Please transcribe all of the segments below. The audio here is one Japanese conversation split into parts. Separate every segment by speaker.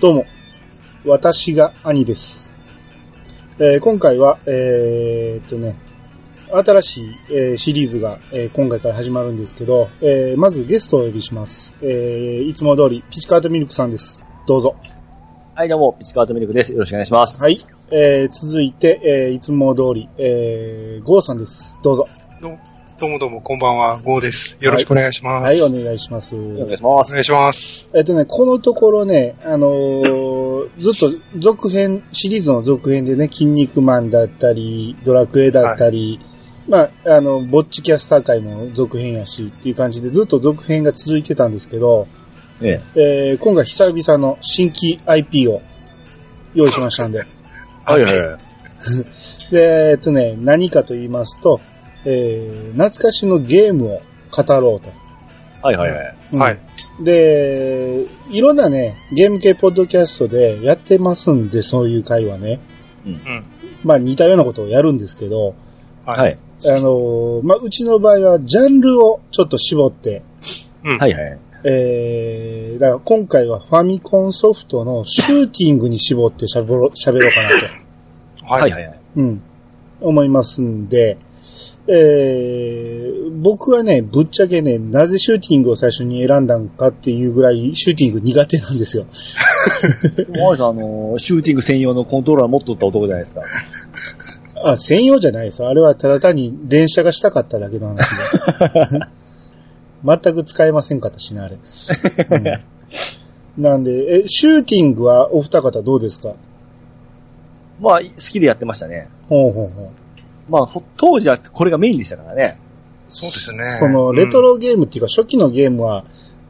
Speaker 1: どうも、私が兄です。えー今回は、えーっとね、新しい、えーシリーズが、えー今回から始まるんですけど、えーまずゲストをお呼びします。えーいつも通り、ピチカートミルクさんです。どうぞ。
Speaker 2: はい、どうも、市川とミルクです。よろしくお願いします。
Speaker 1: はい。えー続いて、えーいつも通り、えーゴーさんです。どうぞ。
Speaker 3: どうもどうも、こんばんは、ゴーです。よろしくお願いします。
Speaker 1: はい、お
Speaker 3: お
Speaker 1: 願いします。
Speaker 2: お願いしま
Speaker 3: 願いします。
Speaker 1: えっとね、このところね、あのーずっと続編、シリーズの続編でね、筋肉マンだったり、ドラクエだったり、まあ、あの、ぼっちキャスター界も続編やしっていう感じでずっと続編が続いてたんですけど、
Speaker 2: す。え
Speaker 1: えー今回久々の新規 IP を用意しましたんで。
Speaker 2: え。はいはい。
Speaker 1: で、えっとね、何かと言いますと、えー懐かしのゲームを語ろうと。
Speaker 2: はいはいはい。
Speaker 1: うん
Speaker 3: はい。
Speaker 1: で、いろんなね、ゲーム系ポッドキャストでやってますんで、そういう会はね。
Speaker 3: うん。
Speaker 1: まあ似たようなことをやるんですけど、
Speaker 3: は
Speaker 2: はい。
Speaker 1: あのーまあうちの場合はジャンルをちょっと絞って、
Speaker 3: うん。
Speaker 2: はいはい。
Speaker 1: えー、だから今回はファミコンソフトのシューティングに絞って喋ろ喋ろうかなと。
Speaker 3: は。
Speaker 2: はいいはい。
Speaker 1: うん。思いますんで、えー、僕はね、ぶっちゃけね、なぜシューティングを最初に選んだのかっていうぐらい、シューティング苦手なんですよ。
Speaker 2: マリさん、あのー、シューティング専用のコントローラー持っとった男じゃないですか。
Speaker 1: あ、専用じゃないです。あれはただ単に連射がしたかっただけの話で。全く使えませんかったしね、あれ。うんなんで、え、シューティングはお二方どうですか
Speaker 2: まあ、好きでやってましたね。
Speaker 1: ほうほうほう。
Speaker 2: まあ、ほ当時はこれがメインでしたからね。
Speaker 3: そうですね。
Speaker 1: その、レトロゲームっていうか、初期のゲームは、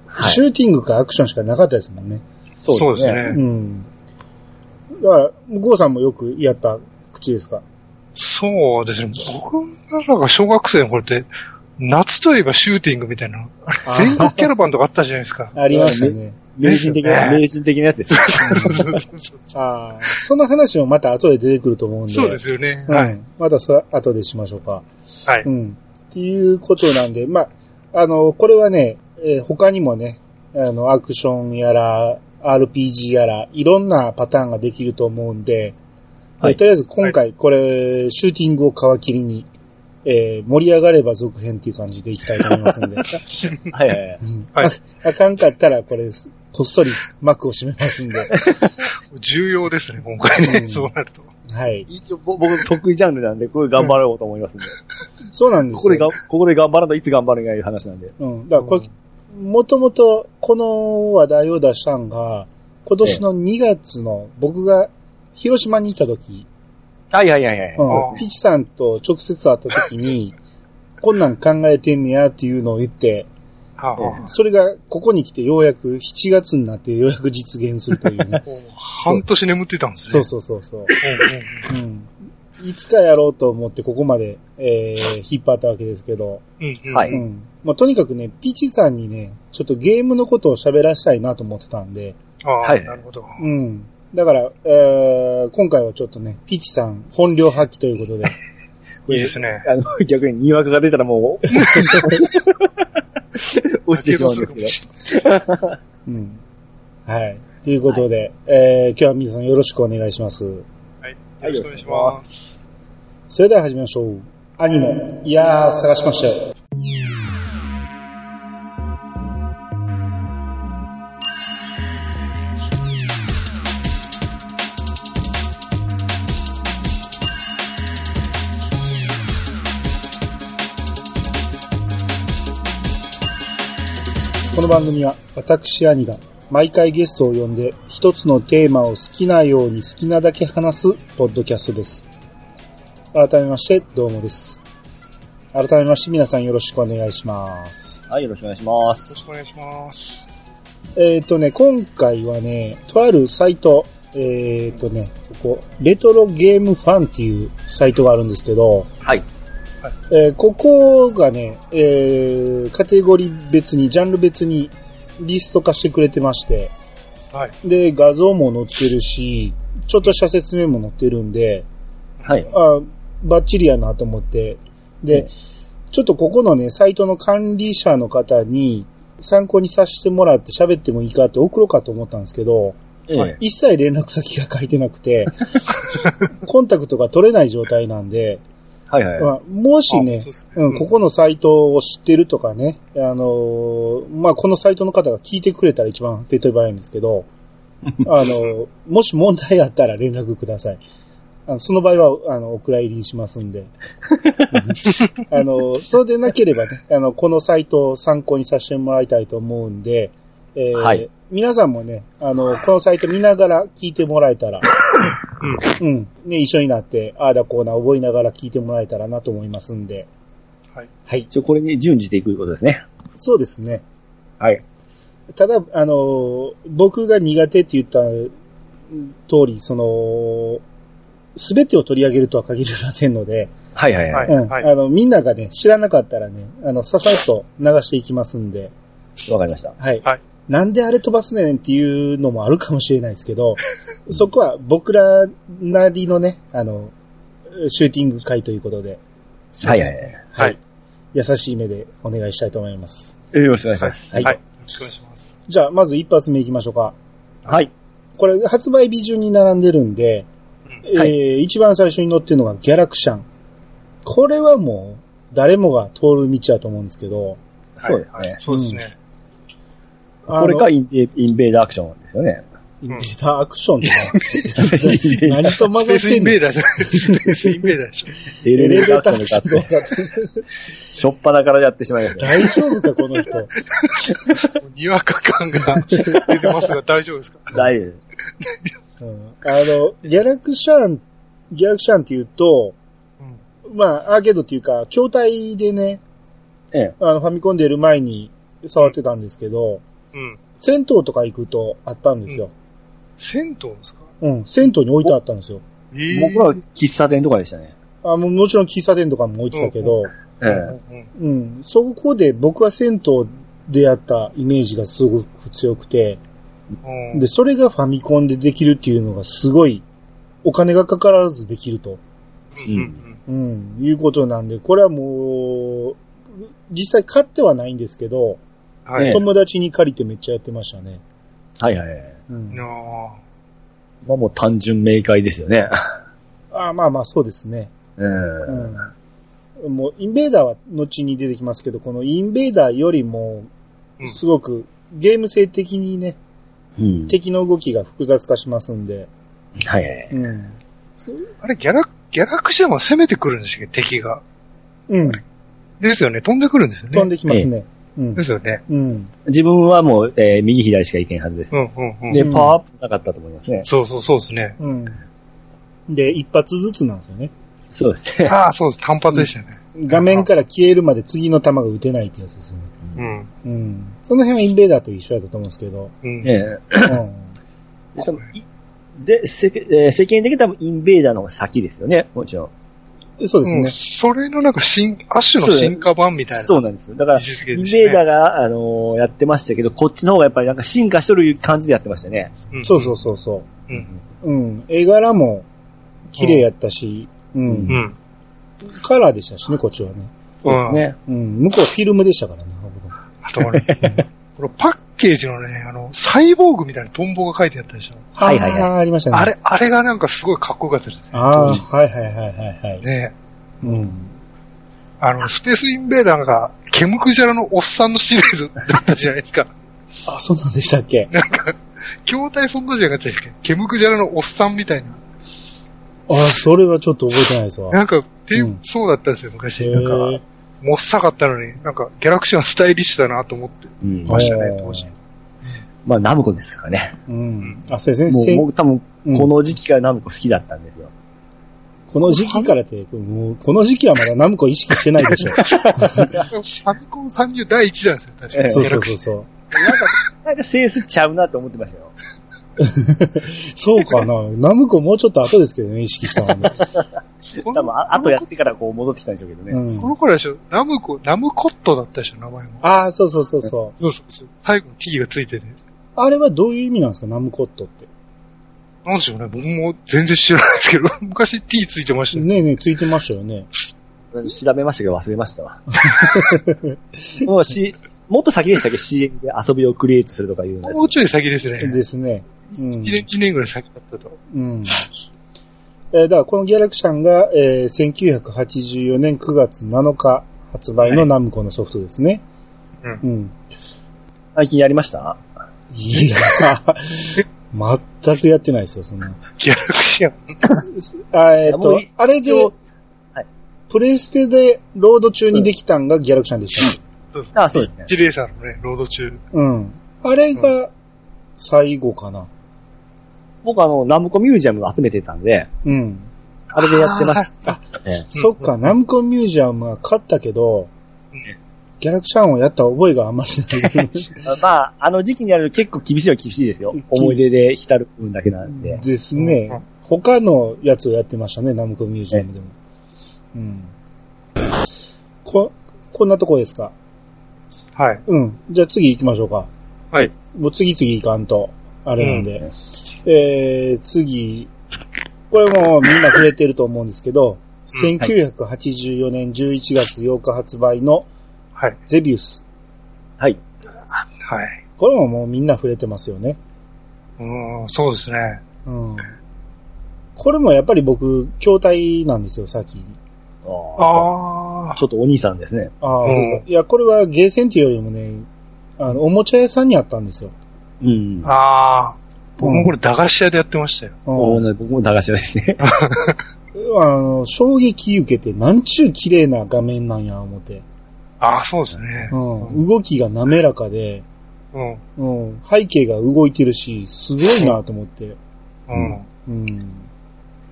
Speaker 2: はい
Speaker 1: シューティングかアクションしかなかったですもんね。
Speaker 3: うんそうです。
Speaker 1: う
Speaker 3: ね。
Speaker 1: ん。だから、ゴーさんもよくやった口ですか。
Speaker 3: そうですね。僕らが小学生の頃って、夏といえばシューティングみたいな、全国キャラバンとかあったじゃないですか
Speaker 1: ありましたね。
Speaker 2: 名人的
Speaker 3: です
Speaker 2: な、
Speaker 3: よね
Speaker 2: 名人的なやつです。
Speaker 1: ああ。その話もまた後で出てくると思うんで。
Speaker 3: そうですよね。
Speaker 1: うん。
Speaker 3: はい。
Speaker 1: またそれ後でしましょうか。
Speaker 3: はい。
Speaker 1: うん。っていうことなんで、まあ、あの、これはね、えー他にもね、あの、アクションやら、RPG やら、いろんなパターンができると思うんで、
Speaker 2: はい
Speaker 1: えーとりあえず今回、これ、シューティングを皮切りに、えー盛り上がれば続編っていう感じでいきたいと思いますん で。
Speaker 2: はいはいはい。
Speaker 1: ああかんかったら、これ、こっそり幕を閉めますんで。
Speaker 3: 重要ですね、今回
Speaker 1: うん
Speaker 3: ね。そうなると。
Speaker 1: はい。
Speaker 2: 一応、ぼ僕得意ジャンルなんで、これ頑張ろうと思いますんで。
Speaker 1: そうなんですよ。
Speaker 2: ここでが、ここで頑張らんといつ頑張るかいう話なんで。
Speaker 1: うん。だからこれ、もともと、この話題を出したんが、今年の2月の、僕が広島にいた時、
Speaker 2: はいはいはいはい。
Speaker 1: う
Speaker 3: あ
Speaker 1: ん、ピチさんと直接会った時に、 こんなん考えてんねやっていうのを言って、
Speaker 3: はあはあ。
Speaker 1: それがここに来てようやく7月になってようやく実現するというね
Speaker 3: お半年眠ってたんです
Speaker 1: そう
Speaker 3: ね。
Speaker 1: そうそうそう。
Speaker 3: うんうん
Speaker 1: うん。いつかやろうと思ってここまで、えー、引っ張ったわけですけど、
Speaker 3: うんうん。
Speaker 2: は
Speaker 1: う
Speaker 2: い
Speaker 1: ん。まあ、とにかくね、ピチさんにね、ちょっとゲームのことを喋らしたいなと思ってたんで、
Speaker 3: あ
Speaker 2: は
Speaker 3: あ、
Speaker 2: い
Speaker 3: なるほど。
Speaker 1: うん。だから、えー、今回はちょっとね、ピチさん本領発揮ということで、
Speaker 3: いいですね。
Speaker 2: あの、逆ににわかが出たらも う、落ちてしまうんですけど。
Speaker 1: うん。はい。ということで、えー、今日は皆さんよろしくお願いします。
Speaker 3: はい。よろしくお願いします。
Speaker 1: それでは始めましょう。兄の、いやー、探しましたよ。この番組は私兄が毎回ゲストを呼んで一つのテーマを好きなように好きなだけ話すポッドキャストです。改めまして、どうもです。改めまして、皆さんよろしくお願いします。
Speaker 2: はい、よろしくお願いしま
Speaker 3: よ
Speaker 2: す。
Speaker 3: ろしくお願いします。
Speaker 1: えっ、とね、今回はね、とあるサイト、えっ、とね、ここ、レトロゲームファンっていうサイトがあるんですけど、
Speaker 2: はい。
Speaker 1: えーここがね、えーカテゴリー別に、ジャンル別にリスト化してくれてまして、
Speaker 3: はい。
Speaker 1: で、画像も載ってるし、ちょっとした説明も載ってるんで、
Speaker 2: はい。
Speaker 1: あ、バッチリやなと思って。で、
Speaker 2: うん
Speaker 1: ちょっとここのね、サイトの管理者の方に参考にさせてもらって喋ってもいいかって送ろうかと思ったんですけど、
Speaker 2: えええ
Speaker 1: 一切連絡先が書いてなく て、コンタクトが取れない状態なんで、
Speaker 2: はいはい。
Speaker 1: まあもしね
Speaker 3: あ、そうですね
Speaker 1: うん、ここのサイトを知ってるとかね、あのーまあ、このサイトの方が聞いてくれたら一番手っ取り早いんですけど、あのーもし問題あったら連絡ください。あのその場合は、あの、お蔵入りにしますんで。あのーそれでなければね、あの、このサイトを参考にさせてもらいたいと思うんで、えー
Speaker 2: はい
Speaker 1: 皆さんもね、あの、このサイト見ながら聞いてもらえたら、うん。ね、一緒になって、ああだこうな覚えながら聞いてもらえたらなと思いますんで。
Speaker 3: はい。
Speaker 1: はい。
Speaker 2: 一応これに準じていくことですね。
Speaker 1: そうですね。
Speaker 2: はい。
Speaker 1: ただ、あのー僕が苦手って言った通り、その、すべてを取り上げるとは限りませんので、
Speaker 2: はいはいはい。
Speaker 3: は
Speaker 2: わ、
Speaker 3: い
Speaker 1: うん。あの、みんながね、知らなかったらね、あの、ささっと流していきますんで、
Speaker 2: かりました。
Speaker 1: はい。
Speaker 3: はい
Speaker 1: なんであれ飛ばすねんっていうのもあるかもしれないですけ ど、そこは僕らなりのね、あの、シューティング会ということで、
Speaker 2: はいはいはい。
Speaker 3: はい。
Speaker 1: 優しい目でお願いしたいと思います。
Speaker 2: えよろしくお願いし
Speaker 3: は
Speaker 2: ま
Speaker 3: い。
Speaker 2: す。
Speaker 3: はい。よろしくお願いします。
Speaker 1: じゃあ、まず一発目いきましょうか。
Speaker 2: はい。
Speaker 1: これ、発売日順に並んでるんで、
Speaker 3: うん
Speaker 1: えー
Speaker 2: は
Speaker 1: 一番最初に載ってるのがギャラクシャン。これはもう、誰もが通る道だと思うんですけど、
Speaker 2: そうですね
Speaker 3: はいはいそうですね。
Speaker 1: あの
Speaker 2: これがインデインベーダーアクションですよね。
Speaker 1: インベーダーアクションって な何と混
Speaker 3: ス
Speaker 1: ざ
Speaker 3: ペー
Speaker 1: っ
Speaker 3: スイ
Speaker 1: て
Speaker 3: ン
Speaker 1: んの
Speaker 3: ベーダーじゃない。スペースインベーダーでしょ。
Speaker 2: エレベーターアクションで
Speaker 1: エレベーターア
Speaker 2: 勝っ
Speaker 1: クションと混ざってんの
Speaker 2: て、しょっぱなからやってしまいました。
Speaker 1: 大丈夫か、この人。
Speaker 3: もうにわか感が出てますが大丈夫ですか
Speaker 2: 大丈夫です。
Speaker 1: うんあの、ギャラクシャン、ギャラクシャンっていうと、
Speaker 3: うん
Speaker 1: まあ、アーケードっていうか、筐体でね、
Speaker 2: ええ。
Speaker 1: あの、ファミコン出る前に触ってたんですけど、
Speaker 3: うん。
Speaker 1: 銭湯とか行くとあったんですよ。
Speaker 3: 銭湯ですか
Speaker 1: うん、銭湯に置いてあったんですよ。
Speaker 3: えー
Speaker 2: 僕らは喫茶店とかでしたね。
Speaker 1: あもうもちろん喫茶店とかも置いてたけど、
Speaker 2: え
Speaker 3: う
Speaker 2: え。
Speaker 3: んうん
Speaker 1: うん、そこで僕は銭湯でやったイメージがすごく強くて、
Speaker 3: うん
Speaker 1: で、それがファミコンでできるっていうのがすごい、お金がかからずできると。
Speaker 3: うんうん
Speaker 1: うん、いうことなんで、これはもう、実際買ってはないんですけど、
Speaker 3: うんはい。
Speaker 2: ええ
Speaker 1: 友達に借りてめっちゃやってましたね。
Speaker 2: はいはいはい。
Speaker 1: うん
Speaker 3: な、あ
Speaker 2: まあもう単純明快ですよね。
Speaker 1: あまあまあ、そうですね。
Speaker 2: う。
Speaker 1: うんん。もう、インベーダーは後に出てきますけど、このインベーダーよりも
Speaker 3: う、ん
Speaker 1: すごくゲーム性的にね、
Speaker 2: うん。
Speaker 1: 敵の動きが複雑化しますんで、
Speaker 2: はいはい。
Speaker 1: うん。
Speaker 3: あれ、ギャラ、ギャラクシアンは攻めてくるんですよ、敵が。
Speaker 1: うん、
Speaker 3: ですよね、飛んでくるんですよね。
Speaker 1: 飛んできますね。うん
Speaker 3: で。すよね。
Speaker 1: うん。
Speaker 2: 自分はもう、えー右左しか行けんはずです
Speaker 3: う。んうんうん。
Speaker 2: で、パワーアップなかったと思いますね。
Speaker 3: そうそうそうですね。
Speaker 1: うん。で、一発ずつなんですよね。
Speaker 2: そうですね。
Speaker 3: ああ、そうです。単発でしたね。
Speaker 1: 画面から消えるまで次の弾が撃てないってやつですよね。
Speaker 3: うん。
Speaker 1: うん。その辺はインベーダーと一緒だったと思うんですけど。
Speaker 3: うん。
Speaker 2: ええ。
Speaker 1: う
Speaker 2: で多分いで、世間えー世間的に多分インベーダーの方が先ですよね、もちろん。
Speaker 1: ん、そう
Speaker 3: うん
Speaker 1: です
Speaker 3: それのなんか新、アッシュの進化版みたいな。
Speaker 2: そうなんですよ。だから、
Speaker 3: 技術
Speaker 2: イ
Speaker 3: 系
Speaker 2: ン
Speaker 3: でしたね
Speaker 2: ベーダーが、あのーやってましたけど、こっちの方がやっぱりなんか進化しとる感じでやってましたね。
Speaker 1: ね。
Speaker 3: ん
Speaker 1: そうそうそうそ
Speaker 3: うん。
Speaker 1: う。うん。絵柄も綺麗やったし、うん。
Speaker 2: うん
Speaker 3: うん。
Speaker 1: カラーでしたしね、こっちはね。
Speaker 3: うん。
Speaker 2: ね。
Speaker 1: うん。向こうフィルムでしたからね、ほぼ
Speaker 3: あとあ れ、このパッケージのね、あの、サイボーグみたいなトンボが書いてあったでしょ。
Speaker 2: はいはいはい
Speaker 1: あーありましたね。
Speaker 3: あれ、あれがなんかすごいかっこよかったですね。
Speaker 1: ああー、
Speaker 3: 当時
Speaker 1: はいはいはいはいはい。
Speaker 3: ね
Speaker 1: うん。
Speaker 3: あの、スペースインベーダーが、ケムクジャラのおっさんのシリーズだったじゃないで すか。
Speaker 1: あ、そうなんでしたっけ
Speaker 3: なんか、筐体そんなじゃなかったっけケムクジャラのおっさんみたいな。
Speaker 1: あそれはちょっと覚えてないですわ。
Speaker 3: なんか、で、
Speaker 1: うん
Speaker 3: そうだったんですよ、昔。
Speaker 1: へ
Speaker 3: なんか、
Speaker 1: ー
Speaker 3: もっさかったのに、なんか、ギャラクシーはスタイリッシュだなと思って
Speaker 2: うん。
Speaker 3: ましたね
Speaker 1: お、ー
Speaker 3: 当時。
Speaker 2: まあ、ナムコですからね。
Speaker 1: うん。あ、そうですね。
Speaker 2: も
Speaker 1: せ
Speaker 2: うん僕多分、
Speaker 1: うん
Speaker 2: この時期からナムコ好きだったんですよ。
Speaker 1: この時期からって、もう、この時期はまだナムコ意識してないでしょ。
Speaker 3: ファミコン参入第一弾ですよ、確か
Speaker 2: ええ
Speaker 3: に。
Speaker 1: そう
Speaker 3: ギャ
Speaker 1: そ
Speaker 3: ラ
Speaker 1: う
Speaker 3: クシ
Speaker 1: そう
Speaker 3: ー。
Speaker 1: そう。
Speaker 2: なんか、なんかセースちゃうなと思ってましたよ。
Speaker 1: そうかな。ナムコもうちょっと後ですけどね、意識したのね。
Speaker 2: 多
Speaker 3: この
Speaker 2: 分あ、あとやってからこう戻ってきたんでしょうけどね。
Speaker 1: うん
Speaker 3: この頃でしょ、ナムコ、ナムコットだったでしょ、名前も。
Speaker 1: ああ、そうそうそうそう。
Speaker 3: そうそうそう。最後の T がついてね。
Speaker 1: あれはどういう意味なんですかナムコットって。
Speaker 3: なんでしょうね、僕も全然知らないですけど、 昔 T ついてましたね。
Speaker 1: ねえねえ、ついてましたよね。
Speaker 2: 調べましたけど忘れましたわ。 もうし、もっと先でしたっけ ?CM で遊びをクリエイトするとかいうやつ
Speaker 3: もうちょい先ですね。
Speaker 1: ですね。うん
Speaker 3: 1年、一年ぐらい先だったと。
Speaker 1: うん。えーだからこのギャラクシャンが、えー1984年9月7日発売のナムコのソフトですね。
Speaker 3: はい
Speaker 1: うん。
Speaker 2: 最近やりました
Speaker 1: いや、全くやってないですよ、そんな。
Speaker 3: ギャラクシアン。
Speaker 1: あえっ、
Speaker 2: も
Speaker 1: と
Speaker 2: うい、
Speaker 1: あれで、
Speaker 2: 一応はい
Speaker 1: プレイステでロード中にできたんがギャラクシャンでした、
Speaker 3: そうです
Speaker 2: あそうですね
Speaker 3: 一レーサーのね、ロード中。
Speaker 1: うん。あれが最後かな。
Speaker 2: 僕あの、ナムコミュージアム集めてたんで、
Speaker 1: うん。
Speaker 2: あれでやってましたね。
Speaker 1: そっか、ナムコミュージアムは勝ったけど
Speaker 3: うん、
Speaker 1: ギャラクシャンをやった覚えがあんまりない。
Speaker 2: まあ、あの時期にやると結構厳しいは厳しいですよ。思い出で浸る分だけなんで。
Speaker 1: ですね。
Speaker 3: うん
Speaker 1: 他のやつをやってましたね、ナムコミュージアムでも。うん。こ、こんなとこですか
Speaker 3: はい。
Speaker 1: うん。じゃあ次行きましょうか。
Speaker 3: はい。
Speaker 1: もう次々行かんと、あれなんで。えー、次。これもうみんな触れてると思うんですけど、
Speaker 3: うん
Speaker 1: 1984年11月8日発売の
Speaker 3: はい。
Speaker 1: ゼビウス。
Speaker 2: はい。
Speaker 3: はい。
Speaker 1: これももうみんな触れてますよね。
Speaker 3: うーん、そうですね。
Speaker 1: うん。これもやっぱり僕、筐体なんですよ、先に。
Speaker 2: あ
Speaker 3: あ
Speaker 2: あ。ちょっとお兄さんですね。
Speaker 1: ああ、
Speaker 3: うん
Speaker 1: そうかいや、これはゲーセンっていうよりもね、あの、おもちゃ屋さんにあったんですよ。
Speaker 2: うん
Speaker 3: あ。。ああ。僕もこれ駄菓子屋でやってましたよ。
Speaker 1: う
Speaker 2: お
Speaker 1: ん、あ
Speaker 2: ね僕も駄菓子屋です ね。
Speaker 1: の、衝撃受けて、なんちゅう綺麗な画面なんや、思って。
Speaker 3: ああ、そうですね
Speaker 1: う。ん、動きが滑らかで、
Speaker 3: う
Speaker 1: う
Speaker 3: ん。
Speaker 1: ん、背景が動いてるし、すごいなと思って。
Speaker 3: うん。
Speaker 1: うん。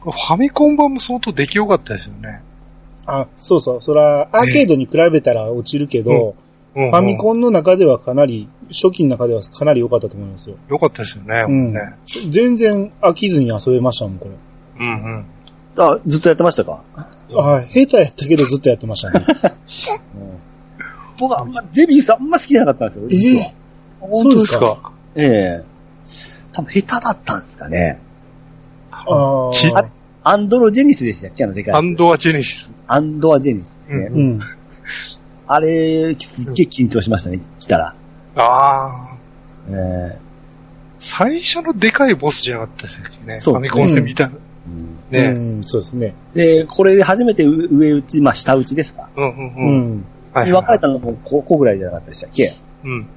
Speaker 3: これファミコン版も相当出来良かったですよね。
Speaker 1: あ、そうそう、そら、アーケードに比べたら落ちるけど、
Speaker 3: フ
Speaker 1: ファミコ
Speaker 3: ン
Speaker 1: ンの中ではかなり、初期の中ではかなり良かったと思いますよ。
Speaker 3: 良かったですよね。
Speaker 1: うん
Speaker 3: ね
Speaker 1: 全然飽きずに遊べましたもん、これ。
Speaker 3: うんうん。
Speaker 2: あ、ずっとやってましたか
Speaker 1: あ、下手やったけどずっとやってま したね。
Speaker 2: 僕はあんま、デビューさんあんま好きじゃなかったんですよ。実は
Speaker 1: 本当ですか
Speaker 2: ええ。多分下手だったんですかね。
Speaker 1: あ
Speaker 3: ち
Speaker 1: あ。
Speaker 2: アンドロジェニスでしたっけあのでかい
Speaker 3: ア
Speaker 2: やつ。
Speaker 3: ンドア・ジェネシス。
Speaker 2: アンドアジェニスです
Speaker 1: う
Speaker 2: ね。
Speaker 1: ん。
Speaker 2: あれ、すっげえ緊張しましたね、来たら。
Speaker 3: ああ。
Speaker 2: ええ。
Speaker 3: 最初のでかいボスじゃなかったですっけね。
Speaker 2: そう
Speaker 3: ファミコンで見た。
Speaker 2: うん
Speaker 3: ね。
Speaker 1: うん、そうですね。
Speaker 2: で、これで初めて上上打ち、まあ下打ちですか
Speaker 3: うんうん
Speaker 1: う
Speaker 3: うん。
Speaker 1: ん。
Speaker 3: はい
Speaker 2: に分かれたのも高校ぐらいじゃなかったでしたっけ
Speaker 3: うん。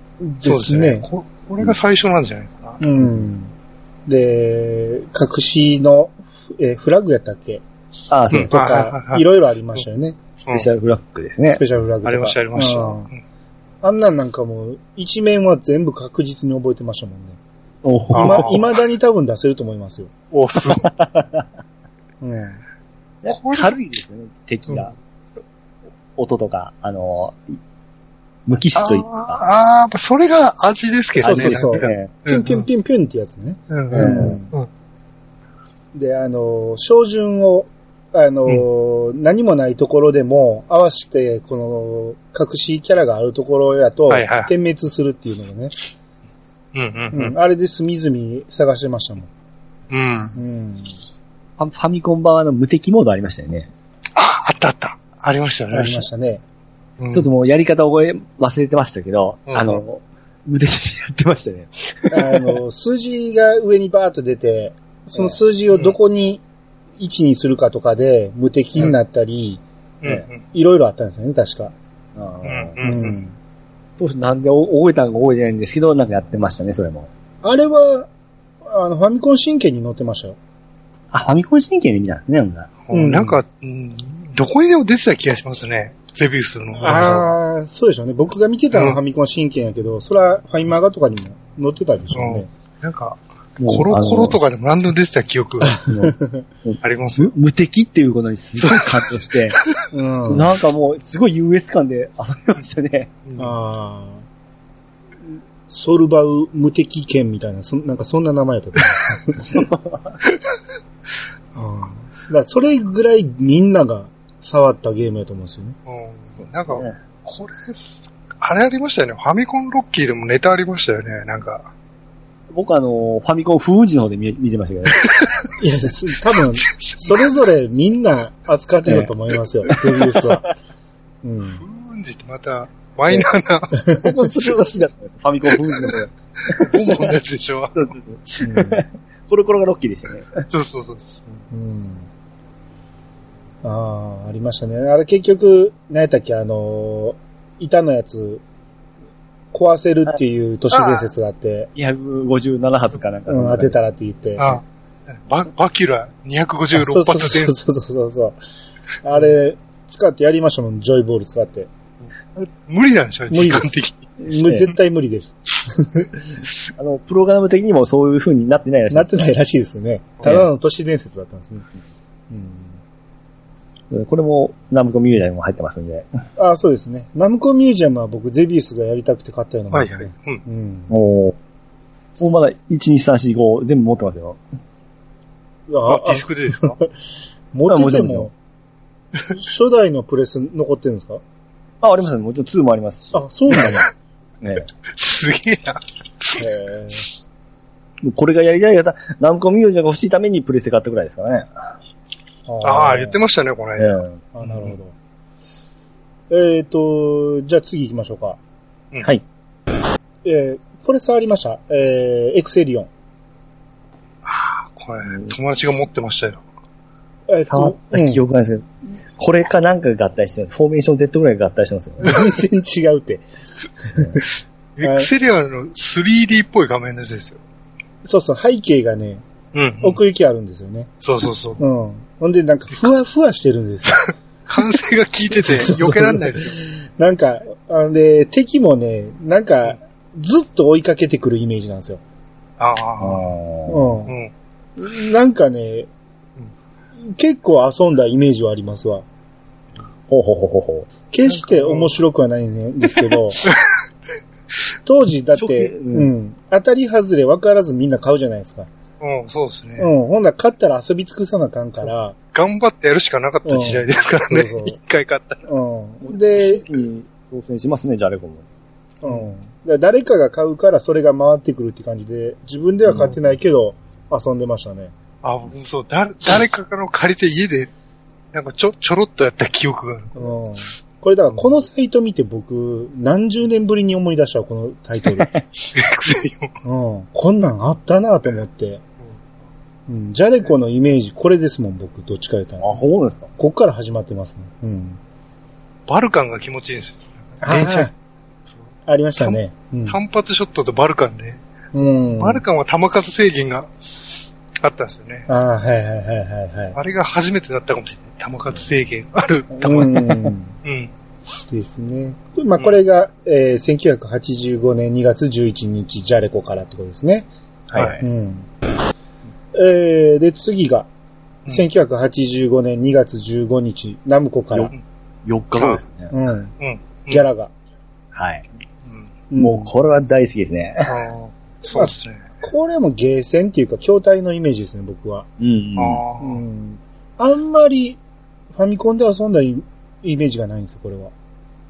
Speaker 1: で
Speaker 3: そうです
Speaker 1: す
Speaker 3: ね。
Speaker 1: ね。
Speaker 3: ここれが最初なんじゃないかな。
Speaker 1: うん。で、隠しの、えー、フラッグやったっけ
Speaker 2: ああ、そう
Speaker 3: うん
Speaker 1: と
Speaker 3: はいはい
Speaker 1: か
Speaker 3: は、い
Speaker 1: いろいろありましたよね。
Speaker 2: スペシャルフラッグですね
Speaker 1: ス。ペシャルフラッグとか。
Speaker 3: ありました、ありました。
Speaker 1: う
Speaker 3: うんん
Speaker 1: あんなんなんかもう、一面は全部確実に覚えてましたもんね。
Speaker 2: お
Speaker 3: あ
Speaker 2: お
Speaker 3: ー
Speaker 1: いま、未だに多分出せると思いますよ。
Speaker 3: お、すごい。
Speaker 1: うん。
Speaker 2: 軽いですよね、敵が。音とか、あの、無機質といっか。
Speaker 3: あーあー、やっぱそれが味ですけどね。
Speaker 1: そうそうそう
Speaker 2: ね
Speaker 1: ピュンピュンピュンピュンってやつね。
Speaker 3: うんうん
Speaker 2: うん
Speaker 3: うん
Speaker 1: で、あの、照準を、あの、何もないところでも合わせて、この、隠しキャラがあるところやと
Speaker 3: はいはい、
Speaker 1: 点滅するっていうのがね。
Speaker 3: うんう
Speaker 1: うんん。あれで隅々探してましたもん。
Speaker 3: うん。うん。
Speaker 1: うん。
Speaker 2: ファファミコン版はあの無敵モードありましたよね。
Speaker 3: あ、あったあった。ありました、あり
Speaker 1: あ
Speaker 3: ま
Speaker 1: り
Speaker 3: し
Speaker 1: ま
Speaker 3: た
Speaker 1: し。たね。
Speaker 3: うん
Speaker 2: ちょっともうやり方覚え忘れてましたけど、
Speaker 3: うん
Speaker 2: あの、無敵にやってましたね。
Speaker 1: あの、 数字が上にバーッと出て、その数字をどこに位置にするかとかで無敵になったり、
Speaker 3: うんうん
Speaker 1: いろいろあったんですよね、確か。
Speaker 2: あー
Speaker 3: うんう
Speaker 1: うん
Speaker 3: うん
Speaker 1: ん。
Speaker 2: 当初なんで覚えたんか覚えてないんですけど、なんかやってましたね、それも。
Speaker 1: あれは、あの、ファミコン神経に載ってましたよ。
Speaker 2: あ、ファミコン神経で見たんですね、ほんなら
Speaker 1: うん
Speaker 3: なんか、うんどこにでも出てた気がしますね。ゼビウスの。
Speaker 1: ああ、そうでしょうね。僕が見てたのはファミコン神経やけど、それはファイマガとかにも載ってたでしょうね。
Speaker 3: なんか、
Speaker 2: もう
Speaker 3: コロコロと
Speaker 2: か。
Speaker 3: かでも何でも出てた記憶が
Speaker 2: あのもう
Speaker 3: あります。
Speaker 2: 無無敵っていうことにすごい感動して、
Speaker 1: うん。あ
Speaker 2: なんかもうすごい US 感で遊びましたね。
Speaker 3: うん
Speaker 1: あー。ソルバウ無敵剣みたいな、そんなんかそんな名前やったと思ううんだからそれぐらいみんなが触ったゲームやと思うんですよね。
Speaker 3: うんなんか、これ、あれありましたよね。ファミコンロッキーでもネタありましたよね。なんか、
Speaker 2: 僕あの、ファミコン風雲児の方で見見てましたけど、
Speaker 1: いや、す多分、それぞれみんな扱ってたと思いますよ、ゼビウスは。うん。
Speaker 3: ブーンジってまた、マイナーな、
Speaker 2: 僕もそれが好きだったんですファミコン風雲児の方で。
Speaker 3: ボンボンのやつでしょ
Speaker 2: そうそうそう。コロコロがロッキーでしたね。
Speaker 3: そうそうそうそう。
Speaker 1: うん。ああ、ありましたね。あれ結局、何やったっけ、あのー、板のやつ、壊せるっていう都市伝説があって、
Speaker 2: 257発かなんか。
Speaker 1: うん、当てたらって言って。
Speaker 3: あババキュラ
Speaker 1: そう
Speaker 3: 256
Speaker 1: そう
Speaker 3: 発
Speaker 1: そ
Speaker 3: 伝
Speaker 1: うそうそうそうそう。あれ、使ってやりましたもん、ジョイボール使って。
Speaker 3: 無理なんでしょ時間的に。
Speaker 1: む
Speaker 2: ええ
Speaker 1: 絶対無理です。
Speaker 2: あの、プログラム的にもそういう風になってないらしい
Speaker 1: なってないらしいですね。ただの都市伝説だったんですね。うん、
Speaker 2: これも、ナムコミュージアムも入ってますんで。
Speaker 1: ああ、そうですね。ナムコミュージアムは僕、ゼビウスがやりたくて買ったようなもん
Speaker 3: はい
Speaker 1: ですね。
Speaker 3: はい。うん。
Speaker 1: うん。
Speaker 2: おお。もうまだ、1、2、3、4、5、全部持ってますよ。
Speaker 3: あ、
Speaker 1: あ
Speaker 3: ディスクで ですか
Speaker 1: 持ってて
Speaker 2: あもちろ
Speaker 1: も、初代のプレス残ってるんですか
Speaker 2: あ、ありますね。もちろん2もありますし。
Speaker 1: あ、そうなんだ。
Speaker 2: ね、
Speaker 3: すげえな。
Speaker 1: へー
Speaker 2: これがやりたい方、ナムコミュージアムが欲しいためにプレステ買ったくらいですからね。
Speaker 3: ああ、言って
Speaker 1: ま
Speaker 3: ましたね、この間。
Speaker 2: うん
Speaker 1: あ、なるほど。えっ、と、じゃあ次行きましょうか。
Speaker 2: はい。
Speaker 1: えー、これ触りました。えー、エクセリオン。
Speaker 3: これ、友達が持ってましたよ。
Speaker 1: えーと
Speaker 2: 触った記憶ないですけど、これかなんかが合体してます。フォーメーション Z ぐらいが合体してますよね。
Speaker 1: うん全然違うって。
Speaker 3: エクセリアの 3D っぽい画面のやつですよ。
Speaker 1: そうそう、背景がね、
Speaker 3: うん、うん。
Speaker 1: 奥行きあるんですよね。
Speaker 3: そうそうそう。
Speaker 1: うん。ほんで、なんか、ふわふわしてるんです よ。
Speaker 3: 完成が効いてて避けられないですよ。
Speaker 1: なんか、あんで、敵もね、なんか、ずっと追いかけてくるイメージなんですよ。
Speaker 3: あ
Speaker 2: あ
Speaker 3: あ。
Speaker 2: ー
Speaker 1: うん
Speaker 3: う。ん。
Speaker 1: なんかね、結構遊んだイメージはありますわ。
Speaker 2: ほうほうほうほうほ
Speaker 1: 決して面白くはないんですけど、 当時だっ
Speaker 2: 初
Speaker 1: て、
Speaker 2: 期
Speaker 1: う、
Speaker 2: うん
Speaker 1: 当たり外れ分からずみんな買うじゃないですか。
Speaker 3: うん、そうですね。
Speaker 1: うん、ほんなら買ったら遊び尽くさなあかんから、
Speaker 3: 頑張ってやるしかなかった時代ですからね
Speaker 1: うんそうそう。
Speaker 3: 一回買ったら。
Speaker 1: うん。
Speaker 2: う。
Speaker 1: で、、
Speaker 2: 挑戦しますね、じゃあレコも。
Speaker 1: うん。だから誰かが買うからそれが回ってくるって感じで、自分では買ってないけど、遊んでましたね。
Speaker 3: あ、僕もそう、だ、誰かからの借りて家で、なんかちょ、ちょろっとやった記憶がある。
Speaker 1: うん。これだからこのサイト見て僕、何十年ぶりに思い出したわ、このタイト ル。
Speaker 3: エクセリオ
Speaker 1: う
Speaker 3: ン。
Speaker 1: ん。こんなんあったなと思って。うん。ジャレコのイメージ、これですもん、僕。どっちか言うた
Speaker 2: あ、
Speaker 1: ら。こ
Speaker 2: ほうですか
Speaker 1: っから始まってますね。うん。
Speaker 3: バルカンが気持ちいいんですよ。
Speaker 1: あ
Speaker 3: 電車
Speaker 1: ーありましたね。うん。
Speaker 3: 単発ショットとバルカンで、
Speaker 1: うん、
Speaker 3: バルカンは球数制限があったんですよね。
Speaker 1: ああ、はいはいはいはいは
Speaker 3: あれが初めてだったかもしれない。球数制限ある球。
Speaker 1: い。うん。
Speaker 3: うん。
Speaker 1: ですね。まあ、これが、えー、1985年2月11日、ジャレコからってことですね。
Speaker 3: は
Speaker 2: はいい。
Speaker 1: うん。えー、で、次が、
Speaker 3: うん
Speaker 1: 1985年2月15日、ナムコから、
Speaker 2: 4日後ですね。
Speaker 1: うん、
Speaker 3: うん。
Speaker 1: ギャラが。
Speaker 2: はい。
Speaker 3: うん。
Speaker 2: もうこれは大好きですね。
Speaker 3: ああ、そうですね。
Speaker 1: これもゲーセンっていうか、筐体のイメージですね、僕は。
Speaker 2: うん
Speaker 3: あ
Speaker 2: うん。
Speaker 3: あ。
Speaker 1: あんまり、ファミコンで遊んだイイメージがないんですよ、これは。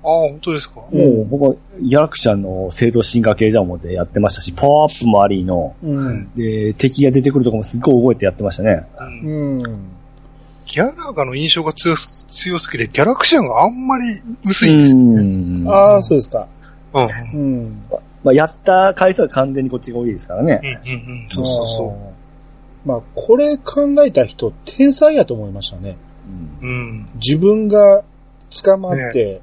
Speaker 3: ああ、本当ですか
Speaker 1: うん
Speaker 2: もう僕は、ヤクシャの正当進化系だ思ってやってましたし、パワーアップもありの、
Speaker 1: うん。
Speaker 2: で、敵が出てくるとかもすっごい動いてやってましたね。
Speaker 3: うん
Speaker 1: うん。
Speaker 3: ギャラガの印象が強す強すぎて、ギャラクシアンがあんまり薄いんですよね。
Speaker 2: うん。ま
Speaker 1: ああ、そうですか。
Speaker 3: うん。うん
Speaker 1: うん。。
Speaker 2: あ、やった回数は完全にこっちが多いですからね。
Speaker 3: うんうん。そうそうそう
Speaker 1: まあ、これ考えた人、天才やと思いましたね。
Speaker 2: うん
Speaker 3: う。うん。
Speaker 1: 自分が捕まって、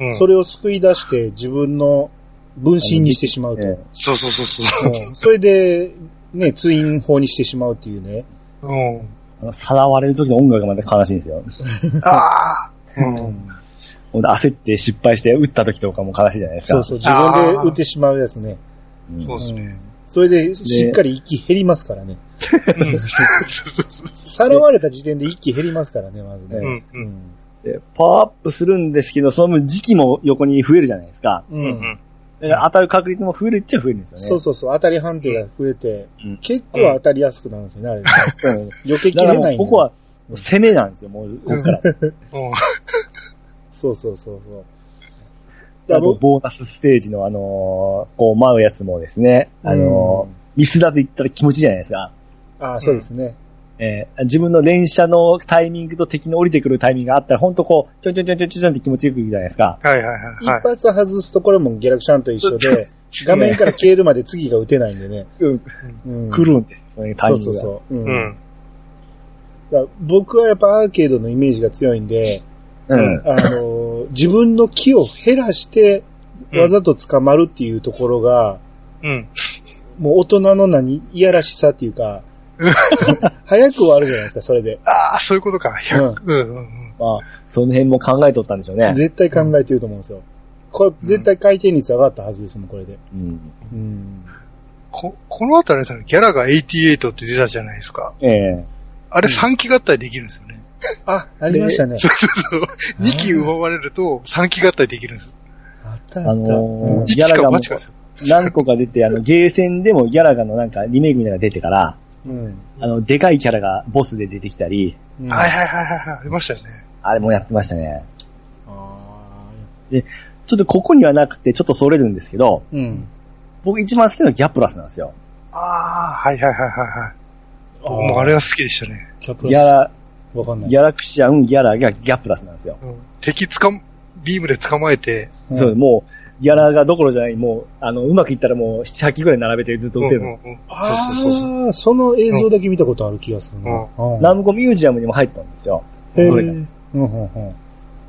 Speaker 3: うん。
Speaker 1: それを救い出して自分の分身にしてしまうと。
Speaker 2: ええ
Speaker 3: そうそうそうそう。
Speaker 1: うんそれで、ね、ツイン法にしてしまうっていうね。
Speaker 3: うん。
Speaker 2: あの、さらわれる時の音楽がまた悲しいんですよ。
Speaker 3: ああ。うん。
Speaker 2: ほんで焦って失敗して撃った時とかも悲しいじゃないですか。
Speaker 1: そうそう、自分で打ってしまうやつね。
Speaker 2: うん
Speaker 3: そうですね。
Speaker 1: それで、しっかり息減りますからね。
Speaker 3: うん。そうそうそ
Speaker 1: さらわれた時点で息減りますからね、まず
Speaker 3: う。
Speaker 1: ね。
Speaker 3: うん。う。
Speaker 1: うんん。
Speaker 2: でパワーアップするんですけど、その分時期も横に増えるじゃないですか。
Speaker 1: う。
Speaker 3: うんん。
Speaker 2: だから当たる確率も増えるっちゃ増えるんですよね。
Speaker 1: そうそうそう、当たり判定が増えて
Speaker 2: うん、
Speaker 1: 結構当たりやすくなるんですよね、あれ ね。
Speaker 2: うん
Speaker 1: 避けき
Speaker 2: だから
Speaker 1: れ
Speaker 2: も
Speaker 1: な
Speaker 2: う
Speaker 1: いんで
Speaker 2: 僕は攻めなんですよ、もう、ここから。
Speaker 3: うん。
Speaker 1: そうそうそうそう。
Speaker 2: あと、ボーナスステージのあのーこう舞うやつもですね、あのー
Speaker 1: うん
Speaker 2: ミスだと言ったら気持ちいいじゃないですか。
Speaker 1: ああ、そうですね。
Speaker 2: えー自分の連射のタイミングと敵の降りてくるタイミングがあったら、ほんとこう、ちょんちょんちょんちょんちょんって気持ちよくいくじゃないですか。
Speaker 3: はいはいはい。
Speaker 1: 一発外すとこれもギャラクシャンと一緒で、画面から消えるまで次が打てないんでね。
Speaker 2: うん
Speaker 1: うん
Speaker 2: 来るんですよ、そのタイ
Speaker 1: そう
Speaker 2: ミ
Speaker 1: そう
Speaker 2: ングが。
Speaker 1: そう。うん
Speaker 3: う。ん。
Speaker 1: だから僕はやっぱアーケードのイメージが強いんで、
Speaker 2: うん。
Speaker 1: あのー、自分の気を減らして、わざと捕まるっていうところが、
Speaker 3: うん。
Speaker 1: もう大人の何、いやらしさっていう か、早く終わるじゃないですか、それで。
Speaker 3: ああ、そういうことか。100。うん。うんうん
Speaker 2: まあ、その辺も考えとったんでしょうね。
Speaker 1: 絶対考えてると思うんですよ。これ、絶対回転率上がったはずですもん、これで。
Speaker 2: うん。
Speaker 1: うん。
Speaker 3: ここのあたりですね、ギャラが88って出たじゃないですか。
Speaker 2: ええ
Speaker 3: あれ3機合体できるんですよね。
Speaker 1: あ、ありましたね。
Speaker 3: 2機奪われると3機合体できるんです。
Speaker 1: あったあった。
Speaker 2: あの
Speaker 1: うん
Speaker 2: ー、ギャ
Speaker 3: 1
Speaker 2: ラ
Speaker 3: か
Speaker 2: ガも
Speaker 3: 8かですよ。
Speaker 2: 何個か出て、あの、ゲーセンでもギャラガのなんかリメイクみたいなのが出てから、
Speaker 1: うん。
Speaker 2: あの、でかいキャラがボスで出てきたり、
Speaker 1: うん
Speaker 3: はいはいはいはいはい。ありましたよね。
Speaker 2: あれもやってましたね。
Speaker 1: あ
Speaker 2: ちょっとここにはなくて、ちょっとそれるんですけど、
Speaker 1: ーうん。
Speaker 2: 僕一番好きなのはギャプラスなんですよ。
Speaker 3: ああ、はいはいはいはいはい。僕もあれが好きでしたね。
Speaker 1: キャプ
Speaker 2: ギャ
Speaker 1: ラ
Speaker 2: ラ、
Speaker 1: ス。わかんない。
Speaker 2: ギャラクシアン、ギャラがギャプラスなんですよ。
Speaker 3: うん敵つかん、ビームで捕まえて、
Speaker 1: うん
Speaker 2: そう、もう、ギャラがどころじゃない、もう、あの、うまくいったらもう、7、8機ぐらい並べてずっと
Speaker 3: うん
Speaker 2: 打
Speaker 3: う
Speaker 2: てるんです。
Speaker 3: んうん
Speaker 1: あ
Speaker 3: そうそうそうそう。
Speaker 1: あ、その映像だけ見たことある気がするな。
Speaker 3: うん
Speaker 1: うん
Speaker 2: ナムコミュージアムにも入ったんですよ。
Speaker 1: へ
Speaker 2: どれ
Speaker 1: ーうんうんうん
Speaker 2: も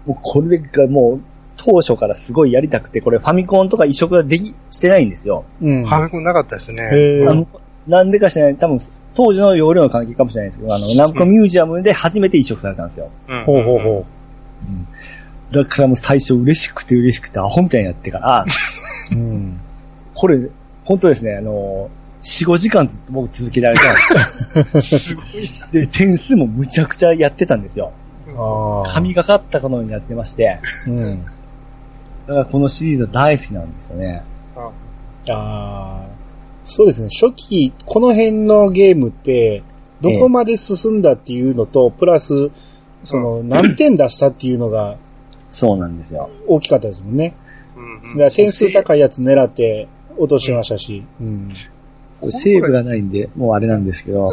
Speaker 2: う、これがもう、当初からすごいやりたくて、これファミコンとか移植ができ、してないんですよ。
Speaker 1: うん。
Speaker 3: ハーフ君なかったですね。
Speaker 1: へー
Speaker 2: ナムコなんでか知らない、多分、当時の容量の関係かもしれないですけど、あの、ナムコミュージアムで初めて移植されたんですよ。
Speaker 3: うん
Speaker 1: ほうほうほ
Speaker 2: だからもう最初嬉しくて嬉しくて、アホみたいになってから、
Speaker 1: う。うん。
Speaker 2: これ、本当ですね、あの、4、5時間ずっと僕続けられたん ですよ。
Speaker 3: すごい。
Speaker 2: で、点数もむちゃくちゃやってたんですよ。
Speaker 1: ああ。
Speaker 2: 神がかったかのようにやってまして、
Speaker 1: うん。
Speaker 2: だからこのシリーズは大好きなんですよね。
Speaker 1: ああ。そうですね。初期、この辺のゲームって、どこまで進んだっていうのと、プラス、その、何点出したっていうのが
Speaker 2: そうなんですよ。
Speaker 1: 大きかったですもんね。
Speaker 3: うん
Speaker 1: だから点数
Speaker 3: い。
Speaker 1: 高いやつ狙って落としましたし。うん。
Speaker 2: これセーブがないんで、もうあれなんですけど、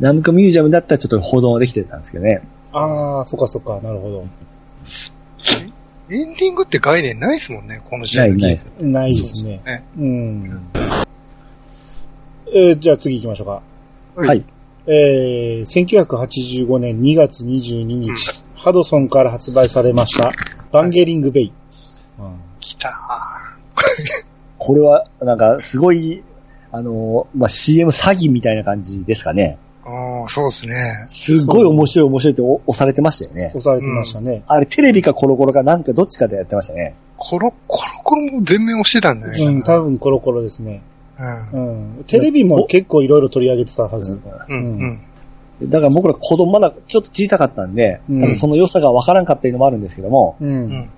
Speaker 2: ナムコミュージアムだったらちょっと保存できてたんですけどね。
Speaker 1: ああ、そっかそっか。なるほ
Speaker 3: エンディングって概念ないですもんね、この時
Speaker 2: な
Speaker 3: 代
Speaker 2: い、
Speaker 3: の
Speaker 2: ないです。
Speaker 1: ど。ないですね。
Speaker 3: そうですね
Speaker 1: うん。えーじゃあ次行きましょうか。
Speaker 3: はい
Speaker 2: はい。
Speaker 1: えー、1985年2月22日、ハドソンから発売されました、バンゲリングベイ。うん
Speaker 3: 来た
Speaker 2: これは、なんか、すごい、あの、まあ、CM 詐欺みたいな感じですかね。
Speaker 3: ー。ああ、そうですね。
Speaker 2: すごい面白い面白いってお押されてましたよね。
Speaker 1: 押されてましたね。
Speaker 2: あれ、テレビかコロコロかなんかどっちかでやってましたね。
Speaker 3: コロ、コロコロも全面押してたんじゃない
Speaker 1: うん、
Speaker 3: か
Speaker 1: 多分コロコロですね。
Speaker 3: な。
Speaker 1: うん。テレビも結構いろいろ取り上げてたはず。
Speaker 3: うん。うん。うん。
Speaker 2: だから僕ら子供まだちょっと小さかったんで、
Speaker 1: うん
Speaker 2: あのその良さがわからんかったいうのもあるんですけども、
Speaker 1: うん。、
Speaker 3: うん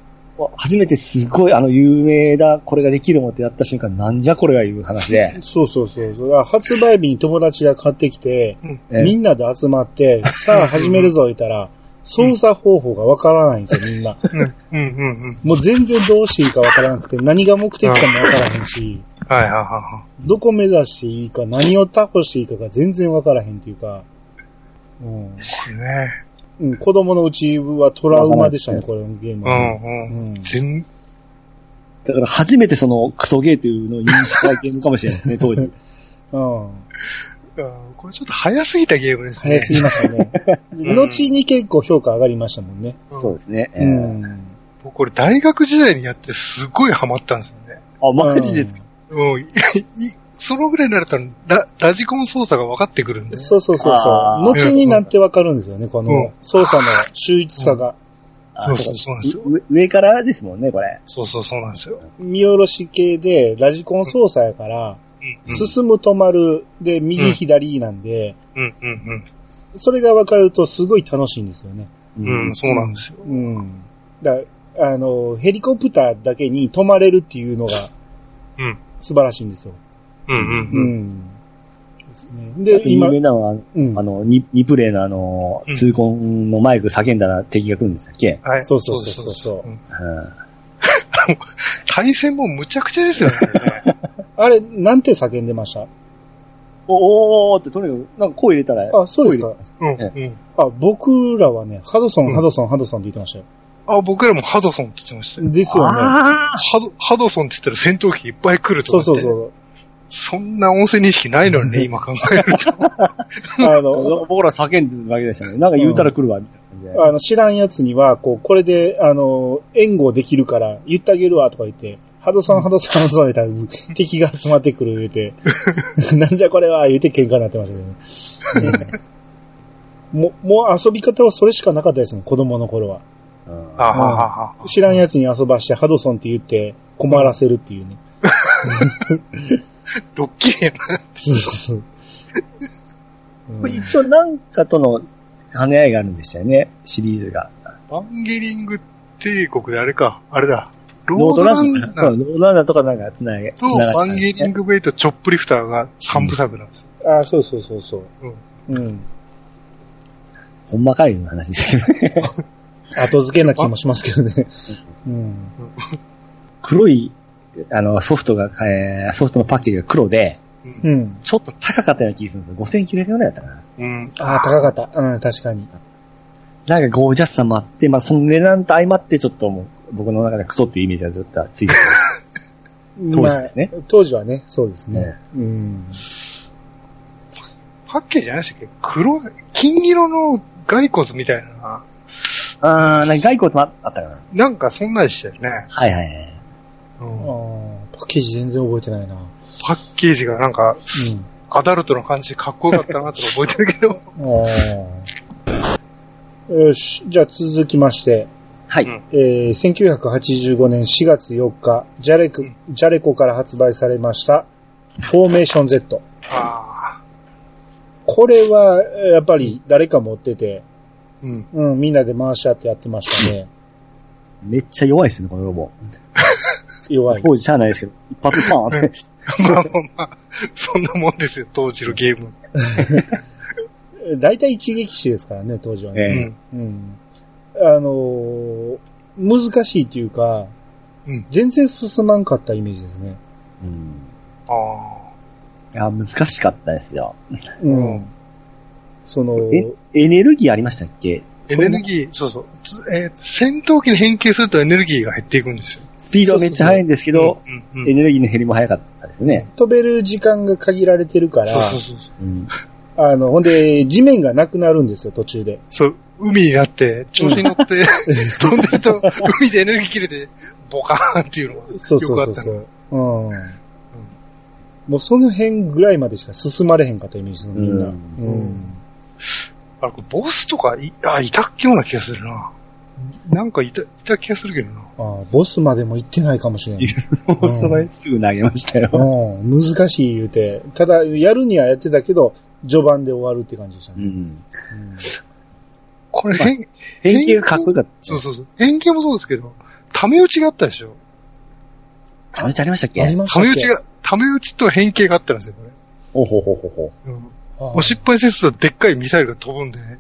Speaker 2: 初めてすごいあの有名だ、これができるもんってやった瞬間、なんじゃこれがいう話で
Speaker 1: そうそうそう。だから発売日に友達が買ってきて、
Speaker 2: え
Speaker 1: みんなで集まって、さあ始めるぞ言ったら、操作方法がわからないんです よ、みんな。
Speaker 3: うん。うん。うん。うん。
Speaker 1: もう全然どうしていいかわからなくて、何が目的かもわからへんし、
Speaker 3: はいはいはいは
Speaker 1: どこ目指していいか、何を倒していいかが全然わからへんっていうか、うん
Speaker 3: い。ですね。
Speaker 1: うん、子供のうちはトラウマでしたね、これのゲーム
Speaker 3: う
Speaker 1: は。
Speaker 3: ん。うん。
Speaker 1: うん
Speaker 3: 全、
Speaker 2: だから初めてそのクソゲーというのを認識したゲームかもしれないですね、当時。
Speaker 1: うん。
Speaker 3: あーこれちょっと早すぎたゲームですね。
Speaker 1: 早すぎました ね。
Speaker 3: うん
Speaker 1: 後に結構評価上がりましたもんね。
Speaker 2: そうですね。え
Speaker 1: う
Speaker 2: ー
Speaker 1: ん。
Speaker 3: 僕これ大学時代にやってすごいハマったんですよね。
Speaker 2: あ、マジですか。
Speaker 3: うん。いそのぐらいになれたらララジコン操作が分かってくるんで。
Speaker 1: そうそうそうそう。
Speaker 2: あー
Speaker 1: 後になってわかるんですよね、こ
Speaker 3: うん
Speaker 1: の操作の秀逸さが。
Speaker 2: あ
Speaker 3: そうそうそうなんですよ
Speaker 2: う上からですもんね、これ。
Speaker 3: そうそうそうなんですよ。
Speaker 1: 見下ろし系で、ラジコン操作やから、
Speaker 3: うんうん
Speaker 1: 進む止まる、で、右
Speaker 3: うん
Speaker 1: 左なんで、
Speaker 3: うんうん
Speaker 1: それがわかるとすごい楽しいんですよね。
Speaker 2: う
Speaker 3: うん。うん、そうなんですよ。
Speaker 1: うん。だあの、ヘリコプターだけに止まれるっていうのが
Speaker 3: うん。
Speaker 1: 素晴らしいんですよ。
Speaker 3: うんうん
Speaker 1: う
Speaker 3: うん。
Speaker 1: ん。ですね。
Speaker 2: あ
Speaker 1: で
Speaker 2: と、
Speaker 1: 今
Speaker 2: 有、名なのは、
Speaker 1: うん
Speaker 2: あ。の、ニニプレイのあの
Speaker 3: うん、
Speaker 2: 痛恨のマイク叫んだら敵が来るんでしたっけ、
Speaker 3: はい。
Speaker 1: そうそうそうそう
Speaker 3: うん
Speaker 2: うん
Speaker 3: 対戦もむちゃくちゃですよね。
Speaker 1: あれ、なんて叫んでました
Speaker 2: おーおーおーってとにかく、なんか声入れたら、
Speaker 1: あ、そうですか。
Speaker 3: うん
Speaker 2: え
Speaker 3: うん。
Speaker 1: あ、僕らはね、ハドソン、ハドソン、ハドソンって言ってましたよ。
Speaker 3: ああ、僕らもハドソンって言ってましたよ。
Speaker 1: ですよね。
Speaker 2: あ
Speaker 3: ハドハドソンって言ったら戦闘機いっぱい来ると
Speaker 1: そう
Speaker 3: 思って。
Speaker 1: そうそう。
Speaker 3: そんな音声認識ないのにね、今考えると。
Speaker 1: あ
Speaker 2: ー
Speaker 1: の、
Speaker 2: 僕ら叫んでるだけでしたね。なんか言うたら来るわ、みたいな感
Speaker 1: あの知らんやつには、こう、これで、あの、援護できるから、言ってあげるわ、とか言って、ハドソン、ハドソン、ハドソン、みたいな、敵が集まってくる、言うて、 なんじゃこれは、言うて喧嘩になってましたけどね。うんもう、もう遊び方はそれしかなかったですね、子供の頃は。
Speaker 2: じで。うん
Speaker 3: あははは
Speaker 1: 知らんやつに遊ばして、ハドソンって言って、困らせるっていうね。
Speaker 3: ドッキリやな。
Speaker 1: そうそうそう。
Speaker 2: これ一応なんかとの兼ね合いがあるんでしたよね、シリーズが。
Speaker 3: バンゲリング帝国であれか、あれだ。ロ
Speaker 2: ロー
Speaker 3: ー
Speaker 2: ド
Speaker 3: ド
Speaker 2: ラ
Speaker 3: ラ
Speaker 2: ンナ
Speaker 3: ン
Speaker 2: ー
Speaker 3: ナ
Speaker 2: そ
Speaker 3: ー
Speaker 2: うロードランナーとかなんかつなげ、つ
Speaker 3: と
Speaker 2: なが
Speaker 3: バ
Speaker 2: ってた
Speaker 3: ン
Speaker 2: んで
Speaker 3: ゲ
Speaker 2: す
Speaker 3: リン
Speaker 2: ね。
Speaker 3: グベイトチョップリフターが3部作なんですよ。
Speaker 1: ああ、そうそうそうそう。うん。
Speaker 2: ほんまかいの話ですけどね。
Speaker 1: 後付けな気もしますけどね。うん。
Speaker 2: 黒い、あの、ソフトが、えーソフトのパッケージが黒で、
Speaker 3: うん
Speaker 1: うん。
Speaker 2: ちょっと高かったような気がするんですよ。5900円ぐらいだったかな。
Speaker 3: うん。
Speaker 1: ああ、高かった。うん、確かに。
Speaker 2: なんかゴージャスさもあって、まあその値段と相まってちょっともう、僕の中でクソっていうイメージがずっとついてる。当時ですね
Speaker 1: まあ当時はね、そうですね
Speaker 2: ね。
Speaker 1: うん。
Speaker 3: パッケージじゃないでしたっけ黒、金色の骸骨みたいな。
Speaker 2: あー、なんか骸骨もあったかな。
Speaker 3: なんかそんなんでしたよね。
Speaker 2: はいはいはい。
Speaker 3: うん
Speaker 1: あーパッケージ全然覚えてないな。う
Speaker 3: パッケージがなんか、
Speaker 1: ん。
Speaker 3: アダルトの感じでかっこよかったなとか覚えてるけど。
Speaker 1: あーよし。じゃあ続きまして、
Speaker 2: はい。
Speaker 3: うん
Speaker 1: えー、1985年4月4日、ジャレク
Speaker 3: うん、
Speaker 1: ジャレコから発売されました、フォーメーション Z。
Speaker 3: ああ。
Speaker 1: これは、えーやっぱり誰か持ってて、
Speaker 3: うん。
Speaker 1: うん、みんなで回し合ってやってましたね。
Speaker 2: めっちゃ弱いですね、このロボ。
Speaker 1: 弱い。
Speaker 2: 当時しゃあないですけど、一発パーンって。
Speaker 3: まあまあまあ、そんなもんですよ、当時のゲーム。
Speaker 1: 大体一撃死ですからね、当時はね。
Speaker 3: う
Speaker 2: ええ
Speaker 3: ん。
Speaker 1: うん。あのー難しいというか、
Speaker 3: うん
Speaker 1: 全然進まんかったイメージですね。
Speaker 2: うん
Speaker 3: ああ。
Speaker 2: いや、難しかったですよ。
Speaker 1: うん。
Speaker 3: うん
Speaker 1: その、
Speaker 2: え、エネルギーありましたっけ
Speaker 3: エネルギー、そうそう。つえー戦闘機に変形するとエネルギーが減っていくんですよ。
Speaker 2: スピードはめっちゃ速いんですけど、
Speaker 3: うん、うんう
Speaker 2: エ
Speaker 3: ん。
Speaker 2: ネルギーの減りも速かったですね。
Speaker 1: 飛べる時間が限られてるから、
Speaker 3: そうそうそうそう。
Speaker 2: うん。
Speaker 1: あの、ほんで、地面がなくなるんですよ、途中で。
Speaker 3: そう、海になって、調子に乗って、飛んでると、海でエネルギー切れて、ボカーンっていうのがよ
Speaker 1: そうそう
Speaker 3: くあ
Speaker 1: そ
Speaker 3: っ
Speaker 1: う
Speaker 3: た
Speaker 1: そ
Speaker 3: の。
Speaker 1: う。うん。もうその辺ぐらいまでしか進まれへんかったイメージですね、みんな。
Speaker 2: う
Speaker 1: うんん。
Speaker 3: あれ、ボスとかい、あ、いたような気がするな。なんかいた、いた気がするけどな。
Speaker 1: ああボスまでも行ってないかもしれん。
Speaker 2: もうそれすぐ投げましたよ。
Speaker 1: うん、難しい言うて。ただ、やるにはやってたけど、序盤で終わるって感じでした
Speaker 2: う
Speaker 1: ね。
Speaker 2: ん。
Speaker 1: うん
Speaker 3: これ、変、
Speaker 2: 変形がかっこよかった。
Speaker 3: そうそうそう。変形もそうですけど、ため打ちがあったでしょ。
Speaker 2: あれちゃんありましたっけ
Speaker 1: ありました
Speaker 3: た
Speaker 1: っ
Speaker 3: め
Speaker 1: け
Speaker 3: 打ちが、ため打ちと変形があったんですよ、こ
Speaker 2: おほほほほ。
Speaker 3: れ。うん。
Speaker 1: ああ
Speaker 3: もう失敗せずとでっかいミサイルが飛ぶんで、ね、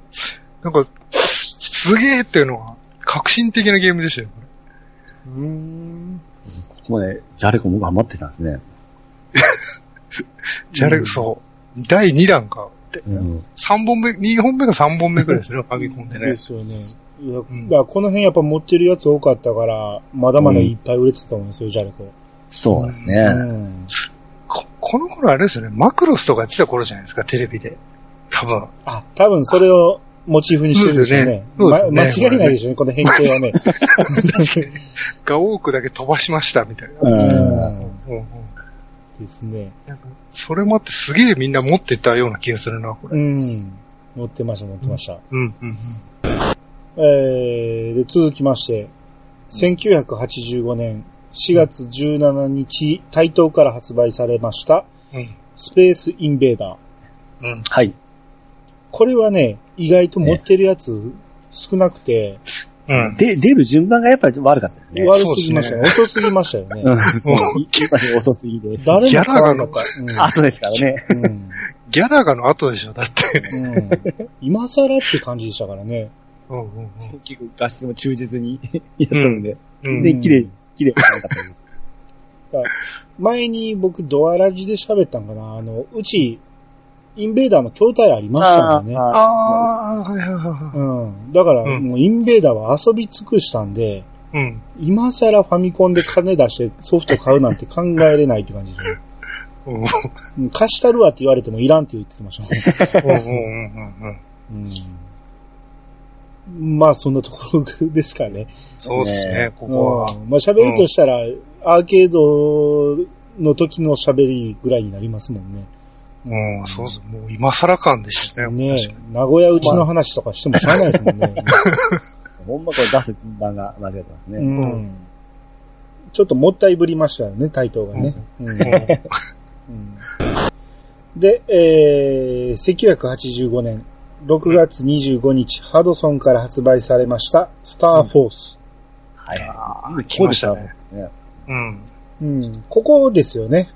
Speaker 3: なんか、すすげえっていうのが、革新的なゲームでしたよ、これ
Speaker 1: うん。
Speaker 2: ここまで、ジャレコも頑張ってたんですね。
Speaker 3: じゃあ、
Speaker 1: うん
Speaker 3: そう。第2弾か。
Speaker 2: うん。
Speaker 3: 3本目、2本目か3本目くらい ですね、ファミコンで
Speaker 1: で
Speaker 3: ね。
Speaker 1: すよね。いや
Speaker 3: ん
Speaker 1: だからこの辺やっぱ持ってるやつ多かったから、まだまだいっぱい売れてたと思うんですよ、ジャルコ。
Speaker 2: そうですね。
Speaker 1: うん。
Speaker 3: ここの頃あれですよね、マクロスとかやってた頃じゃないですか、テレビで。多分。
Speaker 1: あ、多分それをモチーフにしてるんでしょうね。
Speaker 3: そうですよね
Speaker 1: ま
Speaker 3: そうですよ
Speaker 1: 間
Speaker 3: ね
Speaker 1: 違いないでしょうね、この変形はね。
Speaker 3: が多くだけ飛ばしました、みたいな。
Speaker 2: う。
Speaker 1: うんん。
Speaker 3: うんうん
Speaker 1: ですね。
Speaker 3: それもあってすげえみんな持ってたような気がするな、これ。
Speaker 1: うん。持ってました、持ってました。
Speaker 3: うん、うん、
Speaker 1: えー、で、続きまして、1985年4月17日、台東から発売されました、
Speaker 3: うん。
Speaker 1: スペースインベーダー。
Speaker 3: うん、うん。
Speaker 2: はい。
Speaker 1: これはね、意外と持ってるやつ少なくて、
Speaker 3: うん。
Speaker 2: で、出る順番がやっぱり悪かったですね。
Speaker 1: 悪すぎましたね。遅すぎましたよ
Speaker 2: う
Speaker 1: ね。
Speaker 2: ん。そう。 一番遅すぎです。
Speaker 1: 誰も買わなかった。
Speaker 2: 後ですからね。
Speaker 1: うんうん
Speaker 3: ギャラがの後でしょ、だって。
Speaker 1: うん今更って感じでしたからね。
Speaker 3: うん、うん、うん。
Speaker 2: 結構画質も忠実にやったので。
Speaker 3: うん
Speaker 2: で、綺麗、綺麗なかったです
Speaker 1: 前に僕ドアラジで喋ったんかなあの、うち、インベーダーの筐体ありましたもんね。
Speaker 2: あ
Speaker 3: ああ、はいはいは
Speaker 1: うん。だから、
Speaker 3: うん
Speaker 1: もうインベーダーは遊び尽くしたんで、
Speaker 3: いはい。うん。
Speaker 1: 今更ファミコンで金出してソフト買うなんて考えれないって感じでし
Speaker 3: うん
Speaker 1: ょ。うん貸したるわって言われてもいらんって言ってました
Speaker 3: うんうんうんうん
Speaker 1: もんね。うん。まあ、そんなところですかね。
Speaker 3: そうですね
Speaker 2: ね、
Speaker 3: ここは。
Speaker 1: うんまあ、喋りとしたら、アーケードの時の喋りぐらいになりますもんね。
Speaker 3: うん、そうです。もう今更感でしたね。
Speaker 1: ねえ、名古屋うちの話とかしてもしゃあないですもんね。
Speaker 2: ほんまこれ出す順番が間違ってます
Speaker 1: う
Speaker 2: ね。
Speaker 1: んちょっともったいぶりましたよね、対等がね。うん
Speaker 3: うん
Speaker 1: うんで、えー、1985年6月25日、ハドソンから発売されました、スターフォース。
Speaker 2: はい。
Speaker 3: あー来
Speaker 2: こう
Speaker 3: ま
Speaker 2: で
Speaker 3: し
Speaker 2: した
Speaker 3: た
Speaker 2: ね
Speaker 3: ね。。うん。
Speaker 1: うん、ここですよね、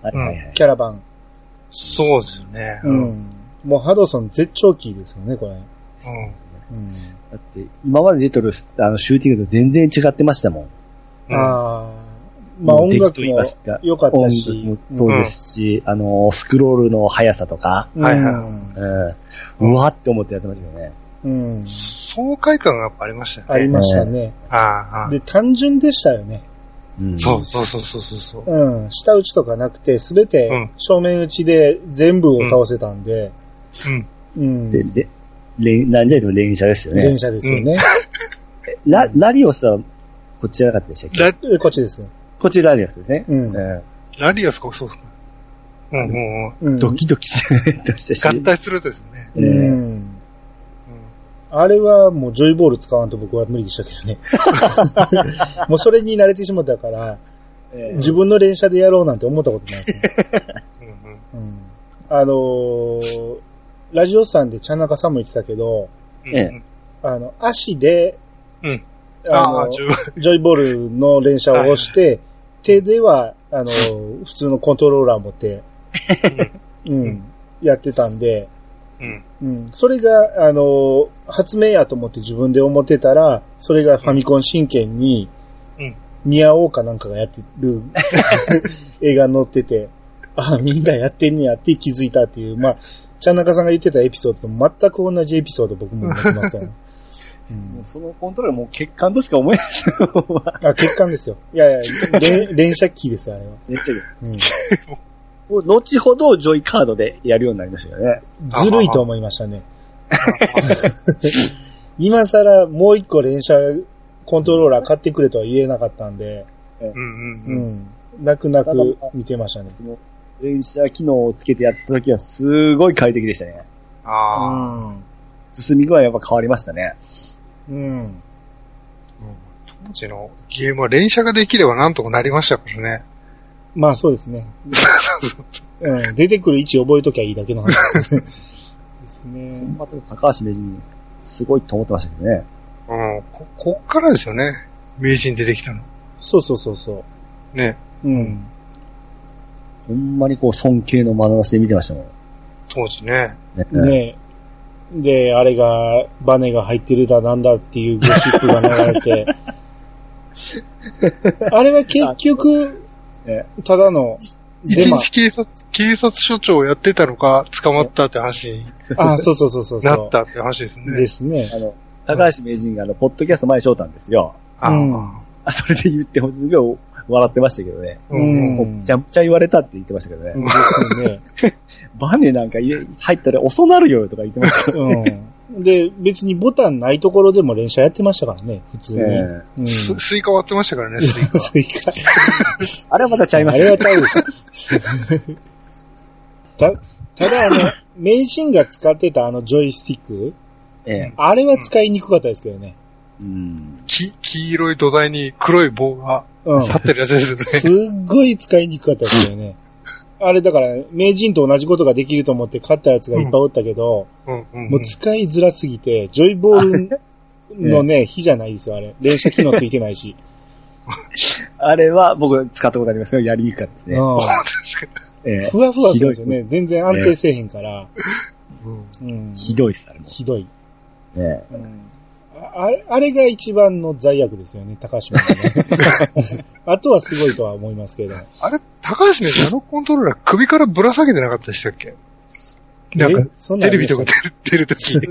Speaker 2: はいはいはい。
Speaker 1: キャラバン。
Speaker 3: そうですよね。
Speaker 1: う。ん、もうハドソン絶頂期ですよね、これ。うん
Speaker 2: だって、今まで出てるあのシューティングと全然違ってましたもん。
Speaker 3: うん。
Speaker 1: あーまあ
Speaker 2: うん
Speaker 1: 音
Speaker 2: 出来
Speaker 1: 楽
Speaker 2: と言い
Speaker 1: も
Speaker 2: ますか
Speaker 1: 良かった
Speaker 2: 音
Speaker 1: し
Speaker 2: 楽。もそうですし、あの、スクロールの速さとか、
Speaker 1: うん
Speaker 3: はいはい
Speaker 2: うん。うわって思ってやってましたよね。
Speaker 1: うん。
Speaker 3: 爽快感がやっぱありましたよね。
Speaker 1: ありましたね。
Speaker 3: ああ。
Speaker 1: で、単純でしたよね。
Speaker 2: うん。
Speaker 3: そうそうそうそうそう。そう
Speaker 1: うん。下打ちとかなくて、すべて
Speaker 3: うん
Speaker 1: 正面打ちで全部を倒せたんで、
Speaker 3: うん。
Speaker 1: うん。
Speaker 2: で、で、連、なんじゃいと連射ですよね
Speaker 1: 電。車ですよね。
Speaker 2: ラ、ラリオスは、こっちじゃなかったでしたっけ
Speaker 3: ラ
Speaker 1: えこっちです。
Speaker 2: こっちラリオスですね。
Speaker 1: うん
Speaker 2: う
Speaker 3: ラリアスこそそうですね。う
Speaker 1: う
Speaker 3: んうんうん。
Speaker 1: ん。
Speaker 2: ん。ドキドキし ましたし。
Speaker 3: 合体するやつですよね。
Speaker 1: う
Speaker 2: ええ
Speaker 1: ん。あれはもうジョイボール使わんと僕は無理でしたけどね。もうそれに慣れてしまったから、
Speaker 2: え
Speaker 1: 自分の連射でやろうなんて思ったことないです ね。
Speaker 3: うんうん
Speaker 1: うん。あのーラジオさんでチャンナカさんも言ってたけど、
Speaker 3: うんうん。
Speaker 1: あの、足で、
Speaker 3: うんあ
Speaker 1: あ
Speaker 3: あ、
Speaker 1: の
Speaker 3: 十
Speaker 1: ジョイボールの連射を押して、手では、あの、普通のコントローラー持って、う、
Speaker 3: うん
Speaker 1: やってたんで、
Speaker 3: 分。
Speaker 1: うん、それが、あの、発明やと思って自分で思ってたら、それがファミコン真剣に
Speaker 3: うん、
Speaker 1: ミヤオかなんかがやってる 映画に載ってて、あ、みんなやってんねやって気づいたっていう、まあ、ちゃんなかさんが言ってたエピソードと全く同じエピソード僕も持ってますか ら。う
Speaker 2: え
Speaker 1: ん
Speaker 2: もうそのコントロールもう欠陥としか思えないです よ。
Speaker 1: あ、欠陥ですよ。いやいや、連 連射機ですよ、あれは。
Speaker 2: めっちゃいい
Speaker 1: うん、
Speaker 2: もう後ほどジョイカードでやるようになりましたよね。
Speaker 1: ずるいと思いましたね。今更もう一個連射コントローラー買ってくれとは言えなかったんで、
Speaker 3: うん う
Speaker 1: うん
Speaker 3: うん。
Speaker 1: ん。泣く泣く見てましたね。
Speaker 2: その、連射機能をつけてやった時はすごい快適でしたね。
Speaker 3: ああ。
Speaker 2: 進み具合やっぱ変わりましたね。
Speaker 1: うん。
Speaker 3: 当時のゲームは連射ができればなんとかなりましたからね。
Speaker 1: まあそうですね。
Speaker 3: そうそう
Speaker 1: うん。出てくる位置覚えときゃいいだけの話ですねですね。
Speaker 2: まあ、でも高橋名人、すごいと思ってましたけどね。
Speaker 3: うん。こ、こっからですよね。名人出てきたの。
Speaker 1: そうそうそうそ
Speaker 3: ね。
Speaker 1: う。うん。
Speaker 2: ほんまにこう尊敬の眼差しで見てましたもん。
Speaker 3: 当時ね。
Speaker 2: ね
Speaker 1: ねえ。で、あれが、バネが入ってるだなんだっていうゴシップが流れて。あれは結局
Speaker 2: え、
Speaker 1: ただの、
Speaker 3: 一
Speaker 1: デ マ
Speaker 3: 日警察、警察署長をやってたのか、捕まったって話に
Speaker 1: あ、そうそうそうそうそう。
Speaker 3: なったって話ですね。
Speaker 1: ですね。
Speaker 2: あの、高橋名人があの、ポッドキャスト前に翔たんですよ。
Speaker 3: ああ。
Speaker 1: うん
Speaker 2: あそれで言って、ほんとすごい笑ってましたけどね。
Speaker 3: う
Speaker 1: うん
Speaker 3: ん。
Speaker 2: もうめちゃめちゃ言われたって言ってましたけどね。
Speaker 1: ですね。
Speaker 2: バネなんか入れ入ったら遅なるよとか言ってましたけど
Speaker 1: うん。で、別にボタンないところでも連射やってましたからね、普通に。
Speaker 2: ね。
Speaker 1: うん。
Speaker 3: すスイカ割ってましたからね、スイカ。
Speaker 1: スイカ
Speaker 2: あれはまたちゃいま
Speaker 1: あ
Speaker 2: す
Speaker 1: れ
Speaker 2: よ
Speaker 1: はちゃうでしょ。た、ただあの、名人が使ってたあのジョイスティック、
Speaker 2: ええ
Speaker 1: あれは使いにくかったですけどね。
Speaker 2: うん。
Speaker 3: き、黄色い土台に黒い棒が
Speaker 1: うん。
Speaker 3: 立ってるやつですよね。
Speaker 1: すっごい使いにくかったですよね。あれだから、名人と同じことができると思って買ったやつがいっぱいおったけど、
Speaker 3: うんうんうん。
Speaker 1: もう使いづらすぎて、ジョイボールの ね、火じゃないですよ、あれ。連射機能ついてない し。
Speaker 2: あれは僕使ったことありますけど、やりにくかったです
Speaker 1: うん
Speaker 2: ね。ええ
Speaker 1: ふわふわするんですよね。全然安定せえへんから。
Speaker 3: うん
Speaker 1: うん
Speaker 2: ひどいっす、あれも。
Speaker 1: ひどい。
Speaker 2: え
Speaker 1: うんああれあれが一番の罪悪ですよね、高島さん ねあとはすごいとは思いますけど。
Speaker 3: あれ、高橋ね、あのコントローラー首からぶら下げてなかったでしたっけなんか、
Speaker 1: そんなん
Speaker 3: テ
Speaker 1: あり
Speaker 3: レ
Speaker 1: ま
Speaker 3: ビ
Speaker 1: した
Speaker 3: とか出る、出る とき、
Speaker 2: と、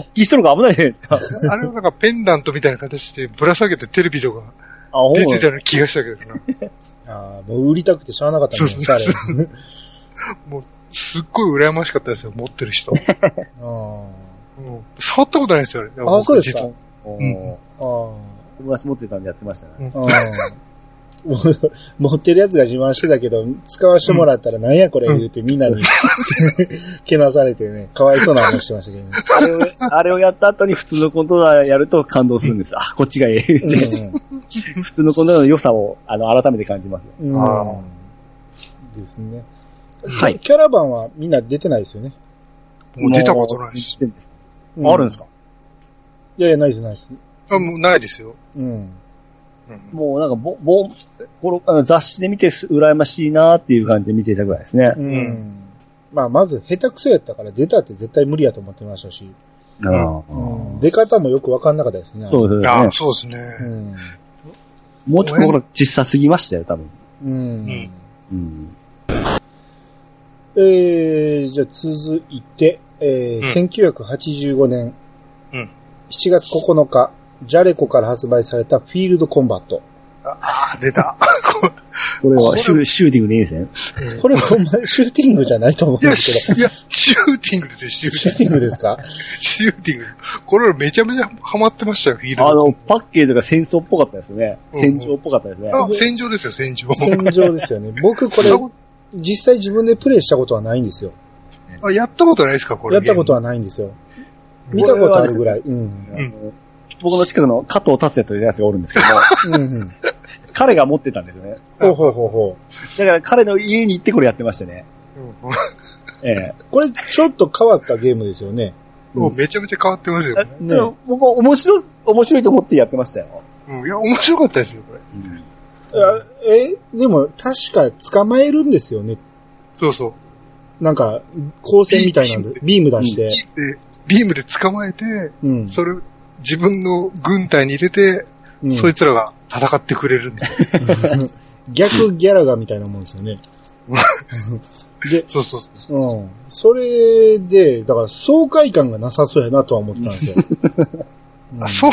Speaker 2: 突起しとるから危ないじゃないですか。
Speaker 3: あれはなんかペンダントみたいな形でぶら下げてテレビとか
Speaker 2: あ、ほん
Speaker 3: 出てたような気がしたけど な。
Speaker 1: ああ、もう売りたくてしゃあなかったんですか、あれ。
Speaker 3: すっごい羨ましかったですよ、持ってる人。
Speaker 1: あ
Speaker 3: うん触ったことないですよ、あれ。
Speaker 1: あ、そうですか。
Speaker 3: 実
Speaker 2: おー
Speaker 1: ああ。
Speaker 2: 友達持ってたんでやってましたね。
Speaker 1: うん持ってるやつが自慢してたけど、使わせてもらったらなんやこれ言うてみんなに けなされてね、かわいそうな思いしてましたけどね。
Speaker 2: あれを、あれをやった後に普通のコントローラーやると感動するんです。あ、こっちがええ。普通のコントローラーの良さを、あの、改めて感じます。
Speaker 1: うんうん
Speaker 3: あ
Speaker 1: ですね。
Speaker 2: はい
Speaker 1: キャラバンはみんな出てないですよね。
Speaker 3: もう出たことないです。
Speaker 2: もう出てです
Speaker 1: う
Speaker 2: あるんですか
Speaker 1: いやいや、ないです、ないです。
Speaker 3: あもうないですよ。
Speaker 1: うん。
Speaker 3: うん
Speaker 2: もうなんか、ぼ、ぼ、このあの雑誌で見てす羨ましいなっていう感じで見ていたぐらいですね。
Speaker 1: うん。
Speaker 3: う
Speaker 1: まあ、まず下手くそやったから出たって絶対無理やと思ってましたし、
Speaker 2: あ
Speaker 1: うん
Speaker 2: ー
Speaker 1: 出方もよくわかんなかったですね。
Speaker 2: そうです
Speaker 3: あ
Speaker 2: ね
Speaker 3: あ、。そうですね。
Speaker 1: うん。
Speaker 2: もうちょっとこれ小さすぎましたよ、多分。
Speaker 1: うん。
Speaker 3: ん
Speaker 2: うん。
Speaker 1: えー、じゃあ続いて、えー1985年、
Speaker 3: うん
Speaker 1: 7月9日、ジャレコから発売されたフィールドコンバット。
Speaker 3: ああ、出た。
Speaker 2: これ
Speaker 3: こ
Speaker 2: は
Speaker 3: れ
Speaker 2: シュシューティングでいいですね。
Speaker 1: これほんまシューティングじゃないと思うん
Speaker 3: いや、
Speaker 1: ですけ
Speaker 3: しいや、シューティングですよ、シュ
Speaker 1: ど。シュ
Speaker 3: ー
Speaker 1: ー
Speaker 3: テ
Speaker 1: ティ
Speaker 3: ィン
Speaker 1: ン
Speaker 3: グ。
Speaker 1: グですか
Speaker 3: シューティング。これめちゃめちゃハマってましたよ、フィールド。
Speaker 2: あの、パッケージが戦争っぽかったですね。
Speaker 3: うん
Speaker 2: 戦場っぽかったですね。
Speaker 3: あ、戦場ですよ、戦場。
Speaker 1: 戦場ですよね。僕これ、実際自分でプレイしたことはないんですよ。
Speaker 3: あ、やったことないですか、これ。
Speaker 1: やったこと
Speaker 3: は。
Speaker 1: はないんですよ。見たことあるぐらい。うん。
Speaker 2: あの僕の近くの加藤達也というやつがおるんです けど、
Speaker 1: うんうん。
Speaker 2: 彼が持ってたんですよね。
Speaker 1: ほうほうほうほ
Speaker 2: だから彼の家に行ってこれやってましたね。ええ
Speaker 1: う。これ、ちょっと変わったゲームですよね。
Speaker 3: もうめちゃめちゃ変わってますよ。
Speaker 1: ね
Speaker 2: でも僕は面白い、面白いと思ってやってましたよ。
Speaker 3: うん、いや、面白かったですよ、これ。
Speaker 1: あえ、でも、確か捕まえるんですよね。
Speaker 3: そうそう。
Speaker 1: なんか、光線みたいなんで、ビーム出して。
Speaker 3: でビームで捕まえて、
Speaker 1: うん。
Speaker 3: それ、自分の軍隊に入れて、
Speaker 1: うん
Speaker 3: そいつらが戦ってくれるんで。
Speaker 1: 逆ギャラガーみたいなもんですよね。で、
Speaker 3: そうそうそうそう。
Speaker 1: うん。それで、だから爽快感がなさそうやなとは思ってたんですよ。
Speaker 3: あ、そう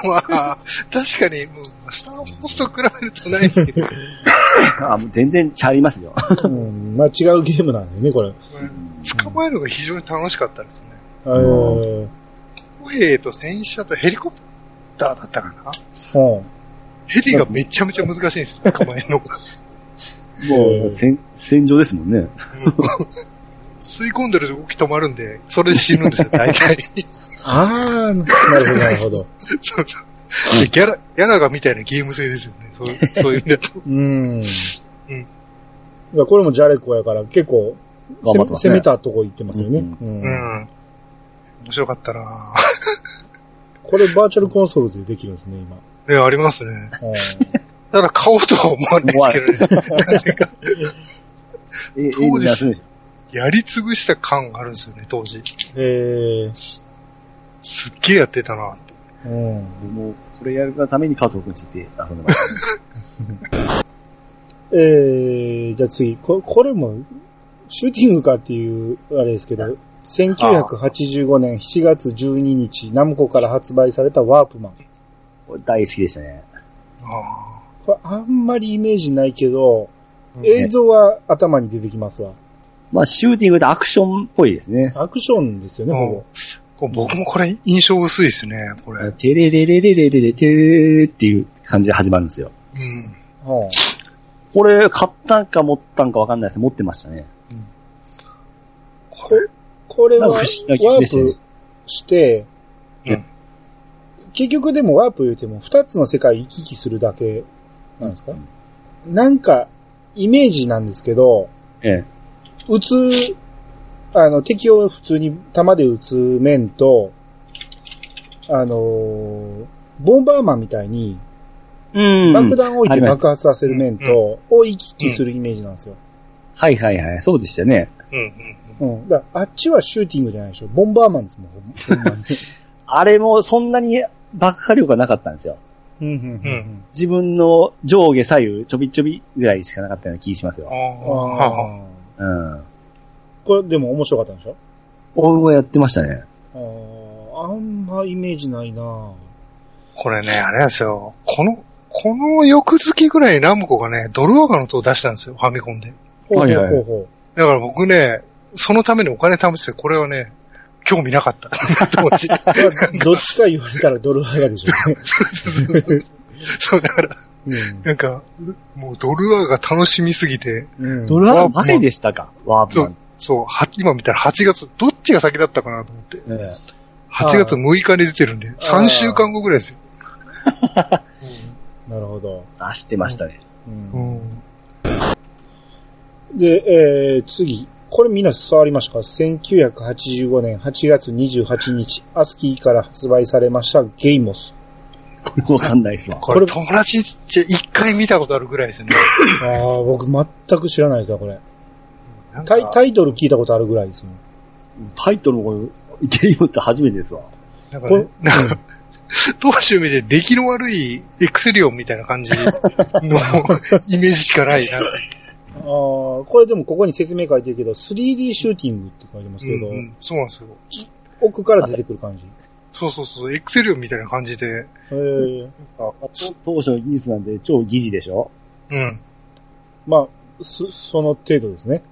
Speaker 3: かも。確かに、もう、スター・ウォーズと比べるとないですけ ど。
Speaker 2: あもう全然ちゃいますよ。
Speaker 1: うん。うんまあ違うゲームなんですね、これ。
Speaker 3: 捕まえるのが非常に楽しかったですね。
Speaker 1: えー、
Speaker 3: 歩兵と戦車とヘリコプターだったかな
Speaker 1: うん。
Speaker 3: ヘリがめちゃめちゃ難しいんですよ、捕まえるのが。
Speaker 2: もう戦、戦場ですもんね。
Speaker 3: 吸い込んでると動き止まるんで、それで死ぬん ですよ、大体。
Speaker 1: ああ、なるほど、なるほど。
Speaker 3: そうそう。でギャラ、ギャラがみたいなゲーム性ですよね。そうそういう意味だと。
Speaker 1: うん。
Speaker 3: うん
Speaker 1: いやこれもジャレコやから結構、
Speaker 2: 頑張ってます
Speaker 1: 攻
Speaker 2: ね
Speaker 1: めたとこ行ってますよね。
Speaker 2: うん
Speaker 1: うん
Speaker 3: うん。面白かったな
Speaker 1: これバーチャルコンソールでできるんですね、今。
Speaker 3: ぁ。ね、ありますね。
Speaker 1: うん
Speaker 3: ただ買おうとは思わないですけどね。なぜか
Speaker 2: え、え、
Speaker 3: そうです
Speaker 2: 夏
Speaker 3: やり尽くした感があるんですよね、当時。
Speaker 1: えー、
Speaker 3: すっげえやってたなぁって
Speaker 1: うん。
Speaker 2: もう、これやるために加藤くんちって遊んでました。
Speaker 1: えー、じゃあ次。ここれも、シューティングかっていう、あれですけど、1985年7月12日、ナムコから発売されたワープマン。
Speaker 2: これ 大好きでしたね。
Speaker 3: あ
Speaker 1: これあんまりイメージないけど、
Speaker 3: うん
Speaker 1: 映像は頭に出てきますわ。
Speaker 2: まあ、シューティングでアクションっぽいですね。
Speaker 1: アクションですよね、
Speaker 3: うん
Speaker 1: ほ
Speaker 3: ーこう僕もこれ印象薄いですね、これ。
Speaker 2: テレレレレレレレテレレっていう感じで始まるんですよ。
Speaker 3: うん。
Speaker 1: ぼ。は
Speaker 2: これ、買ったんか持ったんかわかんないです。持ってましたね。
Speaker 3: これ、
Speaker 1: これは、
Speaker 2: なん
Speaker 1: ワ
Speaker 2: か不思議な気が
Speaker 1: ー
Speaker 2: してね
Speaker 1: プして、
Speaker 3: うん
Speaker 1: 結局でもワープ言うても、二つの世界行き来するだけなんですか、なんか、イメージなんですけど、
Speaker 2: ええ。
Speaker 1: 撃つ、あの、敵を普通に弾で撃つ面と、あのーボンバーマンみたいに
Speaker 2: うん
Speaker 1: 爆弾を置い
Speaker 2: あ
Speaker 1: て
Speaker 2: ります
Speaker 1: 爆発させる面と、を行き来するイメージなんですよ。
Speaker 2: はいはいはい。そうでしたね。
Speaker 3: うんうん
Speaker 1: うん。だからあっちはシューティングじゃないでしょ。ボンバーマンですもん、ほんほんまに。
Speaker 2: あれもそんなに爆破力がなかったんですよ。
Speaker 1: うんうんうん
Speaker 2: 自分の上下左右ちょびちょびぐらいしかなかったような気がします
Speaker 3: うん。
Speaker 2: よ。
Speaker 1: うん。
Speaker 3: ああ。
Speaker 1: ああ。
Speaker 2: うん。
Speaker 1: これでも面白かったんでしょ
Speaker 2: オウがやってましたね。
Speaker 1: あーあんまイメージないなぁ
Speaker 3: これね、あれなんですよ。この、この翌月ぐらいにラムコがね、ドルワガの塔を出したんですよ、ファミコンで。
Speaker 1: ほうほう
Speaker 2: はいはい
Speaker 1: ほう ほ
Speaker 3: だから僕ね、そのためにお金貯めてて、これはね、興味なかった。 当時。
Speaker 1: う。それはどっちか言われたらドルワガで しょうね。
Speaker 3: そう、だから、なんか、もうドルワが楽しみすぎて、
Speaker 1: うん。うん
Speaker 2: ドラマ前でしたかワープ
Speaker 3: そ
Speaker 2: マ
Speaker 3: う
Speaker 2: ン。、
Speaker 3: そう、は今見たら8月、どっちが先だったかなと思って。
Speaker 2: ええ
Speaker 3: 8月6日に出てるんで、3週間後ぐらいですよ。
Speaker 1: なるほど。
Speaker 2: 出してましたね。
Speaker 1: うん
Speaker 3: うん。
Speaker 1: で、えー、次。これみんな触りましたか ?1985 年8月28日、アスキーから発売されましたゲイモス。
Speaker 2: これわかんないっすわ。
Speaker 1: こ
Speaker 3: こ
Speaker 1: れ
Speaker 3: れ友達って一回見たことあるぐらいですね。
Speaker 1: ああ、僕全く知らないですわ、これ。
Speaker 3: なんか
Speaker 1: タイタイトル聞いたことあるぐらいですもん。
Speaker 2: タイトルもこれ、ゲームって初めてですわ。
Speaker 3: なんか
Speaker 1: これ
Speaker 3: ね、なんか、当初見て出来の悪いエクセリオンみたいな 感じのイメージしかないな。
Speaker 1: ああ、これでもここに説明書いてるけど、3D シューティングって書いてます
Speaker 3: う
Speaker 1: けど、
Speaker 3: んうん、そうなんですよ。
Speaker 1: 奥から出てくる感じ。
Speaker 3: そうそうそう、エクセリオンみたいな感じで、
Speaker 1: えー、
Speaker 2: 当初の技術なんで超疑似でしょ
Speaker 3: うん、
Speaker 1: まあ、そその程度ですね。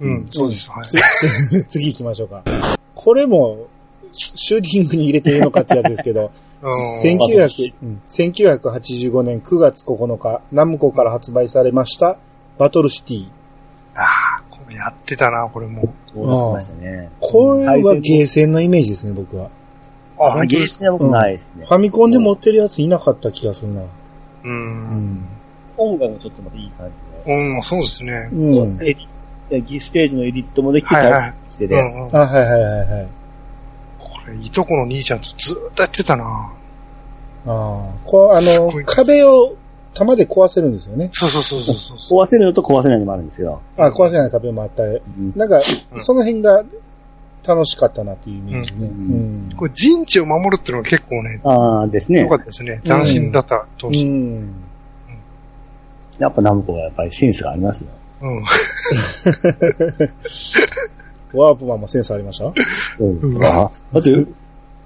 Speaker 3: うん、そうです。はい
Speaker 1: つ。つ 次行きましょうか。これも、シューティングに入れていいのかってやつですけ ど、
Speaker 3: うん
Speaker 1: 1900うん1985年9月9日、ナムコから発売されました、バトルシティ。
Speaker 3: ああ、これやってたな、これもう。
Speaker 2: そうなってましたね。
Speaker 1: これはゲー
Speaker 2: ー
Speaker 1: センのイメージですね、僕は。
Speaker 3: あ
Speaker 2: ゲーしては僕ないですね
Speaker 1: フ。ァミコンで持ってるやついなかった気がするな。
Speaker 3: う。
Speaker 1: うんん。
Speaker 2: 音楽もちょっとまたいい感じ
Speaker 3: うん、そうですね。
Speaker 1: う
Speaker 2: で。
Speaker 1: ん。
Speaker 2: エディットステージのエディットもできて、
Speaker 3: はいはい。
Speaker 2: 来て
Speaker 3: う
Speaker 2: て、
Speaker 3: んうん、
Speaker 1: あ、はいはいはいはい。
Speaker 3: これ、いとこの兄ちゃんとずーっとやってたな。
Speaker 1: ああ。こう、あ
Speaker 3: すご
Speaker 1: の、
Speaker 3: い
Speaker 1: 壁を弾で壊せるんですよね。
Speaker 3: そうそうそうそうそう。
Speaker 2: 壊せるのと壊せないのもあるんですけど。
Speaker 1: あ壊せない壁もあった。
Speaker 2: うん
Speaker 1: なんか、
Speaker 3: うん
Speaker 1: その辺が楽しかったなっていうイメージね。う
Speaker 2: うん
Speaker 1: ん。
Speaker 3: これ、陣地を守るっていうのが結構ね、
Speaker 2: ああですね
Speaker 3: 良か。ったですね。斬新だった、当
Speaker 1: う
Speaker 3: 時。
Speaker 1: ん。
Speaker 2: やっぱナムコはやっぱりセンスがありますよ。
Speaker 3: うん。
Speaker 1: ワープマンもセンスありました
Speaker 2: うん
Speaker 3: う
Speaker 2: だって、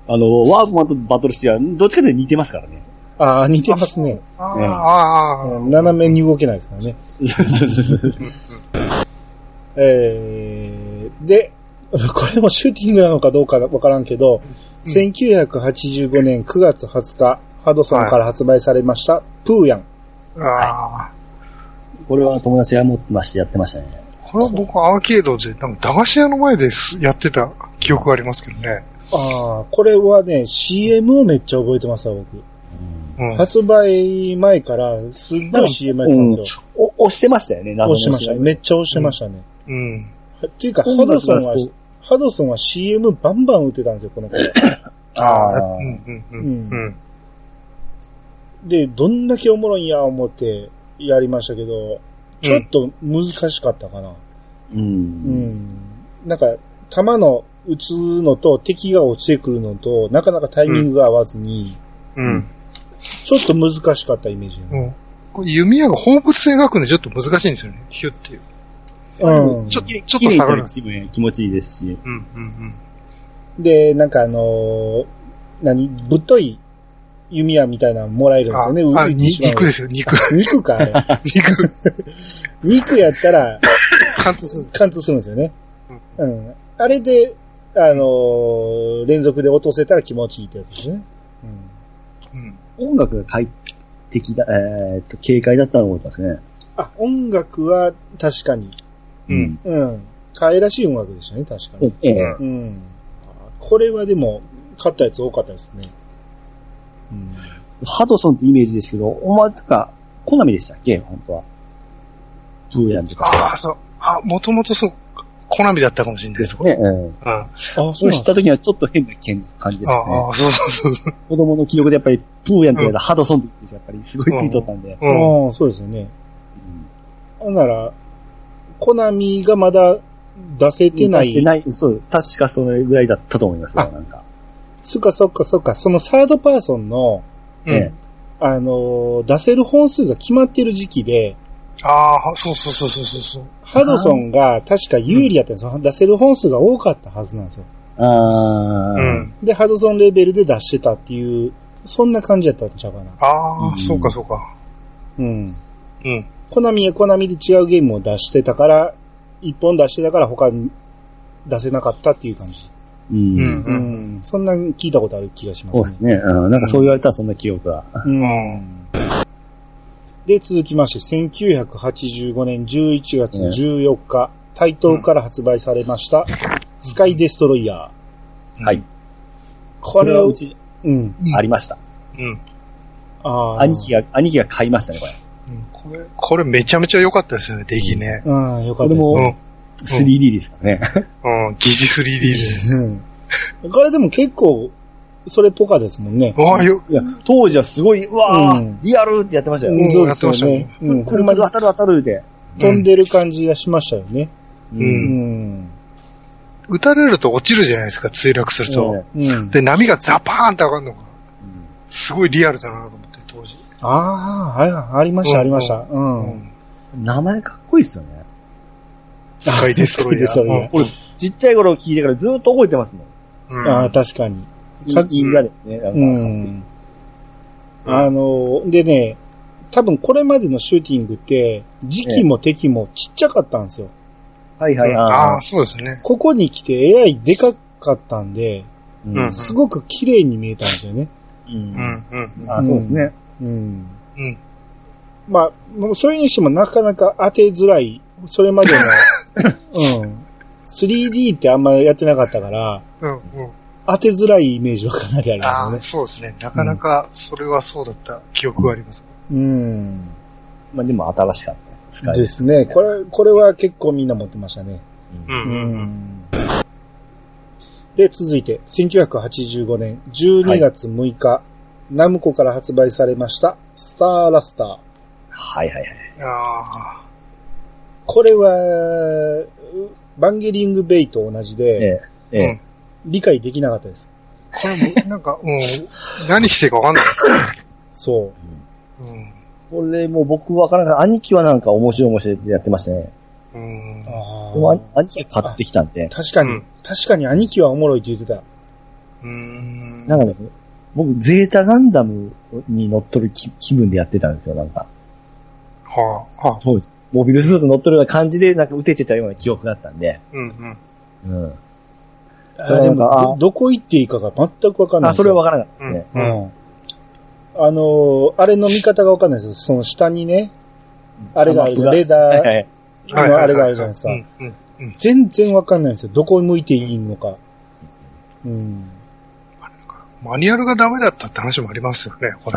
Speaker 2: あの、ワープマンとバトルシティはどっちかというと似てますからね。
Speaker 1: ああ、似てますね。
Speaker 3: ああああ、ああ。
Speaker 1: 斜めに動けないですからね。えー、で、これもシューティングなのかどうかわからんけど、
Speaker 3: うん
Speaker 1: 1985年9月20日、ハドソンから発売されました、プーヤン。
Speaker 3: ああ。
Speaker 2: これは友達が持ってましてやってましたね。
Speaker 3: これは僕、アーケードで、なんか、駄菓子屋の前ですやってた記憶がありますけどね。
Speaker 1: ああ、これはね、CM をめっちゃ覚えてますわ、僕。
Speaker 2: うん
Speaker 3: うん。
Speaker 1: 発売前から、すっごい CM やったんですよ。
Speaker 2: お押してましたよね、ナムコ
Speaker 1: 押してましたね。めっちゃ押してましたね。
Speaker 3: うん。
Speaker 1: っていうか、ハ
Speaker 2: 音楽
Speaker 1: ド
Speaker 2: が
Speaker 1: ソンは
Speaker 2: そう、
Speaker 1: ハドソンは CM バンバン打ってたんですよ、この子。
Speaker 3: ああ、
Speaker 2: あ
Speaker 3: う
Speaker 2: ー
Speaker 3: ん、うん、うん。うん。
Speaker 1: で、どんだけおもろいんや、思ってやりましたけど、ちょっと難しかったかな。
Speaker 2: う
Speaker 1: うん。
Speaker 2: ん。
Speaker 1: なんか、弾の撃つのと敵が落ちてくるのと、なかなかタイミングが合わずに、
Speaker 3: うん。
Speaker 1: ちょっと難しかったイメージやね。
Speaker 3: うん。これ弓矢が放物線描くんでちょっと難しいんですよね。ヒュっていう。
Speaker 1: うん。
Speaker 3: ちょっと、
Speaker 2: ち
Speaker 3: ちょっと下がるんです。
Speaker 2: 気分気持ちいいですし。
Speaker 3: うん、うん、
Speaker 1: で、なんかあのー何ぶっとい弓矢みたいなのもらえる
Speaker 3: うんん。
Speaker 1: です
Speaker 3: あ
Speaker 1: よね。
Speaker 3: あ、
Speaker 1: う。
Speaker 3: に肉ですすよ、肉。
Speaker 1: 肉か、あれ。
Speaker 3: 肉。
Speaker 1: 肉やったら、
Speaker 3: 貫通する。
Speaker 1: 貫通するんですよね。うん。あれで、あのー連続で落とせたら気持ちいいってやつですね。うん。
Speaker 3: うん。
Speaker 2: 音楽が快適だ、えーっと、軽快だったのを覚えてますね。
Speaker 1: あ、音楽は確かに、
Speaker 3: うん。
Speaker 1: うん。可愛らしい音楽でしたね、確か
Speaker 2: う
Speaker 1: に。
Speaker 2: ん。ええ
Speaker 3: うん
Speaker 1: うん。これはでも、買ったやつ多かったですね。うん。
Speaker 2: ハドソンってイメージですけど、お前とか、コナミでしたっけ本当は。ブーヤンとか。
Speaker 3: ああ、そう。あ、もともとそう、コナミだったかもしれないです、これ。
Speaker 2: ね、うん。
Speaker 3: うん。あ
Speaker 1: あ、
Speaker 2: それ知った時にはちょっと変な感じですよね。
Speaker 3: あ、そうそうそう。
Speaker 2: 子供の記憶でやっぱり、プーヤンとやらハドソンって言ってやっぱりすごいついとったんで。
Speaker 3: うん。
Speaker 1: ああ、そうですよね。ほんなら、コナミがまだ出せてな
Speaker 2: 出して
Speaker 1: い。
Speaker 2: ない。そう、確かそれぐらいだったと思いますよ、
Speaker 3: あ
Speaker 2: なんか。
Speaker 1: そっかそっかそっか、そのサードパーソンの、
Speaker 3: う
Speaker 2: え
Speaker 3: ん。
Speaker 1: あのー出せる本数が決まってる時期で、
Speaker 3: ああ、そうそうそうそうそうそう。
Speaker 1: ハドソンが確か有利やったんですよ。出せる本数が多かったはずなんですよ。
Speaker 2: あ
Speaker 3: う
Speaker 2: ー。
Speaker 3: ん。
Speaker 1: で、ハドソンレベルで出してたっていう、そんな感じやったんちゃうかな。
Speaker 3: あ
Speaker 2: う
Speaker 3: あ、
Speaker 2: ん
Speaker 3: そうかそうか。
Speaker 1: うん。
Speaker 3: うん。
Speaker 1: コナミはコナミで違うゲームを出してたから、一本出してたから他に出せなかったっていう感じ。
Speaker 2: う。
Speaker 3: うんん。
Speaker 1: う
Speaker 3: うん。
Speaker 1: ん。そんなに聞いたことある気がしま
Speaker 2: そうです
Speaker 1: ね
Speaker 2: すね。うんなんかそう言われたらそんな記憶が。
Speaker 1: うんで、続きまして、1985年11月14日、台東から発売されました、スカイデストロイヤー。
Speaker 2: はい。
Speaker 1: こ
Speaker 2: これ
Speaker 1: れ
Speaker 2: は
Speaker 1: を
Speaker 2: う、ち
Speaker 1: うん。
Speaker 2: ありました。
Speaker 3: うん。
Speaker 1: あー
Speaker 2: 兄貴が、兄貴が買いましたね、これ。
Speaker 3: うんこれ、これめちゃめちゃ良かったですよね、出来ね。
Speaker 1: うん、よかったです
Speaker 2: こ
Speaker 3: う
Speaker 2: れ
Speaker 1: ね。
Speaker 3: ん。
Speaker 2: 3D ですからね。
Speaker 3: うん。疑似 3D で。
Speaker 1: うんこれでも結構、それポカですもんね。
Speaker 3: わあ、よ、
Speaker 2: いや、当時はすごい、うわ
Speaker 1: うん
Speaker 2: ーリアルってやってましたよ。
Speaker 1: うんそうですよ
Speaker 3: やってましたね
Speaker 1: うん、ほ
Speaker 2: これ
Speaker 1: んま
Speaker 2: ま
Speaker 1: に
Speaker 2: で当たる当たるで。
Speaker 1: 飛んでる感じがしましたよね。
Speaker 2: う
Speaker 1: うんん。
Speaker 3: 撃たれると落ちるじゃないですか、墜落すると。
Speaker 1: うん。
Speaker 3: で、波がザパーンって上がるのが、
Speaker 2: うん
Speaker 3: すごいリアルだなと思って、当時。
Speaker 1: ああ、あれありました、ありました。う。
Speaker 3: うんん。
Speaker 2: 名前かっこいいっすよね。
Speaker 3: スカイデストロ イヤ
Speaker 1: スカイデストロイヤー。
Speaker 3: ー
Speaker 2: 俺、ちっちゃい頃聞いてからずっと覚えてますもん。
Speaker 3: うんうん
Speaker 1: ああ、確かに。
Speaker 2: い
Speaker 1: かっ
Speaker 2: いいいがですね。な
Speaker 1: う
Speaker 2: んかかっこいい
Speaker 1: ん。あの、でね、多分これまでのシューティングって、時期も敵もちっちゃかったんですよ。
Speaker 2: はいはい。
Speaker 3: あ
Speaker 2: あ
Speaker 3: あ、そうですね。
Speaker 1: ここに来てえらいでかかったんで、
Speaker 2: ー
Speaker 3: うん
Speaker 1: すごく綺麗に見えたんですよね。
Speaker 2: う。
Speaker 3: うんん、うん、
Speaker 2: あそうですね。
Speaker 1: うん。
Speaker 3: うん。
Speaker 1: まあ、もうそれにしてもなかなか当てづらい、それまで の、うん。3D ってあんまやってなかったから、
Speaker 3: うん、うん。
Speaker 1: 当てづらいイメージはかなりあるんです
Speaker 3: あ
Speaker 1: よ
Speaker 3: あ、
Speaker 1: ね。
Speaker 3: そうですね。なかなか、それはそうだった記憶があります。
Speaker 1: うん。
Speaker 2: まあでも新しかったです。スカイ
Speaker 1: ですね。これ、これは結構みんな持ってましたね。
Speaker 2: うん
Speaker 3: うん、うん、
Speaker 1: で、続いて、1985年12月6日、ナムコから発売されました、スターラスター。
Speaker 2: はいはいはい。
Speaker 3: うん。ああ、
Speaker 1: これは、うバンゲリングベイと同じ
Speaker 2: え
Speaker 1: で、
Speaker 2: え。ええ。
Speaker 1: 理解できなかったです。
Speaker 3: これも、なんか、うん、何していいかわかんないです。
Speaker 1: そう。
Speaker 3: うん。
Speaker 2: これもう僕わからなかった。兄貴はなんか面白い面白いってやってましたね。
Speaker 3: うん。
Speaker 2: でも
Speaker 1: あ
Speaker 2: 兄兄貴が買ってきたんで。
Speaker 1: 確かに、
Speaker 3: うん
Speaker 1: 確かに兄貴はおもろいって言ってた。
Speaker 3: うん。
Speaker 2: なんかですね、僕、ゼータガンダムに乗っ取る気気分でやってたんですよ、なんか。
Speaker 3: はあ、はあ、
Speaker 2: そうです。モビルスーツ乗っ取るような感じで、なんか撃ててたような記憶があったんで。
Speaker 3: うん、うん。
Speaker 2: うん。
Speaker 1: あでも
Speaker 2: なんか
Speaker 1: ど、どこ行っていいかが全くわかんない
Speaker 2: あ、
Speaker 1: です
Speaker 2: そ
Speaker 1: よ。
Speaker 2: れはわからなかったですね。
Speaker 3: う
Speaker 1: うん。あのーあれの見方がわかんないですよ。その下にね、あれがあるじゃん。レーダ
Speaker 2: はい
Speaker 1: ー
Speaker 2: はい。
Speaker 1: のあれがあるじゃないですか
Speaker 3: う。ん、うん、うん。
Speaker 1: 全然わかんないんですよ。どこ向いていいのか。うん。
Speaker 3: マニュアルがダメだったって話もありますよね、これ。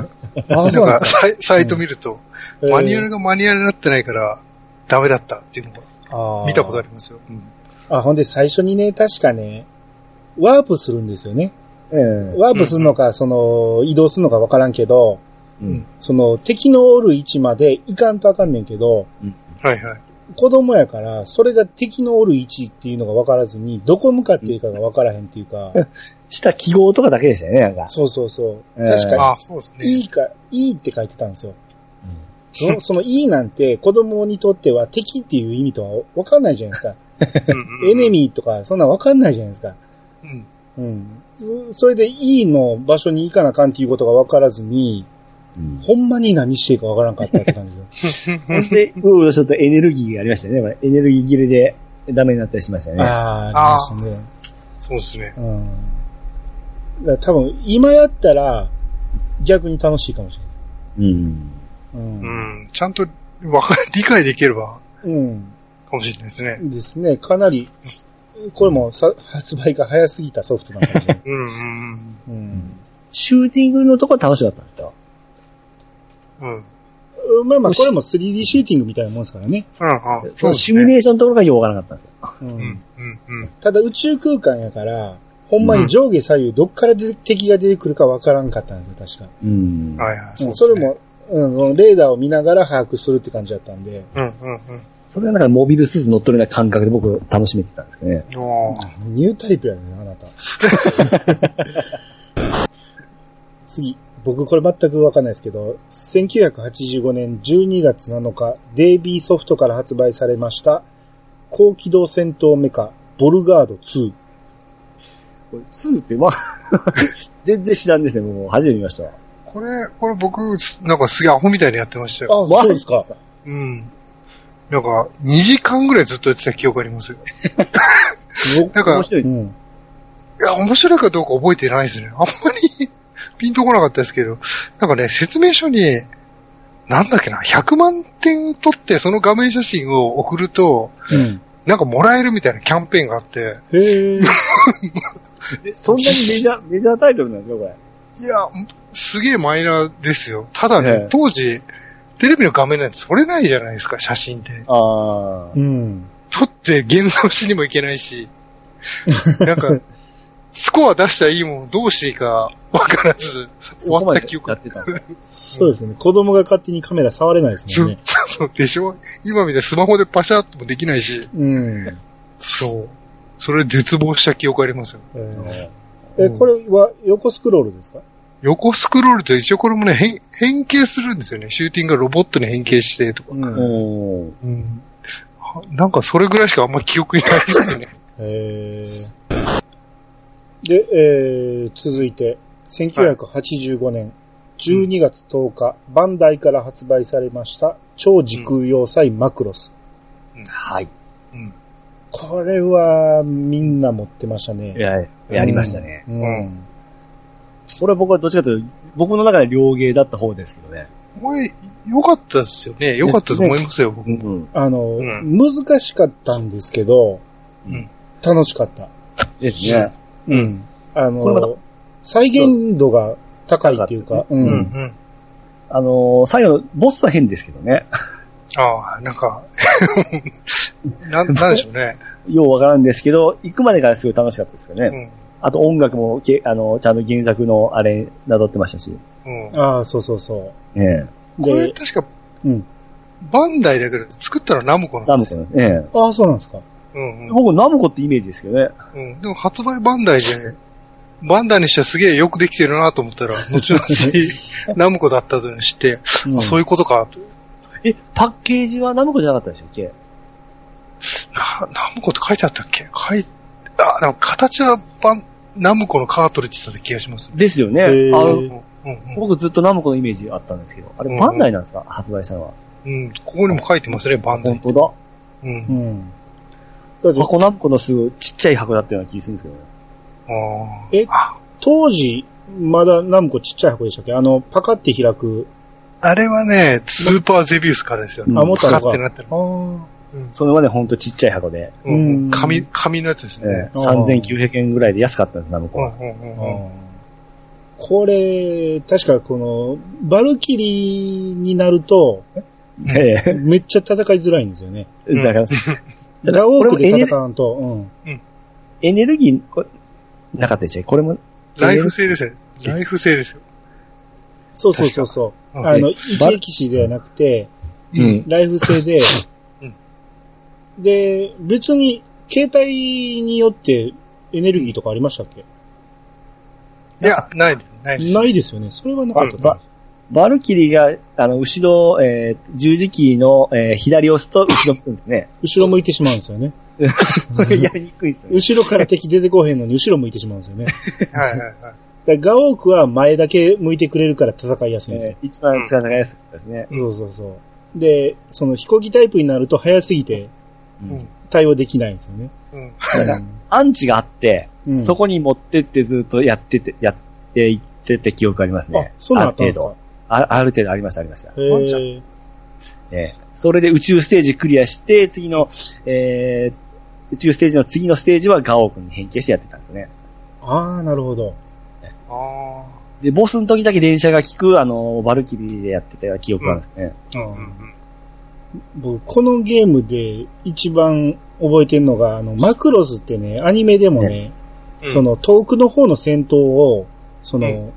Speaker 1: あ、
Speaker 3: な
Speaker 1: そ
Speaker 3: ん
Speaker 1: うなん
Speaker 3: か
Speaker 1: ですか。
Speaker 3: サイ、サイト見ると、
Speaker 1: えー
Speaker 3: マニュアルがマニュアルになってないから、ダメだったっていうの
Speaker 1: あ
Speaker 3: が
Speaker 1: ー
Speaker 3: 見たことありますよ。うん。
Speaker 1: あ、ほんで最初にね、確かね、ワープするんですよね。
Speaker 2: ええ
Speaker 1: ワープするのか、その、移動するのかわからんけど、
Speaker 2: うん。
Speaker 1: その、敵のおる位置まで行かんとあかんねんけど、
Speaker 3: はいはい。
Speaker 1: 子供やから、それが敵のおる位置っていうのが分からずに、どこ向かっていいかが分からへんっていうか、
Speaker 2: した記号とかだけでしたよね、なんか。
Speaker 1: そうそうそう。
Speaker 2: えー
Speaker 1: 確か
Speaker 3: ああ、そうです
Speaker 1: に、い
Speaker 3: ね。
Speaker 1: いか、いいって書いてたんですよ。その、そのいいなんて子供にとっては敵っていう意味とは分かんないじゃないですか。エネ
Speaker 3: ミ
Speaker 1: ミーとか、そんなん分かんないじゃないですか。
Speaker 3: ー。うん。
Speaker 1: うん。そそれでいいの場所に行かなあかんっていうことが分からずに、
Speaker 2: うん。
Speaker 1: ほんまに何していいか分からんかったって感じです。
Speaker 2: ほんで、うろうろちょっとエネルギーがありましたよね。まあエネルギー切れでダメになったりしましたよね。
Speaker 1: あ
Speaker 3: あー
Speaker 1: ありましたね。
Speaker 3: そうですね。
Speaker 1: うん。だから多分、今やったら、逆に楽しいかもし
Speaker 2: うん。
Speaker 1: れない。
Speaker 3: う
Speaker 1: うん。
Speaker 3: ん。ちゃんとわか、理解できれば、
Speaker 1: うん。
Speaker 3: かもしれないですね。
Speaker 1: ですね。かなり、これもさ発売が早すぎたソフトなのかもしれ ない
Speaker 3: うん、うん、
Speaker 1: うん。
Speaker 2: シューティングのとこは楽しかったんですよ。
Speaker 3: うん。うん、
Speaker 1: まあまあ、これも 3D シューティングみたいなもんですからね。
Speaker 3: ああ
Speaker 2: そ
Speaker 3: そう
Speaker 2: の
Speaker 3: で
Speaker 2: シ
Speaker 3: す
Speaker 2: ミュ
Speaker 3: ね。
Speaker 2: レーションのところがようわからなかったん
Speaker 1: う
Speaker 2: ですよ。
Speaker 3: うんん、。うん、うん。
Speaker 1: ただ宇宙空間やから、ほんまに上下左右どっからで敵が出てくるかわからんかったんですよ、確か。
Speaker 2: うん
Speaker 3: はいはい、
Speaker 1: う
Speaker 3: そうんで
Speaker 1: そ
Speaker 3: す
Speaker 1: れ
Speaker 3: ね。
Speaker 1: も、うん、レーダーを見ながら把握するって感じだったんで。
Speaker 3: うん、うん、
Speaker 2: それはなんかモビルスーツ乗っ取るような感覚で僕楽しめてたんですけどね。
Speaker 3: うん。おー
Speaker 1: ニュータイプやねあなた。 次。僕これ全くわかんないですけど、1985年12月7日、デイビーソフトから発売されました、高機動戦闘メカ、ボルガード2。
Speaker 2: これ2って、まあ、 全然知らんですね。もう初めて見ましたわ。
Speaker 3: これ、これ僕、なんかすげえアホみたいにやってましたよ。
Speaker 1: あ、そうですか。
Speaker 3: うん。なんか、2時間ぐらいずっとやってた記憶ありますよ。なんか
Speaker 2: 面白いです。
Speaker 1: うん。
Speaker 3: いや、面白いかどうか覚えてないですね。あんまりピンとこなかったですけど、なんかね、説明書に、なんだっけな、100万点撮ってその画面写真を送ると、
Speaker 1: うん。
Speaker 3: なんかもらえるみたいなキャンペーンがあって、
Speaker 1: へえ。
Speaker 2: えそんなにメジャー、メジャータイトルなんですよ、これ。
Speaker 3: いや、すげえマイナーですよ。ただね、
Speaker 2: ええ
Speaker 3: 当時、テレビの画面なんて撮れないじゃないですか、写真って。
Speaker 2: ああ。
Speaker 1: うん。
Speaker 3: 撮って現像しにもいけないし、なんか、スコア出したらいいものどうしていいかわからず、終わった記憶
Speaker 2: やってたんだ
Speaker 1: そうですね。子供が勝手にカメラ触れないです
Speaker 3: そ
Speaker 1: も
Speaker 3: うん
Speaker 1: ね。
Speaker 3: そうそうでしょ今みたいにスマホでパシャッともできないし。
Speaker 1: うん。
Speaker 3: そう。それ絶望した記憶ありますよ。
Speaker 1: えー
Speaker 3: う
Speaker 1: え、
Speaker 3: ん
Speaker 1: これは横スクロールですか
Speaker 3: 横スクロールと一応これもね、変変形するんですよね。シューティングがロボットに変形してとか。
Speaker 1: うん。
Speaker 2: おー
Speaker 3: うん。はなんかそれぐらいしかあんま記憶にないで すね。
Speaker 1: えー、で、えー、続いて、1985年12月10日、バンダイから発売されました、超時空要塞マクロス。
Speaker 2: はい。
Speaker 3: うん。
Speaker 1: これは、みんな持ってましたね。
Speaker 2: や、やりましたね。
Speaker 1: うん。うん。
Speaker 2: これ僕はどっちかというと、僕の中で両芸だった方ですけどね。
Speaker 3: これ、良かったですよね。良かったと思いますよ、僕
Speaker 2: う
Speaker 3: も。
Speaker 2: ん。
Speaker 1: あの、
Speaker 3: うん
Speaker 1: 難しかったんですけど、
Speaker 3: うん
Speaker 1: 楽しかった。
Speaker 2: ですね。
Speaker 1: うん。あ
Speaker 2: これまた
Speaker 1: の、再現度が高いっていうか、う。
Speaker 3: うんんうん。
Speaker 2: あのー最後のボスは変ですけどね。
Speaker 3: ああ、なんか なん、なんでしょうね。
Speaker 2: ようわからんですけど、行くまでがすごい楽しかったですよ
Speaker 3: う
Speaker 2: ね。
Speaker 3: ん。
Speaker 2: あと音楽もけ、あの、ちゃんと原作のあれ、なぞってましたし。
Speaker 3: うん。
Speaker 1: ああ、そうそうそ
Speaker 2: ね
Speaker 1: う。
Speaker 3: これ
Speaker 1: で、
Speaker 3: 確か、
Speaker 1: うん
Speaker 3: バンダイだけど、作ったのはナムコな
Speaker 2: ラ
Speaker 3: んで
Speaker 2: ム
Speaker 3: す
Speaker 2: コ
Speaker 3: よ。
Speaker 2: のね。
Speaker 1: ああ、そうなんですか。
Speaker 3: うんうん
Speaker 2: 僕、ナムコってイメージですけどね。
Speaker 3: うん。でも発売バンダイで、バンダイにしてはすげえよくできてるなと思ったら、後 々ナムコだったというのを知って、
Speaker 1: うん
Speaker 3: あそういうことかと。
Speaker 2: え、パッケージはナムコじゃなかったでしたっけ
Speaker 3: な、ナムコって書いてあったっけ書い、あ、なんか形はバン、ナムコのカートリッジだった気がします。
Speaker 2: ですよね。あ
Speaker 1: へー
Speaker 3: う
Speaker 2: の
Speaker 3: んうん
Speaker 2: 僕ずっとナムコのイメージあったんですけど。あ
Speaker 3: うんう
Speaker 2: れ、
Speaker 3: ん
Speaker 2: バンダイなんですか、発売したのは。
Speaker 3: うん。うん。ここにも書いてますね、バンダ
Speaker 2: 本
Speaker 3: イ。
Speaker 2: 当だ。
Speaker 3: う。
Speaker 1: うんん。だって
Speaker 2: 箱ナムコのすぐちっちゃい箱だったような気がするんですけどね。
Speaker 3: あ
Speaker 1: え
Speaker 3: ーあ。
Speaker 1: 当時、まだナムコちっちゃい箱でしたっけあの、パカって開く。
Speaker 3: あれはね、スーパーゼビウスからですよね。
Speaker 2: うん
Speaker 1: あ、持った
Speaker 3: パ
Speaker 1: の
Speaker 3: カ
Speaker 1: か。
Speaker 3: ってなってる
Speaker 1: あ。ー
Speaker 2: それまでほんとちっちゃい箱で、
Speaker 3: うん
Speaker 1: う
Speaker 3: うんん。紙、紙のやつですね。
Speaker 2: えー
Speaker 1: あー
Speaker 2: 3900円ぐらいで安かったんです、ナムコ
Speaker 3: う
Speaker 2: は。
Speaker 3: んう
Speaker 1: あ
Speaker 3: んうんうん。
Speaker 1: ーこれ、確かこの、バルキリーになると、
Speaker 2: ええ
Speaker 1: めっちゃ戦いづらいんですよね。
Speaker 3: うん
Speaker 2: だから、だから
Speaker 1: ラオークで
Speaker 2: これもエネ
Speaker 1: 戦
Speaker 2: ル
Speaker 1: わんと、うん。
Speaker 2: エネルギー、これなかったでしょこれも、
Speaker 3: ライフ制ですよ。ライフ制ですよ。
Speaker 1: そうそうそうそう。
Speaker 3: 確か
Speaker 1: あの、
Speaker 2: え
Speaker 1: 一撃死ではなくて、
Speaker 2: う。ん。
Speaker 1: ライフ制で
Speaker 3: うん、
Speaker 1: で、別に、携帯によってエネルギーとかありましたっけ
Speaker 3: いや、ないです。ないです。
Speaker 1: ないですよね。それはなかったと思います
Speaker 2: バルキリーが、あの、後ろ、えー十字キーの、えー左を押すと、後ろ向くんですね。
Speaker 1: 後ろ向いてしまうんですよね。
Speaker 2: これやりにくいですよね。
Speaker 1: 後ろから敵出てこへんのに後ろ向いてしまうんですよね。だか
Speaker 3: はいはいはい。
Speaker 1: らガオークは前だけ向いてくれるから戦いやすいんですよ
Speaker 2: え。ー一番使いやすかったですね。
Speaker 3: うん
Speaker 1: そうそうそう。で、その飛行機タイプになると早すぎて
Speaker 2: うん
Speaker 3: うん
Speaker 1: 対応できないんですよ ね。
Speaker 3: うん。
Speaker 2: アンチがあって、
Speaker 1: うん
Speaker 2: そこに持ってってずっとやってて、やっていってて記憶あります
Speaker 1: あ
Speaker 2: ね。、
Speaker 1: そうなんだったん
Speaker 2: あ
Speaker 1: で
Speaker 2: る
Speaker 1: す
Speaker 2: 程
Speaker 1: か
Speaker 2: 度。あある程度ありました、ありました。
Speaker 1: へ
Speaker 3: ワンちゃん
Speaker 1: ー
Speaker 2: えーそれで宇宙ステージクリアして、次の、えー宇宙ステージの次のステージはガオー君に変形してやってたんですね。
Speaker 1: ああ、なるほど。
Speaker 3: ああ。
Speaker 2: で、ボスの時だけ電車が効く、あの、バルキリーでやってたような記憶があるんですね。
Speaker 3: うんうん。
Speaker 1: 僕、このゲームで一番覚えてるのが、あの、マクロスってね、アニメでもね、
Speaker 3: うん
Speaker 1: そ、の遠くの方の戦闘を、その、
Speaker 3: う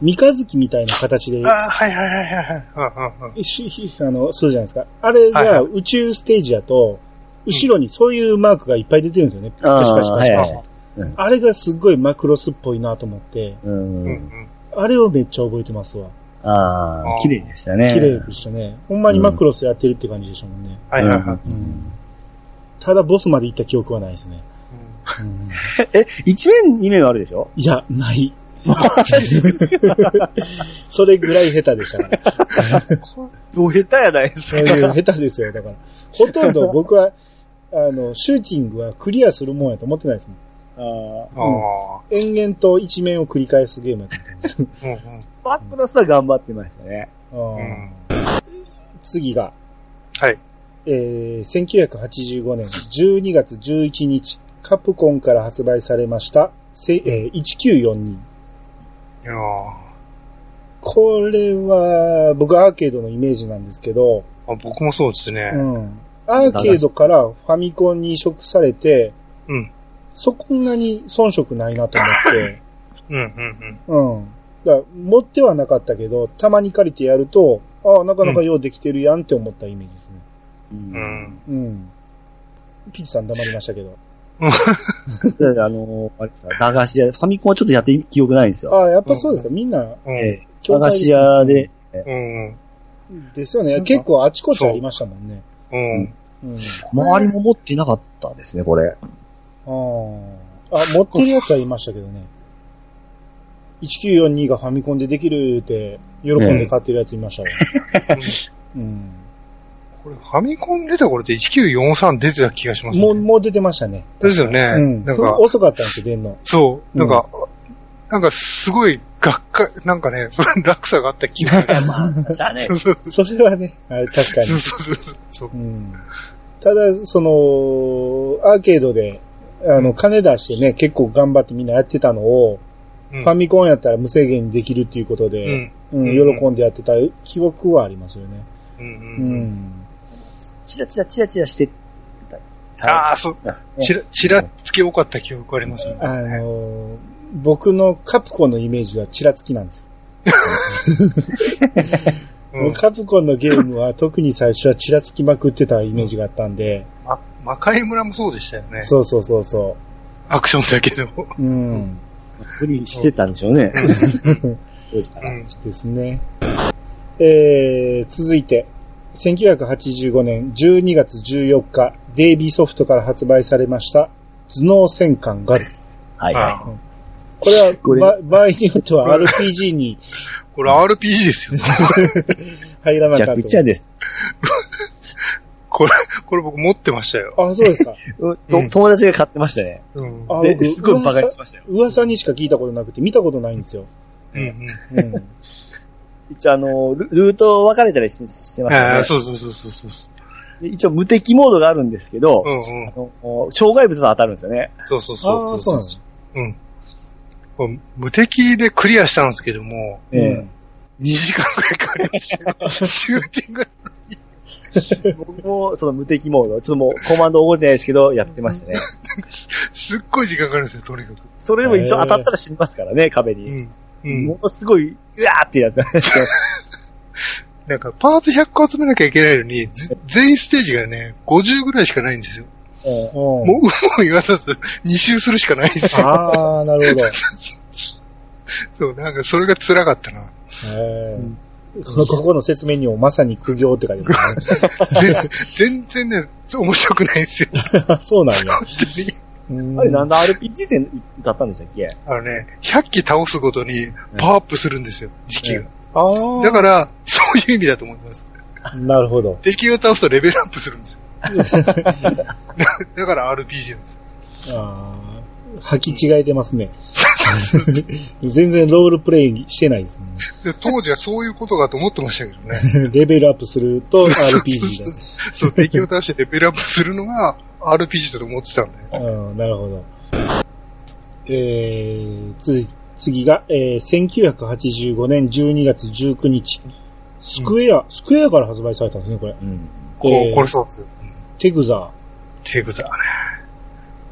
Speaker 1: 三日月みたいな形で
Speaker 3: ああ、はいはいはいはいはいうんうんうん。
Speaker 1: しひあの、するじゃないですか。あれ
Speaker 3: はいは
Speaker 1: が
Speaker 3: い
Speaker 1: 宇宙ステージだと、後ろにそういうマークがいっぱい出てるんですよね。
Speaker 2: あ
Speaker 1: パシ
Speaker 2: ー
Speaker 1: パシパ
Speaker 2: は
Speaker 1: シ
Speaker 2: い
Speaker 1: パシ
Speaker 2: はいはい。
Speaker 1: あれがすっごいマクロスっぽいなと思って、
Speaker 2: う。
Speaker 3: うんうんん。
Speaker 1: あれをめっちゃ覚えてますわ。
Speaker 2: ああ
Speaker 3: あ、ー
Speaker 2: 綺麗でしたね。
Speaker 1: 綺麗でしたね。ほんまにマクロスやってるって感じでしたもんね。
Speaker 3: はいはいはい。
Speaker 1: うんただボスまで行った記憶はないですね。
Speaker 3: うん
Speaker 1: うん
Speaker 2: え、一面、二面はあるでしょ
Speaker 1: いや、ない。 それぐらい下手でしたから。
Speaker 2: もう下手やないです
Speaker 1: そういう下手ですよ、だから。ほとんど僕は、あの、シューティングはクリアするもんやと思ってないですもん。
Speaker 2: あ
Speaker 3: ああ。
Speaker 1: 延々と一面を繰り返すゲームやと思ってます。
Speaker 3: うんうん。
Speaker 2: ーバックロスは頑張ってましたね。
Speaker 1: あ
Speaker 3: うん
Speaker 1: ー次が、
Speaker 3: はい。
Speaker 1: えー1985年12月11日、カプコンから発売されました、せえー1942。
Speaker 3: いやー
Speaker 1: これは、僕アーケードのイメージなんですけど、
Speaker 3: あ僕もそうですね。
Speaker 1: うん。アーケードからファミコンに移植されて、
Speaker 3: うん。
Speaker 1: そこんなに遜色ないなと思って、
Speaker 3: うん、う
Speaker 1: う
Speaker 3: ん、
Speaker 1: ん。だから持ってはなかったけど、たまに借りてやると、ああ、なかなかようできてるやんって思ったイメージですね。
Speaker 2: う
Speaker 3: うん。うん。
Speaker 1: うん。ピチさん黙りましたけど。
Speaker 2: だ からあのーあれですか駄菓子屋、ファミコンはちょっとやって記憶ないんですよ。
Speaker 1: ああ、やっぱそうですか。みんな、
Speaker 3: うん。
Speaker 2: ええ駄菓子屋で、え
Speaker 3: うん。
Speaker 1: ですよね。結構あちこちありましたもんね。
Speaker 3: うん。
Speaker 1: うん。
Speaker 2: 周りも持っていなかったですね、これ。
Speaker 1: あーあ、持ってるやつはいましたけどね。1942がファミコンでできるって、喜んで買ってるやついましたわ。うん。
Speaker 3: これ、ファミコン出た頃って1943出てた気がします
Speaker 1: もう、
Speaker 3: ね。
Speaker 1: もう出てましたね。
Speaker 3: ですよね。
Speaker 1: うん。
Speaker 3: なんか、
Speaker 1: 遅かったんですよ、出んの。
Speaker 3: そう。なんか、なんかすごい、学科、なんかね、それ落差があった気 が。
Speaker 2: まあ、 じゃあね
Speaker 3: そうそう
Speaker 1: それはね、あれ確かに
Speaker 3: そ。うそうそう。
Speaker 1: うん。ただ、その、アーケードで、あの、金出してね、結構頑張ってみんなやってたのを、
Speaker 3: フ
Speaker 1: ファミコンやったら無制限にできるっていうこと
Speaker 3: う
Speaker 1: で、
Speaker 3: ん。
Speaker 1: うん、
Speaker 3: うん
Speaker 1: 喜んでやってた記憶はありますよね。
Speaker 3: うん
Speaker 1: う
Speaker 3: うん。
Speaker 1: ん。
Speaker 2: チラチラチラチラしてた。
Speaker 3: ああ、そう。
Speaker 2: あ、
Speaker 3: ちら、ちらつき多かった記憶ありますね。
Speaker 1: あのー、僕のカプコンのイメージはちらつきなんですよ。
Speaker 3: うん
Speaker 1: カプコンのゲームは特に最初はちらつきまくってたイメージがあったんで、
Speaker 3: ま、魔界村もそうでしたよね。
Speaker 1: そうそうそうそ
Speaker 3: アクションだけど。
Speaker 1: う。うん。
Speaker 2: 不倫してたんでしょうね。当時か
Speaker 3: う
Speaker 2: ら。
Speaker 3: ん。
Speaker 1: ですね。えー、続いて、1985年12月14日、デイビーソフトから発売されました、頭脳戦艦ガル。
Speaker 2: はいは
Speaker 3: ああ
Speaker 1: これは、
Speaker 2: これ
Speaker 1: ば場合によっては RPG に
Speaker 3: これ RPG ですよ。
Speaker 1: 入ら
Speaker 2: い。
Speaker 1: な
Speaker 2: じ
Speaker 1: かっ
Speaker 2: ゃ
Speaker 1: た
Speaker 2: あ、ピッチャーです。
Speaker 3: これ、これ僕持ってましたよ。
Speaker 1: あ、そうですか。
Speaker 2: うと友達が買ってましたね。
Speaker 3: うん。
Speaker 1: あ
Speaker 2: で、
Speaker 1: 僕
Speaker 2: すごいバカにしましたよ。
Speaker 1: 噂にしか聞いたことなくて、見たことないんですよ。
Speaker 3: うんうん。
Speaker 1: うん。
Speaker 2: 一応、あの、ルルート分かれたりししてました
Speaker 3: あ
Speaker 2: ね
Speaker 3: あ、。そうそうそうそうそう。
Speaker 2: で一応、無敵モードがあるんですけど、
Speaker 3: うんう
Speaker 2: あ
Speaker 3: ん。
Speaker 2: の障害物が当たるんですよね。
Speaker 3: そうそう
Speaker 1: ああ
Speaker 3: そ
Speaker 1: ー、
Speaker 3: う
Speaker 1: そう
Speaker 3: そ
Speaker 1: な
Speaker 3: うん
Speaker 1: です
Speaker 3: うん。これ無敵でクリアしたんですけども、
Speaker 2: ええ
Speaker 1: ね。
Speaker 3: 2時間くらいかかりました よ。シューティング。
Speaker 2: 僕も、その無敵モード、ちょっともうコマンド覚えてないですけど、やってましたね。
Speaker 3: すっごい時間かかるんですよ、とにかく。
Speaker 2: それでも一応当たったら死にますからね、壁
Speaker 3: う
Speaker 2: に。
Speaker 3: ん。うん
Speaker 2: も。のすごい、うわーってやってましたよ。
Speaker 3: なんか、パーツ100個集めなきゃいけないのに、ぜ全ステージがね、50ぐらいしかないんですよ。
Speaker 2: うん
Speaker 1: うん
Speaker 3: もう、うも言わさず、2周するしかないん ですよ。
Speaker 1: ああ、なるほ ど。
Speaker 3: そう、なんか、それが辛かったな。
Speaker 1: えーここの説明にもまさに苦行って書いてますね。
Speaker 3: 全全然ね、面白くないんですよ。
Speaker 1: あ そうなんや。うん
Speaker 2: あれなんだ RPG で歌ったんでしたっけ
Speaker 3: あのね、100機倒すごとにパワーアップするんですよ、時期が。
Speaker 1: ああ。
Speaker 3: だから、そういう意味だと思います。
Speaker 1: なるほど。
Speaker 3: 敵を倒すとレベルアップする んですよ。だから RPG なんですよ。
Speaker 1: ああ、履き違えてますね。全然ロールプレイしてない です
Speaker 3: で 当時はそういうことかと思ってましたけどね。
Speaker 1: ね。レベルアップする と
Speaker 3: そうそう
Speaker 1: RPG
Speaker 3: そう、敵を倒してレベルアップするのが RPG だと思ってたんで。
Speaker 1: だ。うん、なるほど。えー、つ次が、えー、1985年12月19日。スクエア、スクエアから発売されたんですね、これ。
Speaker 2: うん。
Speaker 3: こ
Speaker 1: えー
Speaker 3: う、これそうですよ。
Speaker 1: テグザ
Speaker 3: テグザね。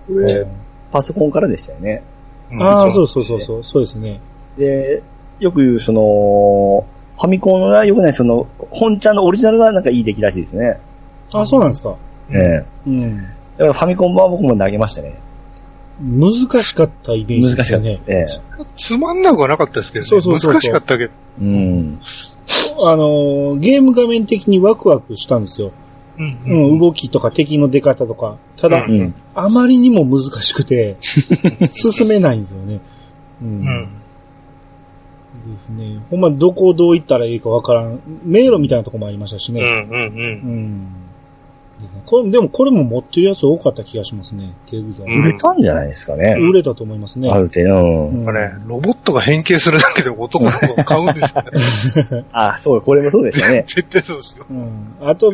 Speaker 2: こ
Speaker 1: ー。
Speaker 2: れ、パソコンからでしたよね。
Speaker 3: うん
Speaker 1: ああ、そううそうそうそう、そうですね。
Speaker 2: で、よく言う、その、ファミコンがよくない、その、本ちゃんのオリジナルがなんかいい出来らしいですね。
Speaker 1: ああ、そうなんですか。
Speaker 3: うん
Speaker 2: ええ
Speaker 1: うん。
Speaker 2: だからファミコン版は僕も投げましたね。
Speaker 1: 難しかったイメー
Speaker 2: 難
Speaker 1: ジ
Speaker 2: しか
Speaker 1: で
Speaker 2: っ
Speaker 1: す
Speaker 2: た
Speaker 1: ね。
Speaker 2: です。ええ
Speaker 3: つまんなくはなかったですけどね。
Speaker 1: そうそうそうそう
Speaker 3: 難しかったけど。
Speaker 2: うん。
Speaker 1: あのー、ゲーム画面的にワクワクしたんですよ。
Speaker 3: うんうん
Speaker 1: うん、動きとか敵の出方とか、ただ、
Speaker 3: うん
Speaker 2: うん。
Speaker 1: あまりにも難しくて、進めないんですよね。うん。
Speaker 3: うん。
Speaker 1: ですね。ほんま、どこをどう行ったらいいかわからん。迷路みたいなとこもありましたし
Speaker 3: う
Speaker 1: ね。
Speaker 3: んうん
Speaker 1: うん。ですね。これ、でもこれも持ってるやつ多かった気がしますね。テレビが。
Speaker 3: うん
Speaker 2: 売れたんじゃないですかね。
Speaker 1: 売れたと思いますね。
Speaker 2: ある程度。う
Speaker 1: うんん
Speaker 3: うん。あれ、ロボットが変形するだけで男の子が買うんですよね。。
Speaker 2: あ、そう、これもそうでしたね
Speaker 3: 絶対そうですよ。
Speaker 1: うん。あと、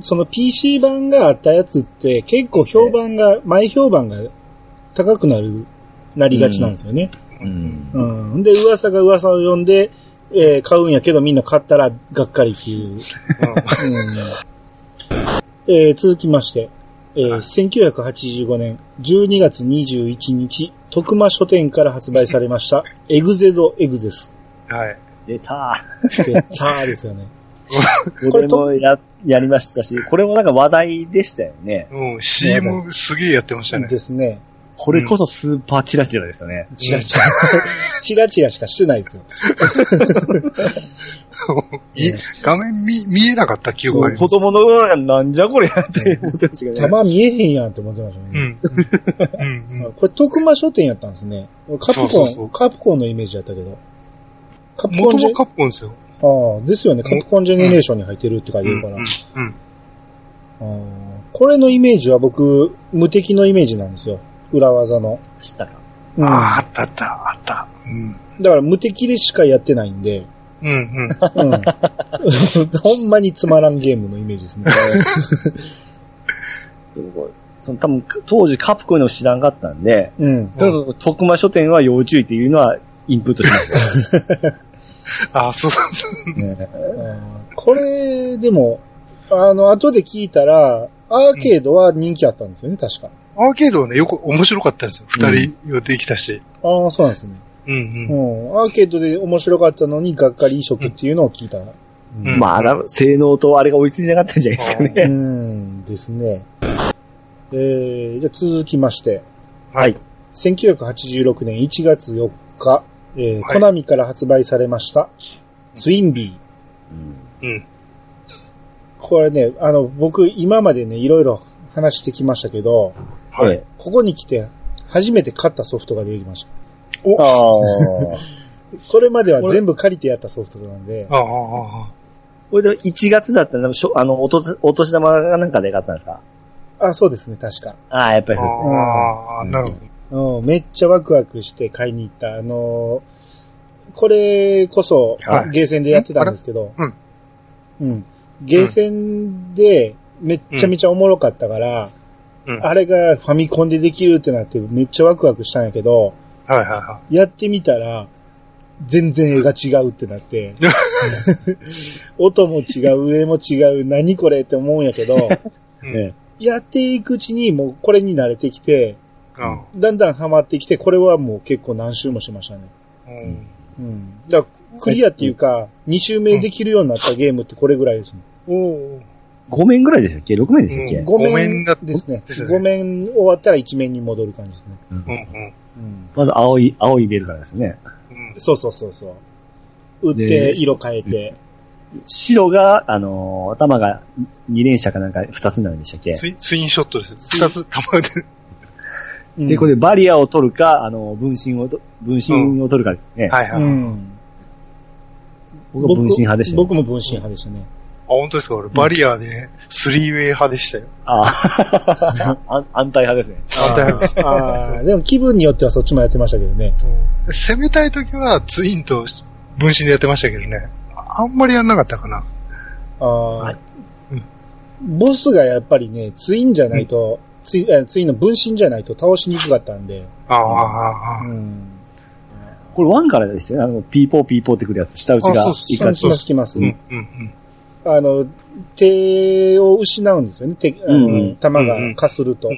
Speaker 1: その PC 版があったやつって、結構評判が、前評判が高くなる、なりがちなんですよね。
Speaker 2: うん。
Speaker 1: うん。で、噂が噂を呼んで、えー買うんやけどみんな買ったらがっかりっていう。うん えー続きまして、えー1985年12月21日、徳間書店から発売されました、 エグゼドエグゼス。
Speaker 3: はい。
Speaker 2: 出た。
Speaker 1: でさあですよね。
Speaker 2: これもや、やりましたし、これもなんか話題でしたよね。
Speaker 3: うん。CM すげえやってましたね。
Speaker 1: ですね。
Speaker 2: これこそスーパーチラチラですよね。
Speaker 1: チラ チラ、チラチラしかしてないですよ。
Speaker 3: い画面見、見えなかった記憶がありま
Speaker 2: 子
Speaker 3: す。
Speaker 2: 供の頃はなんじゃこれって思ってましたけどね。
Speaker 1: 玉見えへんやんって思ってました
Speaker 3: う
Speaker 1: ね。
Speaker 3: ん。うん。うん。
Speaker 1: これ徳間書店やったんですね。カプコン、
Speaker 3: そうそうそう
Speaker 1: カプコンのイメージやったけど。カプコン
Speaker 3: 元
Speaker 1: ジェ
Speaker 3: はカップコンですよ。
Speaker 1: ああ、ですよね。カプコンジェネレーションに入ってるって書いてるから。
Speaker 3: うん。
Speaker 1: あーこれのイメージは僕、無敵のイメージなんですよ。裏技の。
Speaker 2: したか。
Speaker 1: うん、
Speaker 3: ああ、あ
Speaker 1: だ
Speaker 3: ったあった、あった。うん。
Speaker 1: から無敵でしかやってないんで、
Speaker 3: うんうん。
Speaker 1: うん、ほんまにつまらんゲームのイメージです ね。
Speaker 2: その多分、当時カプコンの知らんかったんで、
Speaker 1: うん。
Speaker 2: とにかく徳間書店は要注意っていうのはインプットしましたよ。
Speaker 3: ああ、そう だ。
Speaker 1: あーこれ、でも、あの、後で聞いたら、アーケードは人気あったんですよね、確か。
Speaker 3: アーケードはね、よく面白かったんですよ。二人予定きたし。
Speaker 1: ああ、そうなんですね。
Speaker 3: うん
Speaker 1: う
Speaker 3: うん。
Speaker 1: ん。アーケードで面白かったのに、がっかり移植っていうのを聞いた。うん
Speaker 3: うん
Speaker 2: まああら、性能とあれが追いついてなかったんじゃないですかね。
Speaker 1: うーん、ですね。えー、じゃあ続きまして、
Speaker 2: はい。。
Speaker 1: 1986年1月4日、えー
Speaker 3: はい
Speaker 1: コナミから発売されました、ツインビー。
Speaker 3: うん。
Speaker 1: これね、あの、僕、今までね、いろいろ話してきましたけど、
Speaker 3: はい
Speaker 1: ここに来て、初めて買ったソフトが出てきました。
Speaker 2: ああ。
Speaker 1: これまでは全部借りてやったソフトなんで
Speaker 3: あ、あ、ああ、
Speaker 2: これで1月だったら、しょあの、おとつお年玉がなんかで買ったんですか
Speaker 1: あ、そうですね、確か。
Speaker 2: ああ、やっぱりそうですね。
Speaker 3: ああ、なるほど。
Speaker 1: うん、めっちゃワクワクして買いに行った。あのーこれこそ、
Speaker 3: はい
Speaker 1: ゲーセンでやってたんですけど、
Speaker 3: あれ
Speaker 1: うん。ゲーセンで、めっちゃめちゃおもろかったから、
Speaker 3: うん。はい
Speaker 1: あれがファミコンでできるってなって、めっちゃワクワクしたんやけど、
Speaker 3: はいは
Speaker 1: やってみたら、全然絵が違うってな って、音も違う、上も違う、何これって思うんやけど、
Speaker 3: い。
Speaker 2: え
Speaker 3: うん。
Speaker 2: え
Speaker 1: やっていくうちにもうこれに慣れてきて、
Speaker 3: あ
Speaker 1: だんだんハマってきて、これはもう結構何周もしましたね。
Speaker 3: あうん
Speaker 1: うん。だから、クリアっていうか、2周目できるようになったゲームってこれぐらいですね。
Speaker 3: おー
Speaker 2: 5面ぐらいでしたっけ ?6 面でしたっけ、
Speaker 3: う
Speaker 1: 5
Speaker 3: ん五
Speaker 1: 面
Speaker 3: 面だ
Speaker 1: ですね。
Speaker 3: ですよ
Speaker 1: 5
Speaker 3: ね
Speaker 1: 面終わったら1面に戻る感じですね。
Speaker 3: うんうん。
Speaker 1: うん。
Speaker 2: まず青い、青いベルからですね。
Speaker 3: うん。
Speaker 1: そうそうそうそう。打って、
Speaker 2: で
Speaker 1: 色変えて。
Speaker 2: 白が、あのー頭が2連射かなんか2つになるんでしたっけ
Speaker 3: ツイツインショットですよ。二つ玉で。
Speaker 1: うん
Speaker 2: で、これバリアを取るか、あのー分身をと、分身を取るかですね。
Speaker 3: はいは
Speaker 1: う
Speaker 3: い。あ、
Speaker 1: ん。
Speaker 2: 僕は分身派でしたね。
Speaker 1: 僕も分身派でしたね。
Speaker 3: 本当ですか俺、バリアで、スリーウェイ派でしたよ。
Speaker 2: ああ安安泰派ですね。
Speaker 3: 反対派です。
Speaker 1: ああ、でも気分によってはそっちもやってましたけどね。
Speaker 3: うん攻めたい時は、ツインと分身でやってましたけどね。ああんまりやんなかったかな。
Speaker 1: ああ、
Speaker 2: はい
Speaker 3: うん
Speaker 1: ボスがやっぱりね、ツインじゃないと、ツイあツインの分身じゃないと倒しにくかったんで。
Speaker 3: ああ、ああ、ああ
Speaker 1: うん。
Speaker 2: これ1からですよね。あの、ピーポーピーポーってくるやつ。下打ちが
Speaker 3: あそうそう
Speaker 2: いい
Speaker 1: そ
Speaker 2: 感
Speaker 1: う
Speaker 2: じ
Speaker 1: します、きます。
Speaker 3: うん、うん、うん。
Speaker 1: あの、手を失うんですよね。手、あの、
Speaker 2: うんうん
Speaker 1: 弾がかすると。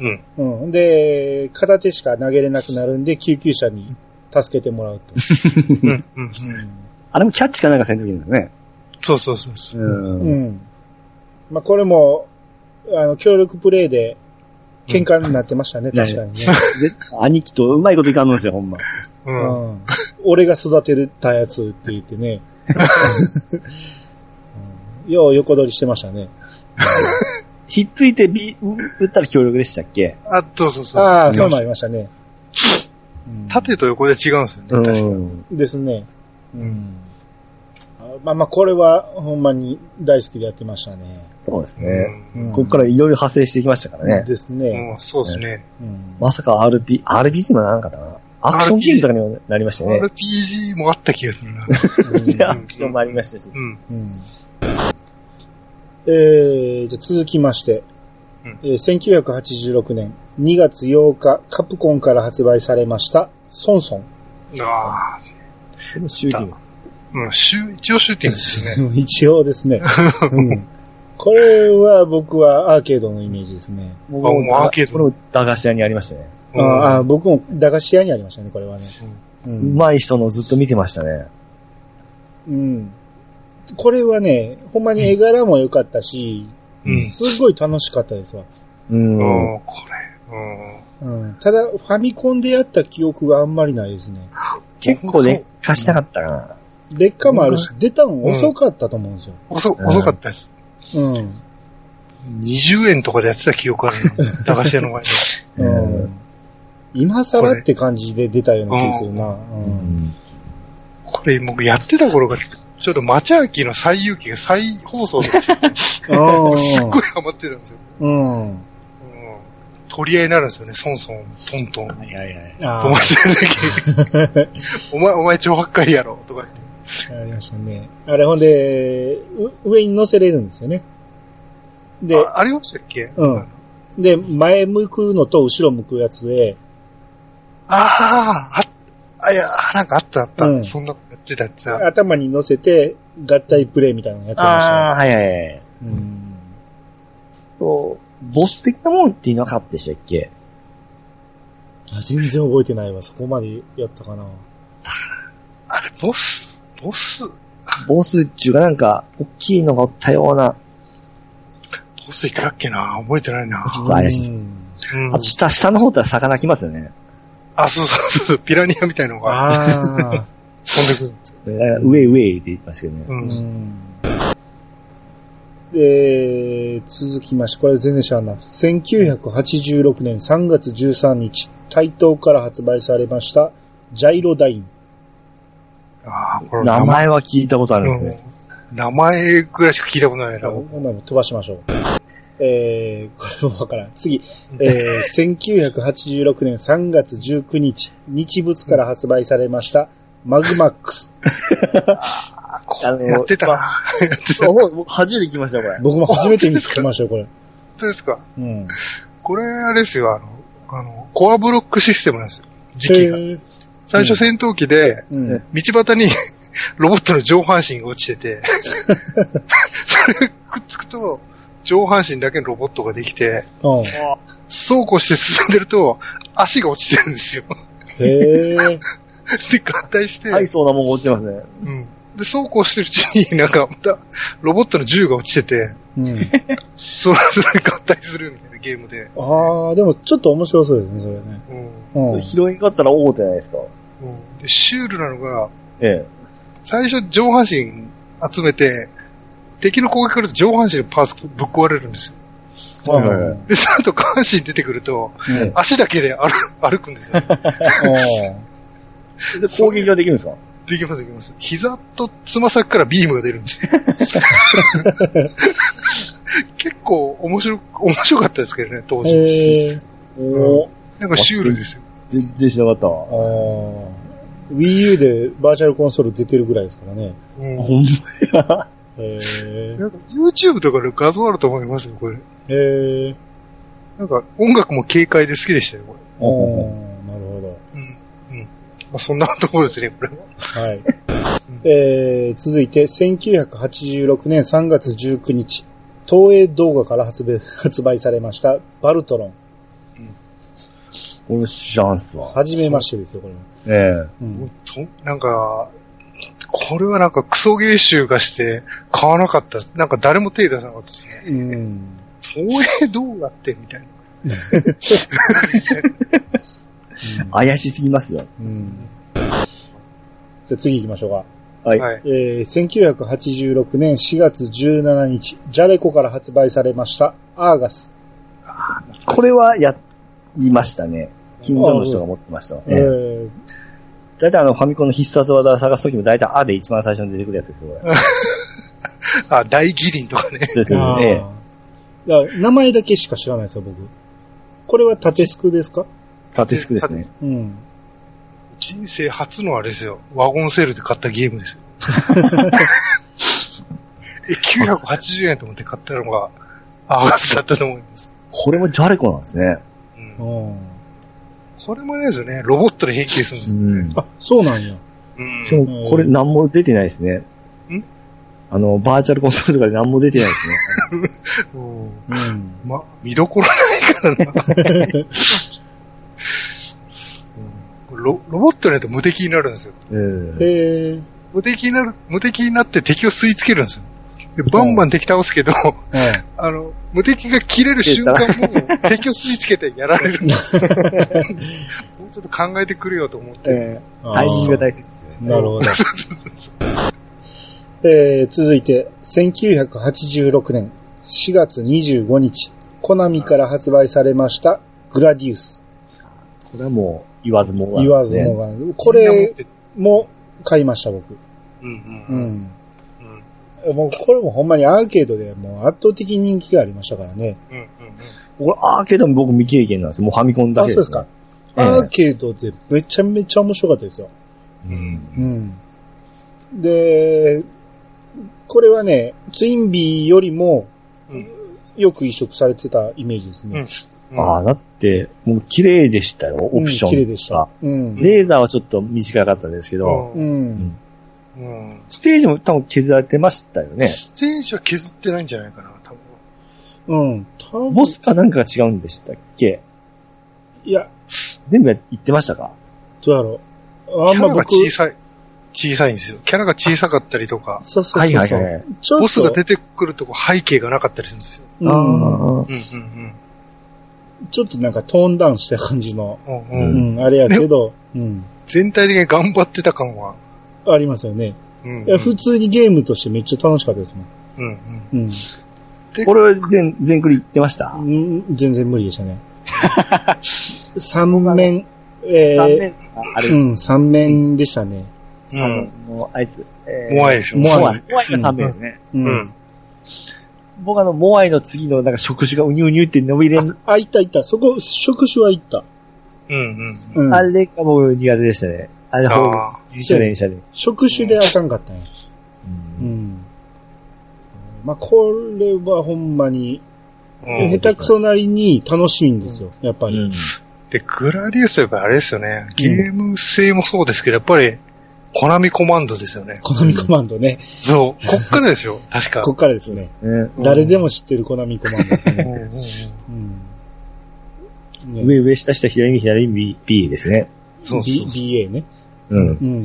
Speaker 3: うん。
Speaker 1: うん。で、片手しか投げれなくなるんで、救急車に助けてもらうと。
Speaker 3: うん。うんうん。
Speaker 2: あれもキャッチかなんかせんときですね。
Speaker 3: そうそうそうそう。
Speaker 2: う
Speaker 1: うん。まあ、これも、あの、協力プレイで、喧嘩になってましたね、
Speaker 2: うん
Speaker 1: 確かにね。
Speaker 2: で 兄貴とうまいこといかんのですよ、ほんま。
Speaker 3: うん。
Speaker 1: うん。俺が育てたやつって言ってね。うんよう横取りしてましたね。
Speaker 2: ひっついてビ打ったら強力でしたっけ
Speaker 3: あ、そうそうそう。
Speaker 1: ああ、
Speaker 3: 見
Speaker 1: そ
Speaker 3: ま
Speaker 1: う
Speaker 3: した
Speaker 1: なりましたね。うん
Speaker 3: 縦と横で違うんですよね、確かに。
Speaker 2: ん。
Speaker 1: ですね。うん。まあまあ、これはほんまに大好きでやってましたね。
Speaker 2: そうですね。
Speaker 1: うん
Speaker 2: ここからいろいろ派生していきましたからね。
Speaker 1: です
Speaker 3: う
Speaker 1: ね。
Speaker 3: ん、うんそうですね。
Speaker 1: うん
Speaker 2: まさか RP、RPG もならなかったかな。アクションゲームとかにもなりましたね。
Speaker 3: RPG もあった気がするな。
Speaker 2: いやアクションもありましたし。
Speaker 3: うん。
Speaker 1: うんえー、じゃあ続きまして、
Speaker 3: うん
Speaker 1: えー1986年2月8日、カプコンから発売されました、ソンソン。
Speaker 3: ああ、
Speaker 2: でもシューティング。
Speaker 3: うん、シュ一応シューティングですね。
Speaker 1: 一応です ね、うんこれは僕はアーケードのイメージですね。
Speaker 2: 僕
Speaker 3: もうアーケード
Speaker 2: これも駄菓子屋にありましたね。
Speaker 1: あーあー僕も駄菓子屋にありましたね、これはね。う
Speaker 2: うんまい人のずっと見てましたね。
Speaker 1: うん。これはね、ほんまに絵柄も良かったし、
Speaker 3: うん。
Speaker 1: すごい楽しかったですわ。
Speaker 2: うん。
Speaker 3: うん、これ。うん。
Speaker 1: うん、ただ、ファミコンでやった記憶があんまりないですね。
Speaker 2: 結構劣化しなかったかな。
Speaker 1: 劣化もあるし、出たん遅かったと思うんですよ。
Speaker 3: 遅、遅かったです。
Speaker 1: うん。
Speaker 3: 20円とかでやってた記憶ある な。駄菓子屋の前で。
Speaker 1: うん今更って感じで出たような気がするな。
Speaker 2: う
Speaker 1: うん
Speaker 2: ん。
Speaker 3: これ、僕やってた頃が、ちょっと町秋の最遊記が再放送で、すっ
Speaker 1: うん
Speaker 3: ごいハマってたんですよ。
Speaker 1: うん。
Speaker 3: うん。取り合いになるんですよね、ソンソン、トントン。
Speaker 2: いやいやいや。
Speaker 1: あ
Speaker 3: 友達だけお前、お前超八回やろ、とか言って。
Speaker 1: あ、ありましたね。あれ、ほんで、う上に乗せれるんですよね。で、
Speaker 3: あ、ありましたっけ
Speaker 1: うん
Speaker 3: あ
Speaker 1: で、前向くのと後ろ向くやつで、
Speaker 3: あー、あ、あ、いや、なんかあったあった。
Speaker 1: うん
Speaker 3: そんなことやってたやってた。
Speaker 1: 頭に乗せて、合体プレイみたいなのやってましたね
Speaker 2: ああ、はいはいはい。。
Speaker 1: うん
Speaker 2: こうボス的なもんっていなかったでしたっけ
Speaker 1: あ全然覚えてないわ。そこまでやったかな。
Speaker 3: あれ、ボス、ボス、
Speaker 2: ボスっちゅうかなんか、大きいのがおったような。
Speaker 3: ボスいたっけな覚えてないな。
Speaker 2: 実は怪しいです
Speaker 1: うん
Speaker 3: うん
Speaker 2: あと下、下の方って魚来ますよね。
Speaker 3: あ、そうそうそうそう、ピラニアみたいなのが
Speaker 1: ああ。
Speaker 3: 飛んでくるんです
Speaker 2: ね
Speaker 3: よ。
Speaker 2: なんか上へ上へって言ってましたけどね。
Speaker 3: う。
Speaker 1: うんんえー、続きまして、これ全然知らんな。1986年3月13日、台東から発売されました、ジャイロダイン。
Speaker 3: ああ、これ
Speaker 2: 名前は聞いたことあるんですね。
Speaker 3: うん名前ぐらいしか聞いたことないな。
Speaker 1: こんなの飛ばしましょう。えー、これもわからん。次、えー、1986年3月19日、日物から発売されました、マグマックス。
Speaker 3: あこうやってたな。本
Speaker 2: 僕初めて聞きましたよ、これ。
Speaker 1: 僕も初めて見つけましたよ、これ。
Speaker 3: 当ですか
Speaker 1: うん。
Speaker 3: これ、あれですよ、あの、あの、コアブロックシステムなんですよ。時期が。
Speaker 1: へー
Speaker 3: 最初戦闘機で、
Speaker 1: うん。
Speaker 2: ね
Speaker 3: 道端に ロボットの上半身が落ちてて、 それくっつくと、上半身だけのロボットができて、
Speaker 1: うん。
Speaker 3: そうこうして進んでると、足が落ちてるんですよ。
Speaker 1: へー
Speaker 3: で、合体して、
Speaker 2: 大層なもんが落ちてますね。
Speaker 3: うん。で、そうこうしてるうちに、なんか、また、ロボットの銃が落ちてて、
Speaker 1: うん。
Speaker 3: それぞれ合体するみたいなゲームで。
Speaker 1: ああ、でもちょっと面白そうですね、それね。
Speaker 3: うん。
Speaker 1: うん。
Speaker 2: 拾いんかったら王じゃないですか。
Speaker 3: うん、でシュールなのが、
Speaker 2: え
Speaker 3: 最初上半身集めて、敵の攻撃から上半身のパーツぶっ壊れるんですよ。
Speaker 2: はいはいはい
Speaker 3: で、その後下半身出てくると、
Speaker 2: え。
Speaker 3: 足だけで歩 歩くんですよ。
Speaker 2: で攻撃ができるんですか
Speaker 3: できます、できます。膝とつま先からビームが出るんですよ。結構面白く、面白かったですけどね、当
Speaker 1: うん。
Speaker 3: 時。
Speaker 1: へえ。おー
Speaker 3: なんかシュールですよ。
Speaker 2: 全然しなかった
Speaker 1: あ
Speaker 2: わ。
Speaker 1: ー Wii U でバーチャルコンソール出てるぐらいですからね。
Speaker 3: うん、
Speaker 2: ほんま
Speaker 1: へえ。
Speaker 3: なんか YouTube とかで画像あると思いますよ、これ。
Speaker 1: へえ。
Speaker 3: なんか音楽も軽快で好きでしたよ、これ。
Speaker 1: あーなるほど。
Speaker 3: うん。うん。まあ、そんなところですね、これは。
Speaker 1: はい。えー、続いて、1986年3月19日、東映動画から発売 発売されました、バルトロン。
Speaker 2: 俺知らんすわ。
Speaker 1: はじめましてですよ、これ。
Speaker 2: ええ。
Speaker 1: うん。
Speaker 3: となんか、これはなんかクソ芸集がして買わなかった。なんか誰も手出さなかったですね。
Speaker 1: うん。
Speaker 3: 東映動画ってみたいな。
Speaker 2: 怪しすぎますよ。
Speaker 1: うん。じゃあ次行きましょうか。
Speaker 2: はい。
Speaker 3: はい。
Speaker 1: えー1986年4月17日、ジャレコから発売されました、アーガス。
Speaker 2: これはやりましたね。近所の人が持ってましたわ
Speaker 1: え
Speaker 2: ね。
Speaker 1: ー
Speaker 2: 大体あのファミコンの必殺技を探すときも大体あで一番最初に出てくるやつですよ、これ。
Speaker 3: あ、大義林とかね。
Speaker 2: そうですよ
Speaker 1: あー
Speaker 2: ね。
Speaker 1: だから名前だけしか知らないですよ、僕。これは縦スクですか
Speaker 2: 縦スクですね。
Speaker 1: うん。
Speaker 3: 人生初のあれですよ。ワゴンセールで買ったゲーム ですよ。え980円と思って買ったのが、アーガスだったと思います。
Speaker 2: これもジャレコなんですね。
Speaker 3: うん
Speaker 1: うん
Speaker 3: これもあれですよね。ロボットで変形するんです
Speaker 2: う
Speaker 3: よ
Speaker 2: ん。
Speaker 1: あ、そうなんや。
Speaker 3: うん
Speaker 2: しかもこれ何も出てないですね。
Speaker 3: ん
Speaker 2: あの、バーチャルコンソールとかで何も出てな いですね。
Speaker 3: うん
Speaker 1: うん。
Speaker 3: ま、見どころないからな。 ロロボットのやつ無敵になるんですよ。
Speaker 2: うん。
Speaker 1: へー
Speaker 3: 無敵になる、無敵になって敵を吸い付けるんですよ。でバンバン敵倒すけど、あの、無敵が切れる瞬間も う敵を吸い付けてやられる。もうちょっと考えてくれよと思って。
Speaker 1: うん
Speaker 2: タイミングが大切ですね。
Speaker 1: なるほど。 えー、続いて、1986年4月25日、コナミから発売されました、グラディウス。
Speaker 2: これはもう言わずもがな
Speaker 1: 言わずも
Speaker 2: ね。
Speaker 1: がな、これも買いました、僕。
Speaker 3: うんう
Speaker 1: うんん。
Speaker 3: うん。うん
Speaker 1: もうこれもほんまにアーケードでもう圧倒的人気がありましたからね。
Speaker 3: うんうん
Speaker 2: これアーケードも僕未経験なんですよ。もうファミコンだ
Speaker 1: あ、そう
Speaker 2: け
Speaker 1: で
Speaker 2: ですすね、
Speaker 1: か。アーケードでめちゃめちゃ面白かったですよ。
Speaker 2: う。
Speaker 1: うんん。で、これはね、ツインビーよりも
Speaker 3: うん
Speaker 1: よく移植されてたイメージですね。
Speaker 3: うん
Speaker 2: ああ、だって、もう綺麗でしたよ、オプション。
Speaker 1: うん綺麗でした。。うん。
Speaker 2: レーザーはちょっと短かったですけど、
Speaker 1: う
Speaker 3: うん
Speaker 1: ん。
Speaker 3: うん。
Speaker 2: ステージも多分削られてましたよね。
Speaker 3: ステージは削ってないんじゃないかな、多分。
Speaker 1: うん。多分
Speaker 2: ボスかなんかが違うんでしたっけ
Speaker 1: いや、
Speaker 2: 全部や言ってましたか
Speaker 1: どうやろう。あ
Speaker 3: キ
Speaker 1: ん
Speaker 3: ャ
Speaker 1: ま
Speaker 3: ラが
Speaker 1: 僕、
Speaker 3: 小さい、小さいんですよ。キャラが小さかったりとか、
Speaker 1: そうそうそうそう、
Speaker 2: い。
Speaker 1: ちょっと、
Speaker 3: ボスが出てくるとこ背景がなかったりするんですよ。
Speaker 1: う
Speaker 2: あ
Speaker 1: ん、
Speaker 2: ー
Speaker 3: うんうん
Speaker 1: ちょっとなんかトーンダウンした感じの、
Speaker 3: うん。う
Speaker 1: うん
Speaker 3: うん
Speaker 1: ん、あれやけど、うん。
Speaker 3: 全体的に頑張ってた感は。
Speaker 1: ありますよね。
Speaker 3: うんうん
Speaker 1: いや、普通にゲームとしてめっちゃ楽しかったですも
Speaker 3: うんうん
Speaker 1: ん。
Speaker 2: これは全、全クリ言ってました
Speaker 1: うん。うん全然無理で したね。三面、えー、
Speaker 2: 三面ああれ、
Speaker 1: うん、三面でしたね。
Speaker 2: あ
Speaker 3: う
Speaker 2: の、
Speaker 3: ん。
Speaker 2: もうあいつ、え
Speaker 3: モア
Speaker 2: イ。
Speaker 3: イでしょ。
Speaker 1: モ
Speaker 2: モ
Speaker 1: ア
Speaker 2: ア
Speaker 1: イ
Speaker 2: イ。モアイが3名ですね。
Speaker 1: う。
Speaker 3: うんん。
Speaker 2: 僕あの、モアイの次のなんか触手がうにゅうにゅうって伸びれん、
Speaker 1: あ、いったいった。そこ、触手はいった。
Speaker 3: うんうん。
Speaker 1: うん。
Speaker 2: あれがもう苦手でしたね。あれ、ほ
Speaker 3: あ
Speaker 2: う、自社電車で。
Speaker 1: 触手であかんかったんや。う
Speaker 2: うん
Speaker 1: ん。まあ、これはほんまに、
Speaker 3: うん
Speaker 1: 下手くそなりに楽しいんですよ、やっぱり。
Speaker 3: で、グラディウスといえばあれですよね。ゲーム性もそうですけど、やっぱり、コナミコマンドですよね。
Speaker 1: コナミコマンドね。
Speaker 3: そう。こっからでしょ確か。
Speaker 1: こっからですね。
Speaker 2: ね
Speaker 3: うん
Speaker 1: 誰でも知ってるコナミコマンドです
Speaker 3: うん
Speaker 1: ね。
Speaker 3: うんうん
Speaker 1: うん。ね
Speaker 2: 上、上、下、下、左、右、左、右 B ですね。
Speaker 3: そうそうそう
Speaker 1: B- BA ね。
Speaker 2: うん。
Speaker 1: うん。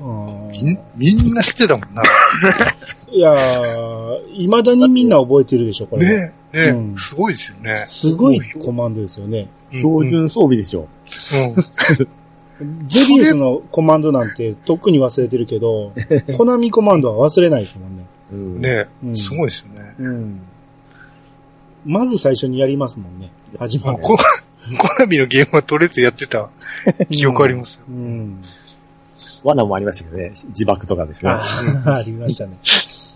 Speaker 1: あ
Speaker 3: みん
Speaker 1: ー
Speaker 3: みんな知ってたもんな。
Speaker 1: いやー、未だにみんな覚えてるでしょ、これ。
Speaker 3: ねえ、ねえ、
Speaker 1: うん
Speaker 3: すごいですよね。
Speaker 1: すごいコマンドですよね。
Speaker 2: 標準装備でしょ。
Speaker 3: うん。うん
Speaker 1: ゼビウスのコマンドなんてとっくに忘れてるけ ど、コナミコマンドは忘れないですもんね。
Speaker 2: うん
Speaker 3: ね
Speaker 1: う
Speaker 3: え、
Speaker 1: ん、
Speaker 3: すごいですよね。
Speaker 1: うん。まず最初にやりますもんね。始ま
Speaker 3: ま
Speaker 1: る。
Speaker 3: あ、ココナミのゲームはとりあえずやってた記憶ありますよ。
Speaker 1: うん。
Speaker 2: 罠もありましたけどね。自爆とかですね。
Speaker 1: あー ありましたね。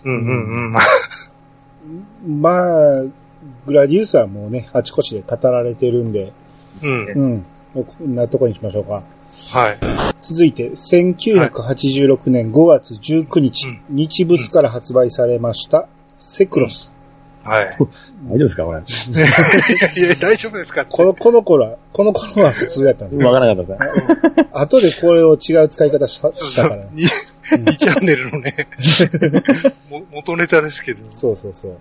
Speaker 3: うんうんうん。
Speaker 1: まあ、グラディウスはもうね、あちこちで語られてるんで、
Speaker 3: うん。
Speaker 1: うん。もうこんなとこにしましょうか。
Speaker 3: はい。
Speaker 1: 続いて、1986年5月19日、
Speaker 3: うん
Speaker 1: 日物から発売されました、セクロス。
Speaker 3: はい。
Speaker 2: 大丈夫ですかこれ。
Speaker 3: いやいや、大丈夫ですかって
Speaker 1: この、この頃は、この頃は普通やった んで、
Speaker 2: わからなかったですね。
Speaker 1: 後でこれを違う使い方したしたから。
Speaker 3: 2チャンネ ルのね、も元ネタですけど。
Speaker 1: そうそうそう。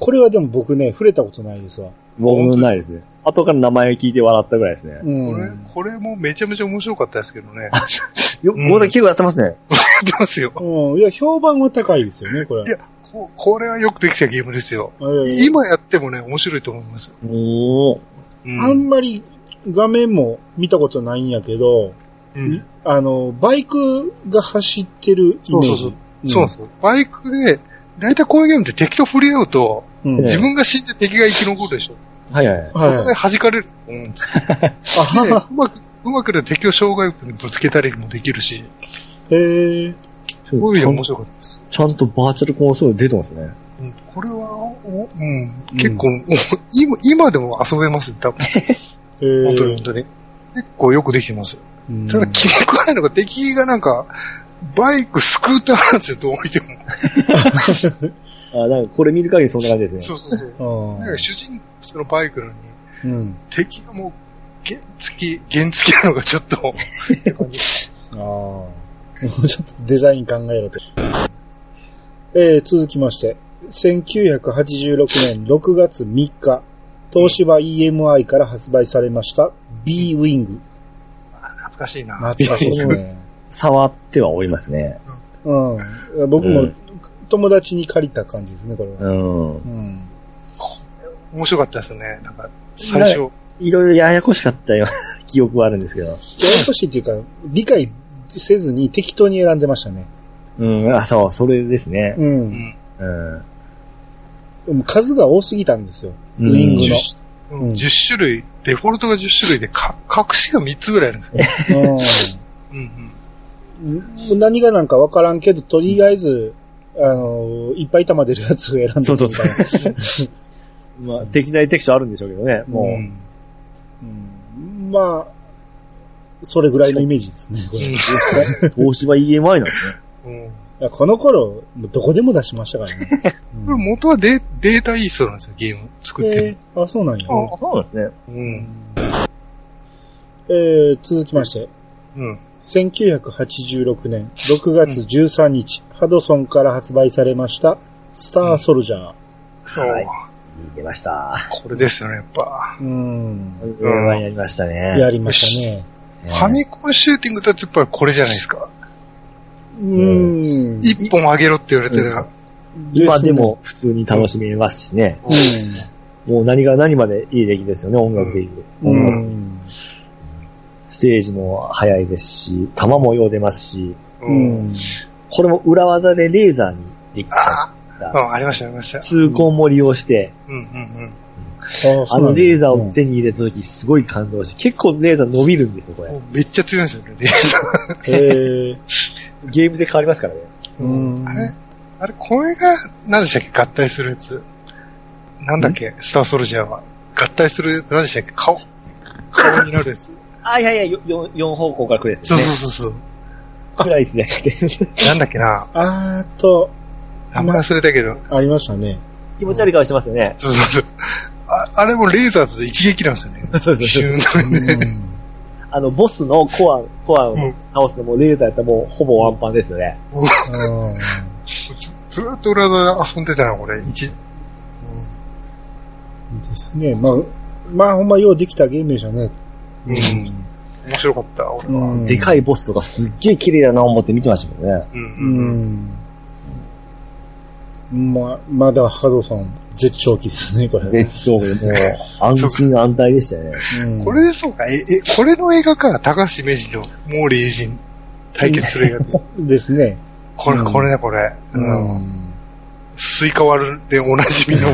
Speaker 1: これはでも僕ね、触れたことないですわ。
Speaker 2: 僕もないですね。後から名前を聞いて笑ったぐらいですね。
Speaker 1: う
Speaker 3: これ
Speaker 1: ん。、
Speaker 3: これもめちゃめちゃ面白かったですけど ね。や
Speaker 2: よく、ゴーダ結構やってますね。
Speaker 3: ってますよ。
Speaker 1: うん。いや、評判は高いですよね、これ。
Speaker 3: いやここれはよくできたゲームですよ。
Speaker 1: うん
Speaker 3: 今やってもね、面白いと思います。
Speaker 2: おー。
Speaker 3: う
Speaker 1: あ
Speaker 3: ん。
Speaker 1: んまり画面も見たことないんやけど、
Speaker 3: ううん。
Speaker 1: あの、バイクが走ってるイメージ。
Speaker 3: そうそうそうそう。バイクで、だいたいこういうゲームって敵と触れ合うと、
Speaker 1: うん。
Speaker 2: ええ
Speaker 1: は
Speaker 3: 自分が死んで敵が生き残るでしょ。
Speaker 2: はいはい。
Speaker 3: そこ
Speaker 1: い。
Speaker 3: で弾かれると思うんです
Speaker 1: あ
Speaker 3: け
Speaker 1: は
Speaker 3: ど、
Speaker 1: は。
Speaker 3: うまく、うまくで敵を障害物にぶつけたりもできるし、
Speaker 1: へえ。
Speaker 2: ち
Speaker 3: こういう意味
Speaker 2: ゃ
Speaker 3: で
Speaker 2: ん
Speaker 3: 面白かったです。
Speaker 2: ちゃんとバーチャルコンソール出てますね。
Speaker 3: うん、これは、おうん、結構、お今、今でも遊べますよ、多分。
Speaker 1: へえ。
Speaker 3: 本当に本当に。結構よくできてますよ。
Speaker 1: うん
Speaker 3: ただ気に食わないのが敵がなんか、バイク、スクーターなんですよ、どう見ても。
Speaker 2: あ、なんかこれ見る限りそんな感じです
Speaker 3: そ
Speaker 2: ね。
Speaker 3: うそうそう。
Speaker 1: あ
Speaker 3: なんか
Speaker 1: ー
Speaker 3: 主人公のバイクなのに、
Speaker 1: うん。
Speaker 3: 敵がもう、原付き、原付きなのがちょっと、って感じ
Speaker 1: ああ。 もうちょっとデザイン考えろと。えー、続きまして、1986年6月3日、東芝 EMI から発売されました B ウィング。
Speaker 3: 懐かしいな。
Speaker 1: 懐かしいです ね。
Speaker 2: 触ってはおりますね。
Speaker 1: うん。僕
Speaker 2: う
Speaker 1: も
Speaker 2: ん
Speaker 1: 友達に借りた感じですね、これは。
Speaker 2: うん。
Speaker 1: うん。
Speaker 3: 面白かったですね。なんか、最初。
Speaker 2: いろいろややこしかったよ、 記憶はあるんですけど。
Speaker 1: ややこしいっていうか、理解せずに適当に選んでましたね。
Speaker 2: うん、あ、そう、それですね。
Speaker 1: う。
Speaker 3: うんん。
Speaker 2: うん。
Speaker 1: でも数が多すぎたんですよ。
Speaker 2: うん
Speaker 1: ウィングの。
Speaker 3: 10うん
Speaker 1: うん
Speaker 3: 10種類、デフォルトが10種類で、か、隠しが3つぐらいあるんですよ。
Speaker 1: うん。
Speaker 3: うんうん。
Speaker 1: ん何がなんかわからんけど、とりあえず、あの、いっぱい玉出るやつを選んでみた
Speaker 2: そうそうそう。まあ、適材適所あるんでしょうけどね。もう、
Speaker 3: うん
Speaker 1: うんまあ、それぐらいのイメージですね、これ。い
Speaker 2: 東芝 EMI なんですね。
Speaker 3: うん。
Speaker 1: やこの頃、もうどこでも出しましたからね。
Speaker 3: これ元はデデータイーストなんですよ、ゲーム作って
Speaker 1: え
Speaker 3: る。
Speaker 1: ーあ、そうなんや。
Speaker 3: あ
Speaker 2: そうなんですね。
Speaker 3: うん。
Speaker 1: えー続きまして、
Speaker 3: うん。
Speaker 1: 1986年6月13日、ハドソンから発売されました、スターソルジャー。
Speaker 2: はい出ました。
Speaker 3: これですよね、やっぱ。
Speaker 1: うん。
Speaker 2: EMI やりましたね。
Speaker 1: やりましたね。
Speaker 2: ね
Speaker 3: ファミコンシューティングだとやっぱりこれじゃないですか。
Speaker 1: うん。
Speaker 3: 一本上げろって言われてる
Speaker 2: う
Speaker 3: な。
Speaker 2: 今でも普通に楽しめますしね。
Speaker 1: で
Speaker 3: うん
Speaker 1: すね。
Speaker 2: もう何が何までいい出来ですよね、音楽でいい。
Speaker 1: うん。
Speaker 2: う
Speaker 1: うんん
Speaker 2: ステージも早いですし、弾もよう出ますし、
Speaker 3: うん。うん。
Speaker 2: これも裏技でレーザーにできちゃった。
Speaker 3: ありました、ありました。
Speaker 2: 通行も利用して、
Speaker 3: うんうん
Speaker 2: あのレーザーを手に入れた時すごい感動し、結構レーザー伸びるんですよ、こ
Speaker 3: うん。
Speaker 2: れ
Speaker 3: も。うめっちゃ強いんですよね、レーザ
Speaker 2: へ
Speaker 3: ー。
Speaker 2: ーゲームで変わりますからね。
Speaker 1: うん
Speaker 3: あれあれ、これが、何でしたっけ合体するやつ。なんだっけスターソルジャーは。合体する、何でしたっけ顔。顔になるやつ。
Speaker 2: あ、いやいや、よよ4方向から来るやつ
Speaker 3: そ
Speaker 2: で
Speaker 3: う
Speaker 2: すね。
Speaker 3: そうそうそう。
Speaker 2: クライスじゃなく て、
Speaker 3: なんだっけな。
Speaker 1: あーっと、
Speaker 3: 名前忘れたけど。
Speaker 1: ありましたね。
Speaker 2: 気持ち悪い顔してますよね。
Speaker 3: そうそうそう。ああれもレーザーと一撃なんですよ ね。
Speaker 2: そうそう
Speaker 3: 一
Speaker 2: そう。
Speaker 3: 瞬
Speaker 2: あの、ボスのコア、コアを
Speaker 3: うん
Speaker 2: 倒すのもレーザーやったらもうほぼワンパンですよね。
Speaker 1: うん
Speaker 3: ずずーっと裏で遊んでたな、これ。一、
Speaker 1: ですね。まあ、まあほんまようできたゲームでしたね。
Speaker 3: うん。面白かった、俺は。
Speaker 1: うん
Speaker 2: でかいボスとかすっげえ綺麗だな思って見てましたけどね。
Speaker 3: うん
Speaker 1: う
Speaker 3: うんうん
Speaker 1: ん。ま、まだハドソン絶頂期ですね、これ。
Speaker 2: で、そう、もう、安心安泰でしたね。
Speaker 1: うん
Speaker 3: これでそうか、え、え、これの映画か、高橋名人と毛利英人対決する映画。
Speaker 1: ですね。
Speaker 3: これ、
Speaker 1: うん
Speaker 3: これね、これ。
Speaker 1: う
Speaker 3: うん
Speaker 1: ん。
Speaker 3: スイカ割るでおなじ みの。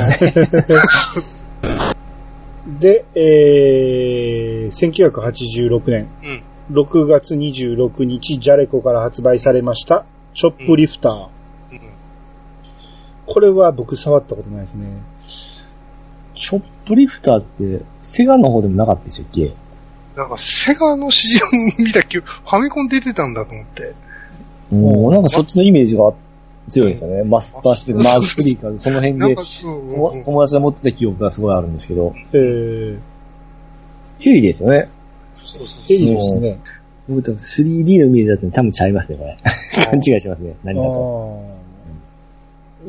Speaker 1: で、えー、1986年
Speaker 3: うん
Speaker 1: 6月26日、ジャレコから発売されました、チョップリフター。
Speaker 3: うん
Speaker 1: これは僕触ったことないですね。
Speaker 2: ショップリフターって、セガの方でもなかったでしたっけ
Speaker 3: なんか、セガの CM 見たきファミコン出てたんだと思って。
Speaker 2: もうなんかそっちのイメージが強いですよね。マスターして、
Speaker 3: うん
Speaker 2: マークスリーか、その辺
Speaker 3: なん
Speaker 2: で
Speaker 3: か、、そううんうん
Speaker 2: 友友達が持ってた記憶がすごいあるんですけど、
Speaker 1: えー、
Speaker 2: ヘリですよね。
Speaker 3: そうそう
Speaker 1: ヘリですね。
Speaker 2: 僕多分 3D のイメージだったんで多分ちゃいますね、これ。勘違いしますね、何かと。
Speaker 1: あー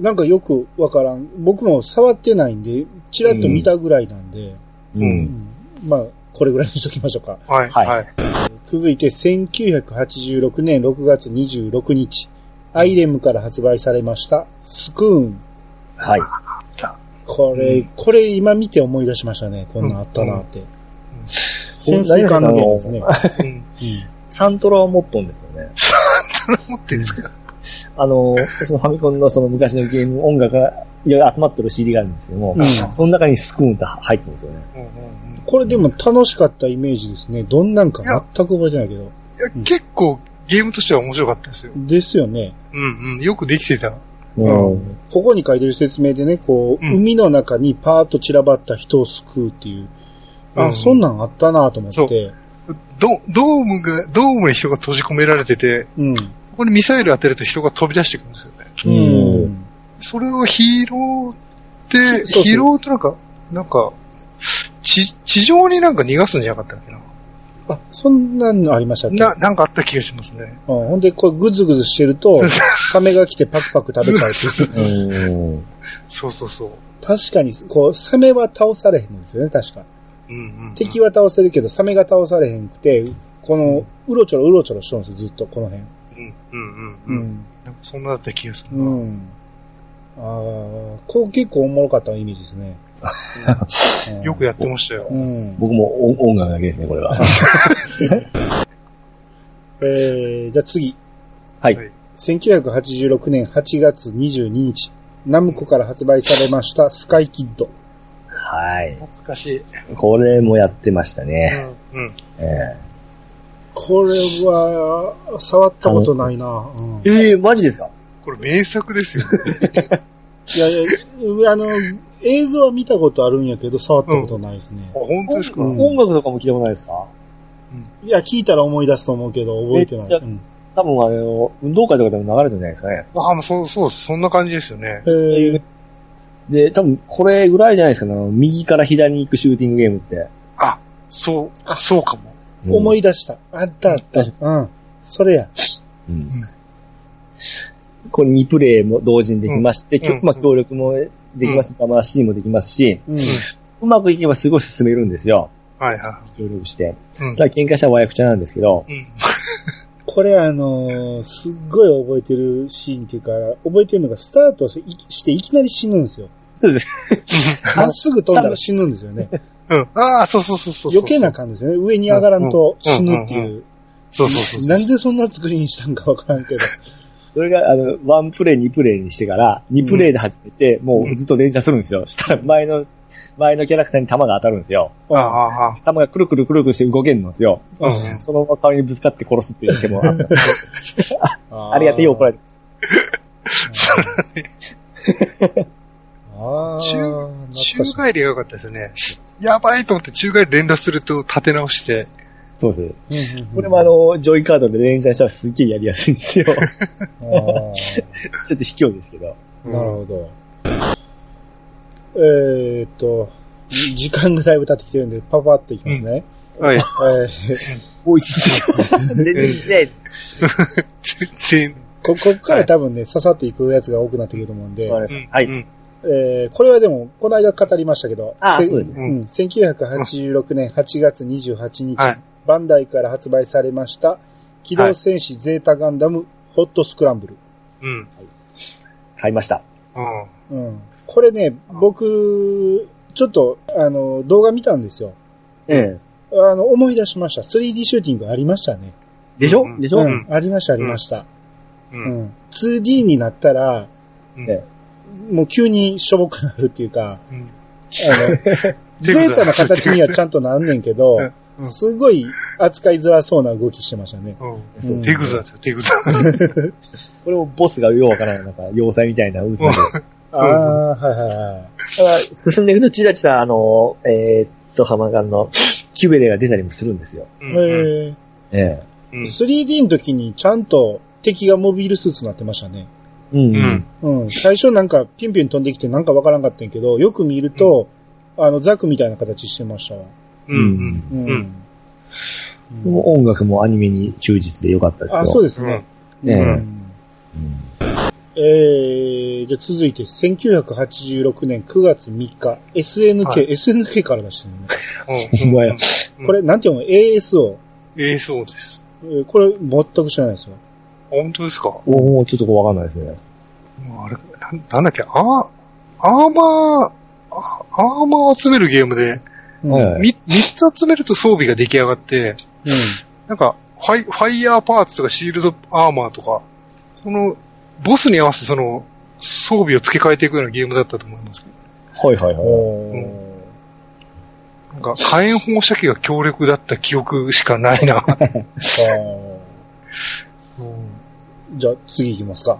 Speaker 1: なんかよくわからん。僕も触ってないんで、ちらっと見たぐらいなんで、う
Speaker 2: う。
Speaker 1: んんまあ、これぐらいにしときましょうか。
Speaker 3: はい、
Speaker 2: はい
Speaker 3: はい。
Speaker 1: 続いて、1986年6月26日、アイレムから発売されました、スクーン。
Speaker 2: はい。
Speaker 1: これ、
Speaker 3: うん
Speaker 1: これ今見て思い出しましましたね。こんなんあったなって。潜水艦のゲームですね。
Speaker 3: うん
Speaker 2: サントラを持っとんですよね。
Speaker 3: 持ってるんですか
Speaker 2: あの、そのファミコンのその昔のゲーム音楽がいろいろ集まってる CD があるんですけども、
Speaker 1: うん
Speaker 2: その中にスクーンって入ってるんですよね。
Speaker 3: うんうんうん
Speaker 1: これでも楽しかったイメージですね。どんなんか全く覚えてないけど。
Speaker 3: いや結構ゲームとしては面白かったですよ。
Speaker 1: ですよね。
Speaker 3: うんうん。よくできてた。
Speaker 2: うん。
Speaker 1: ここに書いてる説明でね、こう、
Speaker 3: うん
Speaker 1: 海の中にパーッと散らばった人を救うっていう。あ、
Speaker 3: うん
Speaker 1: そんなんあったなと思って。
Speaker 3: ドドームが、ドームに人が閉じ込められてて、
Speaker 1: うん。
Speaker 3: そこにミサイル当てると人が飛び出してくるんですよね。
Speaker 1: う
Speaker 2: うん
Speaker 1: ん。
Speaker 3: それを拾って、
Speaker 1: そうそう
Speaker 3: 拾うとなんか、なんか、地、地上になんか逃がすんじゃなかったっけな。
Speaker 1: あ、そんなんのありましたっけ
Speaker 3: な、なんかあった気がしますね。
Speaker 1: うん、ほんで、これグズグズしてると
Speaker 3: そう、そ
Speaker 1: サメが来てパクパク食べ ちゃうっていう。
Speaker 2: うん。
Speaker 3: うそうそう。
Speaker 1: 確かに、こう、サメは倒されへんんですよね、確か。
Speaker 3: うんうんうん。
Speaker 1: 敵は倒せるけど、サメが倒されへんくて、この、うろちょろうろちょろしとるんですよ、ずっと、この辺。
Speaker 3: うんうんうんうん。なんかそんなだった気がする
Speaker 1: う
Speaker 3: な。
Speaker 1: ん。うん。ああ、こう結構おもろかったイメージですね。うん
Speaker 3: よくやってましたよ。
Speaker 1: うん。
Speaker 2: 僕も音音楽だけですね、これは。
Speaker 1: えー、じゃあ次。
Speaker 2: はい。
Speaker 1: 1986年8月22日、ナムコから発売されましたスカイキッド。
Speaker 2: はい。
Speaker 3: 懐かしい。
Speaker 2: これもやってましたね。
Speaker 3: うんうん。
Speaker 2: ええ
Speaker 1: これは、触ったことないな。うん
Speaker 2: ええマジですか
Speaker 3: これ名作です よ。
Speaker 1: いやいや、あの、映像は見たことあるんやけど、触ったことないですね
Speaker 3: あ、。本当ですか、
Speaker 1: うん
Speaker 2: 音楽とかも聞いたことないですか
Speaker 1: いや、聞いたら思い出すと思うけど、覚えてない。
Speaker 2: めっち
Speaker 1: うん
Speaker 2: 多分あの、運動会とかでも流れてるんじゃないですかね。
Speaker 3: あ、まあそう、そうです。そんな感じですよね。
Speaker 1: えー
Speaker 2: で、多分これぐらいじゃないですかね。あの右から左に行くシューティングゲームって。
Speaker 3: あ、そう、そうかも。
Speaker 1: 思い出した。あったあった。うん。それや。
Speaker 2: うんこれ2プレイも同時にできまして、
Speaker 3: うん
Speaker 2: きょ
Speaker 3: うん
Speaker 2: まあ協力もできますし、魂もできますし、
Speaker 1: うん。
Speaker 2: うまくいけばすごい進めるんですよ。
Speaker 3: はいは
Speaker 2: 協力して。
Speaker 3: い。うん
Speaker 2: ただ喧嘩したら和訳ちゃなんですけど、
Speaker 3: うん。
Speaker 1: これあのーすっごい覚えてるシーンっていうか、覚えてるのがスタートしていしていきなり死ぬんですよ。まっすぐ飛んだら死ぬんですよね。
Speaker 3: うん。ああ、そうそうそうそうそう。
Speaker 1: 余計な感じですよね。上に上がらんと死ぬって
Speaker 3: うん
Speaker 1: いう。
Speaker 3: そうそうそうそう。
Speaker 1: なんでそんな作りにしたんかわからんけど。
Speaker 2: それが、あの、1プレイ、2プレイにしてから、2プレイで始めて、もうずっと連射するんですよ。したら前の、前のキャラクターに弾が当たるんですよ。
Speaker 3: ああ、ああ。
Speaker 2: 弾がくるくるくるくるして動けるんですよ。
Speaker 3: うん
Speaker 2: そのまま顔にぶつかって殺すって言っても、あ ありがてえよ、怒
Speaker 1: れ。
Speaker 2: られてます。
Speaker 1: あーあ
Speaker 3: 中
Speaker 1: ー、
Speaker 3: 宙
Speaker 1: 懐かしい。
Speaker 3: 返りが良かったですよね。やばいと思って宙返り連打すると立て直して。
Speaker 2: そうです。
Speaker 1: うんうんうん
Speaker 2: これもあ、の、ジョイカードで連射したらすっげえやりやすいんですよ。ちょっ
Speaker 1: あー
Speaker 2: と卑怯ですけど。
Speaker 1: なるほど。えーっと、時間がだいぶ経ってきてるんで、パパッといきますね。
Speaker 3: ど。はい。
Speaker 1: えー
Speaker 2: もう一時間。全然
Speaker 3: 全
Speaker 1: こ、こっから多分ね、ささっといくやつが多くなってくると思うんで、
Speaker 3: 然。
Speaker 2: はい。
Speaker 3: うん。
Speaker 1: えーこれはでも、この間語りましたけど、
Speaker 2: あ
Speaker 1: せ
Speaker 2: そうです
Speaker 3: ね
Speaker 1: うん、1986年8月28日、
Speaker 3: はい。
Speaker 1: バンダイから発売されました、機動戦士ゼータガンダムホットスクランブル。
Speaker 3: うん。
Speaker 2: 買いました。
Speaker 3: うん。
Speaker 1: うん。これね、僕、ちょっと、あの、動画見たんですよ。
Speaker 2: ええ。
Speaker 1: あの、思い出しました。3D シューティングありましたね。
Speaker 2: でしょ
Speaker 3: うん
Speaker 2: でしょ
Speaker 1: う
Speaker 3: うん
Speaker 1: ん、ありました、ありました。
Speaker 3: う。
Speaker 1: うんん。2D になったら、
Speaker 3: うん
Speaker 2: ね
Speaker 1: もう急にしょぼくなるっていうか、
Speaker 3: うん。
Speaker 1: あの、ゼータの形にはちゃんとなんねんけど、
Speaker 3: うん
Speaker 1: すごい扱いづらそうな動きしてましたね。
Speaker 3: うん
Speaker 1: うん
Speaker 3: 手ぐざですよ、手ぐざ。
Speaker 2: これもボスがようわからない、なんか、要塞みたいな渦で。
Speaker 1: ああー、はいはいはい。
Speaker 2: だから進んでいくと、チラチラ、あの、えーっと、浜間の、キュベレが出たりもするんですよ。
Speaker 3: うんうん
Speaker 1: えー
Speaker 2: ええ。
Speaker 3: うん
Speaker 1: 3D の時にちゃんと敵がモビルスーツになってましたね。
Speaker 2: うん。
Speaker 3: うん
Speaker 1: うん。最初なんかピュンピュン飛んできてなんかわからんかったんやけど、よく見ると、あの、ザクみたいな形してましたわ。
Speaker 3: うんうん
Speaker 1: うん。
Speaker 3: うん
Speaker 1: うん
Speaker 2: もう音楽もアニメに忠実でよかったですよ。
Speaker 1: あ、そう
Speaker 2: で
Speaker 1: ですね。
Speaker 2: うんねえ
Speaker 1: うん
Speaker 2: す。
Speaker 1: えー、じゃあ続いて、1986年9月3日、SNK、
Speaker 3: はい
Speaker 1: SNK から出してるね。
Speaker 3: うん。
Speaker 2: お前
Speaker 3: うんうん
Speaker 1: これ、なんていうの ?ASO。
Speaker 3: ええ、そうです。
Speaker 1: えーこれ、全く知らないですよ。
Speaker 3: あ本当ですか
Speaker 2: おおちょっとこうわかんないですね。
Speaker 3: もうあれ、なんなんだっけ、あーアーマー、あアーマーを集めるゲームで、
Speaker 1: うん
Speaker 2: はい
Speaker 3: み三つ集めると装備が出来上がって、
Speaker 1: う
Speaker 3: なんか、ファイ、ファイヤーパーツとかシールドアーマーとか、その、ボスに合わせてその、装備を付け替えていくようなゲームだったと思いますけど。
Speaker 2: はいはいはい。
Speaker 1: お
Speaker 3: ーなんか、火炎放射器が強力だった記憶しかないな。
Speaker 1: じゃあ、次行きますか。